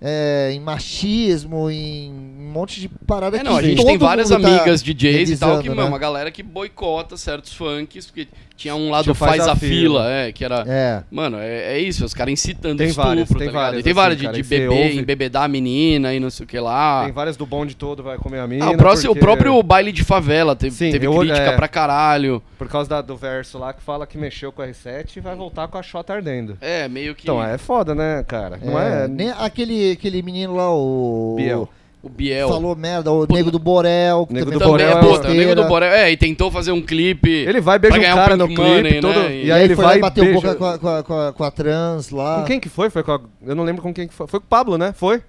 é, em machismo, em um monte de parada
É,
que
não, a gente
todo
tem várias
mundo tá
amigas DJs e tal, que,
revisando,
mano,
né?
uma galera que boicota certos funks, porque tinha um lado
Tipo,
faz,
faz
a,
a
fila, é, que era.
É.
Mano, é, é isso, os caras incitando
Tem
estupro,
várias,
tá
tem
ligado?
várias,
E tem
assim,
várias de,
cara,
de
e você
beber,
ouve-
embebedar a menina e não sei o que lá.
Tem várias do bonde todo, vai comer a mina.
Ah, o, próximo, o
porque-
próprio baile de favela teve,
Sim,
teve
eu olho-
crítica
é.
pra caralho.
Por causa da- do verso lá que fala que mexeu com a R7 e vai voltar com a Xota ardendo.
É, meio que
Então, é foda, né, cara? Não é.
nem aquele, aquele menino lá, o.
Biel. É
o Biel.
Falou merda, o Nego do Borel. que
Nego
também
do
falou
Também é
Borel é
puta, o nego
besteira.
do Borel. É, e tentou fazer um clipe.
Ele vai,
pra
beija um
ganhar
cara no
Pink Money,
clipe, todo...
né?
e, aí ele
foi
vai
lá
e
bateu
beija...
boca com a, com, a, com, a, com a trans lá.
Com quem que foi? Foi com a... Eu não lembro com quem que foi. Foi com o Pablo, né? Foi?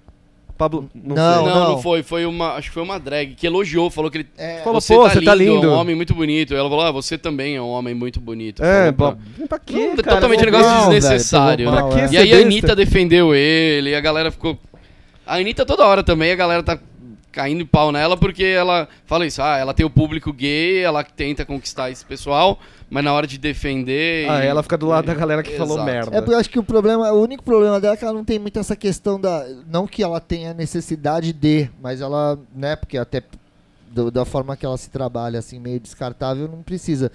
Pablo... Não,
Não,
sei.
Não, não, foi. Foi uma. Acho que foi uma drag que elogiou, falou que ele.
É.
Falou, pô, você tá
É
lindo."
um homem muito bonito. Ela falou, ah, você também é um homem muito bonito.
É,
Falou
pra...
pra-
pra quê,
Não,
cara? é
totalmente um
Vou-
negócio
Não, velho,
desnecessário. né?"
pegou mal,
Pra
é.
que
E aí a
besta.
Anitta defendeu ele, e a galera ficou. A Anitta toda hora também, a galera tá caindo em pau nela, porque ela fala isso, ah, ela tem o público gay, ela tenta conquistar esse pessoal, mas na hora de defender.
Ah,
e-
ela fica do lado da galera que
Exato.
falou merda.
É, porque eu acho que o problema, o único problema dela é que ela não tem muito essa questão da. Não que ela tenha necessidade de, mas ela, né, porque até do- da forma que ela se trabalha, assim, meio descartável, não precisa.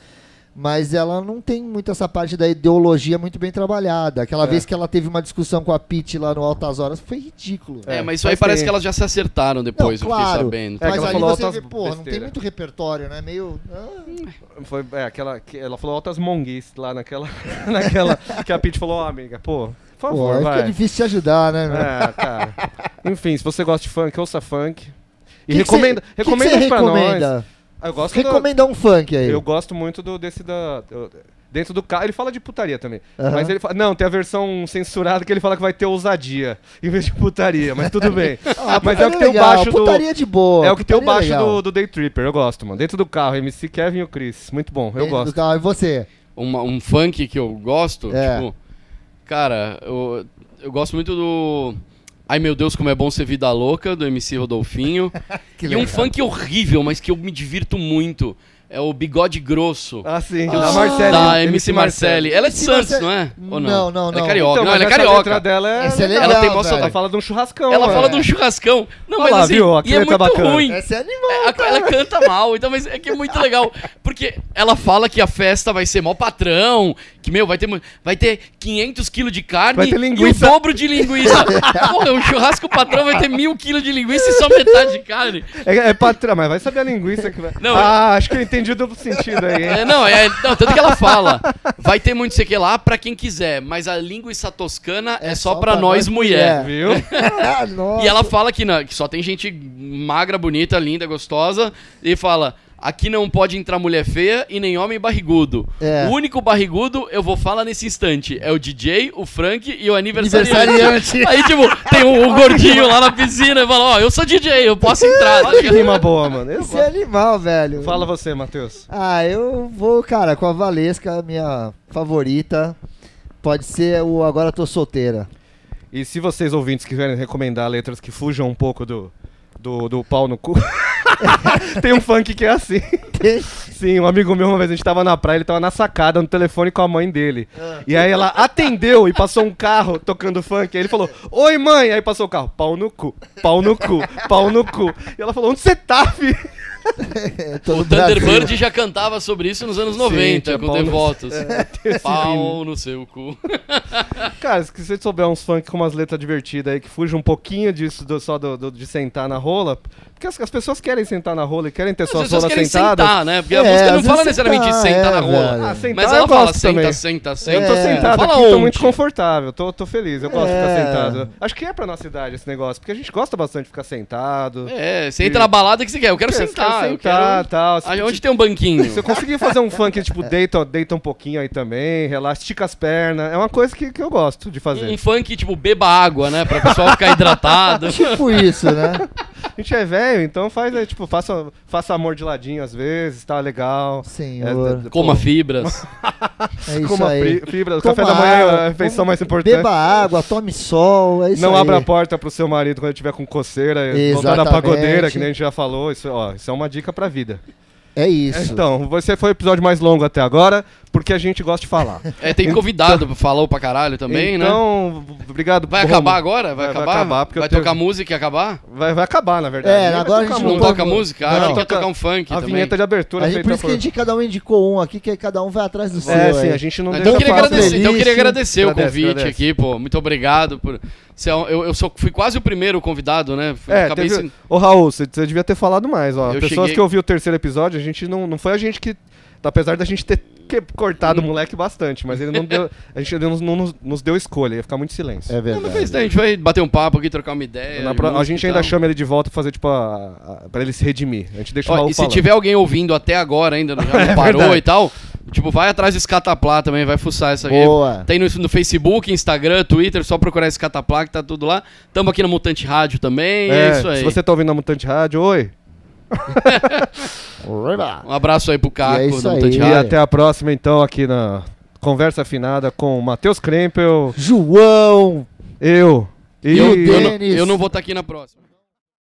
Mas ela não tem muito essa parte da ideologia muito bem trabalhada.
É.
Aquela vez que ela teve uma discussão com a Pitt lá no Altas Horas, foi ridículo.
É,
É,
mas isso aí
faz
parece
tempo.
que elas já se acertaram depois, eu fiquei sabendo.
É, que
mas
ela
ali
falou
você
altas
vê, porra, não tem
besteira.
muito repertório, né? Meio. ah,
Foi, é, aquela, que ela falou altas monguis lá naquela, [LAUGHS] naquela que a Pete falou, ó, amiga, pô, por
Pô,
é
favor,
aí fica
vai.
difícil te ajudar, né? meu?
É, cara. Enfim, se você gosta de funk, ouça funk. E
Que que
recomenda,
cê- que que
recomenda
cê
pra
recomenda?
nós. Ah, Eu gosto da-
Recomenda um funk aí.
Eu gosto muito do desse da eu- dentro do carro, ele fala de putaria também.
Aham.
Mas ele fala, não, tem a versão censurada que ele fala que vai ter ousadia em vez de putaria, mas tudo bem.
[LAUGHS] Ah,
mas é o
putaria
que tem o
legal,
baixo do
Putaria de boa.
é o que tem o
putaria
baixo
legal.
do, do Day Tripper, eu gosto, mano. Dentro do carro, MC Kevin e o Chris. Muito bom, eu
Dentro do
gosto.
carro. E você?
Uma- um funk que eu gosto,
É.
tipo. Cara, eu, eu gosto muito do. Ai meu Deus, como é bom ser vida louca, do
[LAUGHS]
MC Rodolfinho.
Que
e um
legal.
funk horrível, mas que eu me divirto muito. É o Bigode Grosso.
Ah, sim, da Marcele.
Da MC Marcelli. Ela é de
MC
Santos,
Marcelli-
não é? Ou
Não, não,
Ela é
não.
carioca.
Então,
não,
mas
ela é
essa letra
carioca.
dela é...
Essa é
legal.
legal,
ela tem mó
velho.
Ela fala de um churrascão,
Ela
mano.
fala de um churrascão. Não,
Olha
mas
lá,
assim,
viu? Ó, que
e é
letra
muito
bacana.
ruim.
Essa é animal.
A- ela canta mal, então, mas é que é muito legal. Porque ela fala que a festa vai ser mó patrão, que, meu, vai ter, mu- vai ter 500 quilos de carne
Vai ter linguiça.
e o dobro de linguiça. Porra, um churrasco patrão vai ter mil quilos de linguiça e só metade de carne.
É, é patrão, mas vai saber a linguiça que vai...
Não,
ah, acho que eu entendi o duplo sentido aí, hein?
É, não, é, não, tanto que ela fala. Vai ter muito sei que lá pra quem quiser, mas a linguiça toscana é, só, pra nós mulher. [LAUGHS]
Viu?
Ah, nossa.
E ela fala que, não, que só tem gente magra, bonita, linda, gostosa. E fala: aqui não pode entrar mulher feia e nem homem barrigudo.
É.
O único barrigudo eu vou falar nesse instante é o DJ, o Frank e o aniversariante.
Aniversariante.
Aí, tipo, tem o, o gordinho lá na piscina e fala: ó, eu sou DJ, eu posso entrar.
Olha [LAUGHS] que rima boa, mano. Eu
Isso é animal, velho.
Fala você, Matheus.
Ah, eu vou, cara, com a Valesca, minha favorita. Pode ser o Agora Tô Solteira.
E se vocês ouvintes quiserem recomendar letras que fujam um pouco do, do, do pau no cu, [LAUGHS] tem um funk que é assim. Sim, um amigo meu, uma vez a gente tava na praia, ele tava na sacada no telefone com a mãe dele.
Ah.
E aí ela atendeu e passou um carro tocando funk. Aí ele falou: Oi, mãe. Aí passou o carro: pau no cu, pau no cu, pau no cu. E ela falou: Onde você tá, filho?
É, tô
O
no Brasil.
Thunderbird já cantava sobre isso nos anos 90,
tinha
com
pau no- [LAUGHS] É,
Devotos.
esse
Pau no seu cu.
Cara, se você souber uns funk com umas letras divertidas aí que fuja um pouquinho disso do- só do, do- de sentar na rola, porque as, as pessoas querem sentar na rola e querem ter
As
suas
pessoas
rolas
querem
sentadas.
sentar, né? Porque a
É,
música não
às
fala
vezes
necessariamente
sentar,
senta na
é,
rola.
velho.
Ah, sentar
Mas
eu
ela fala,
gosto
senta,
também.
senta, senta.
Eu tô
É.
sentado
né? Fala
aqui, tô
onde?
muito confortável, tô, tô feliz, eu gosto de
É.
ficar sentado. Acho que é pra nossa idade esse negócio, porque a gente gosta bastante de ficar sentado.
É, você entra na balada que você quer. Eu quero
Eu quero
sentar. eu
sentar,
quero-
tal. Se
Aí,
eu
onde tem um banquinho?
Se eu conseguir fazer um funk, tipo, deita, deita um pouquinho aí também, relaxa, estica as pernas, é uma coisa que, que eu gosto de fazer.
Um funk, tipo, beba água, né? Pra pessoal ficar hidratado.
[LAUGHS] Tipo isso, né?
A gente é velho, então faz, é, tipo, faça, faça amor de ladinho às vezes, tá legal. É,
Senhor.
d- d-
Coma
pô,
fibras.
É isso
Coma
aí.
fri- fibra, o
Toma
café da manhã é
água,
a refeição
toma-
mais importante.
Beba água, tome sol, é isso
não
aí.
abra a porta pro seu marido quando ele tiver com coceira, voltar a
Exatamente.
pagodeira, que nem a gente já falou. Isso, ó, isso é uma dica pra vida.
É isso.
Então, você foi o episódio mais longo até agora. porque a gente gosta de falar.
É, tem convidado, falou pra caralho [LAUGHS] também, né?
então, obrigado.
Vai
Romulo.
acabar agora? Vai
É,
acabar?
Vai acabar, porque
vai
eu tenho-
tocar música e acabar?
Vai, vai acabar, na verdade.
É,
Ninguém vai
agora a
tocar
gente
música.
Não
Não,
toca
não.
música? Ah, achei que ia
Toca
tocar um funk
A
também.
vinheta de abertura
A gente, por
feita
isso que a gente, cada um indicou um aqui, que aí cada um vai atrás do seu.
É, sim,
aí.
a gente não
Então
deixa
eu queria
fácil.
agradecer, então eu queria
Playlist.
agradecer o
Agradece,
convite
agradece.
aqui, pô. Muito obrigado por. Você é um- Eu, eu sou, fui quase o primeiro convidado, né? Fui-
É,
acabei
teve...
se-
Ô, Raul, você você devia ter falado mais, ó.
Eu
Pessoas
cheguei-
que ouviram o terceiro episódio, a gente não... Não foi a gente que... Apesar da gente ter que- cortado o
Hum.
moleque bastante, mas ele não
[LAUGHS]
deu... A gente não, não nos- nos deu escolha, ia ficar muito silêncio.
É
Não, mas é
verdade.
isso, né? A gente vai bater um papo aqui, trocar uma ideia.
Na
de
pro- A
música
gente
e
ainda
É, tal.
chama ele de volta pra fazer, tipo, a... a- pra ele se redimir. A gente deixa o
Ó,
Raul
e se
falando. É
tiver alguém ouvindo até agora ainda, já
[LAUGHS]
não parou e tal, tipo, vai atrás desse cataplá também, vai fuçar isso aqui.
Boa.
Tem no, no Facebook, Instagram, Twitter, só procurar esse cataplá que tá tudo lá. Tamo aqui no Mutante Rádio também, é, isso aí.
Se você tá ouvindo a Mutante Rádio, oi.
Oba.
Um abraço aí pro Caco
E é
do
isso aí.
Mutante
E
Rádio.
até a próxima, então, aqui na Conversa Afinada com o Matheus Krempel,
João,
eu e...
E eu, eu, não-
Denis.
eu não vou estar aqui na próxima.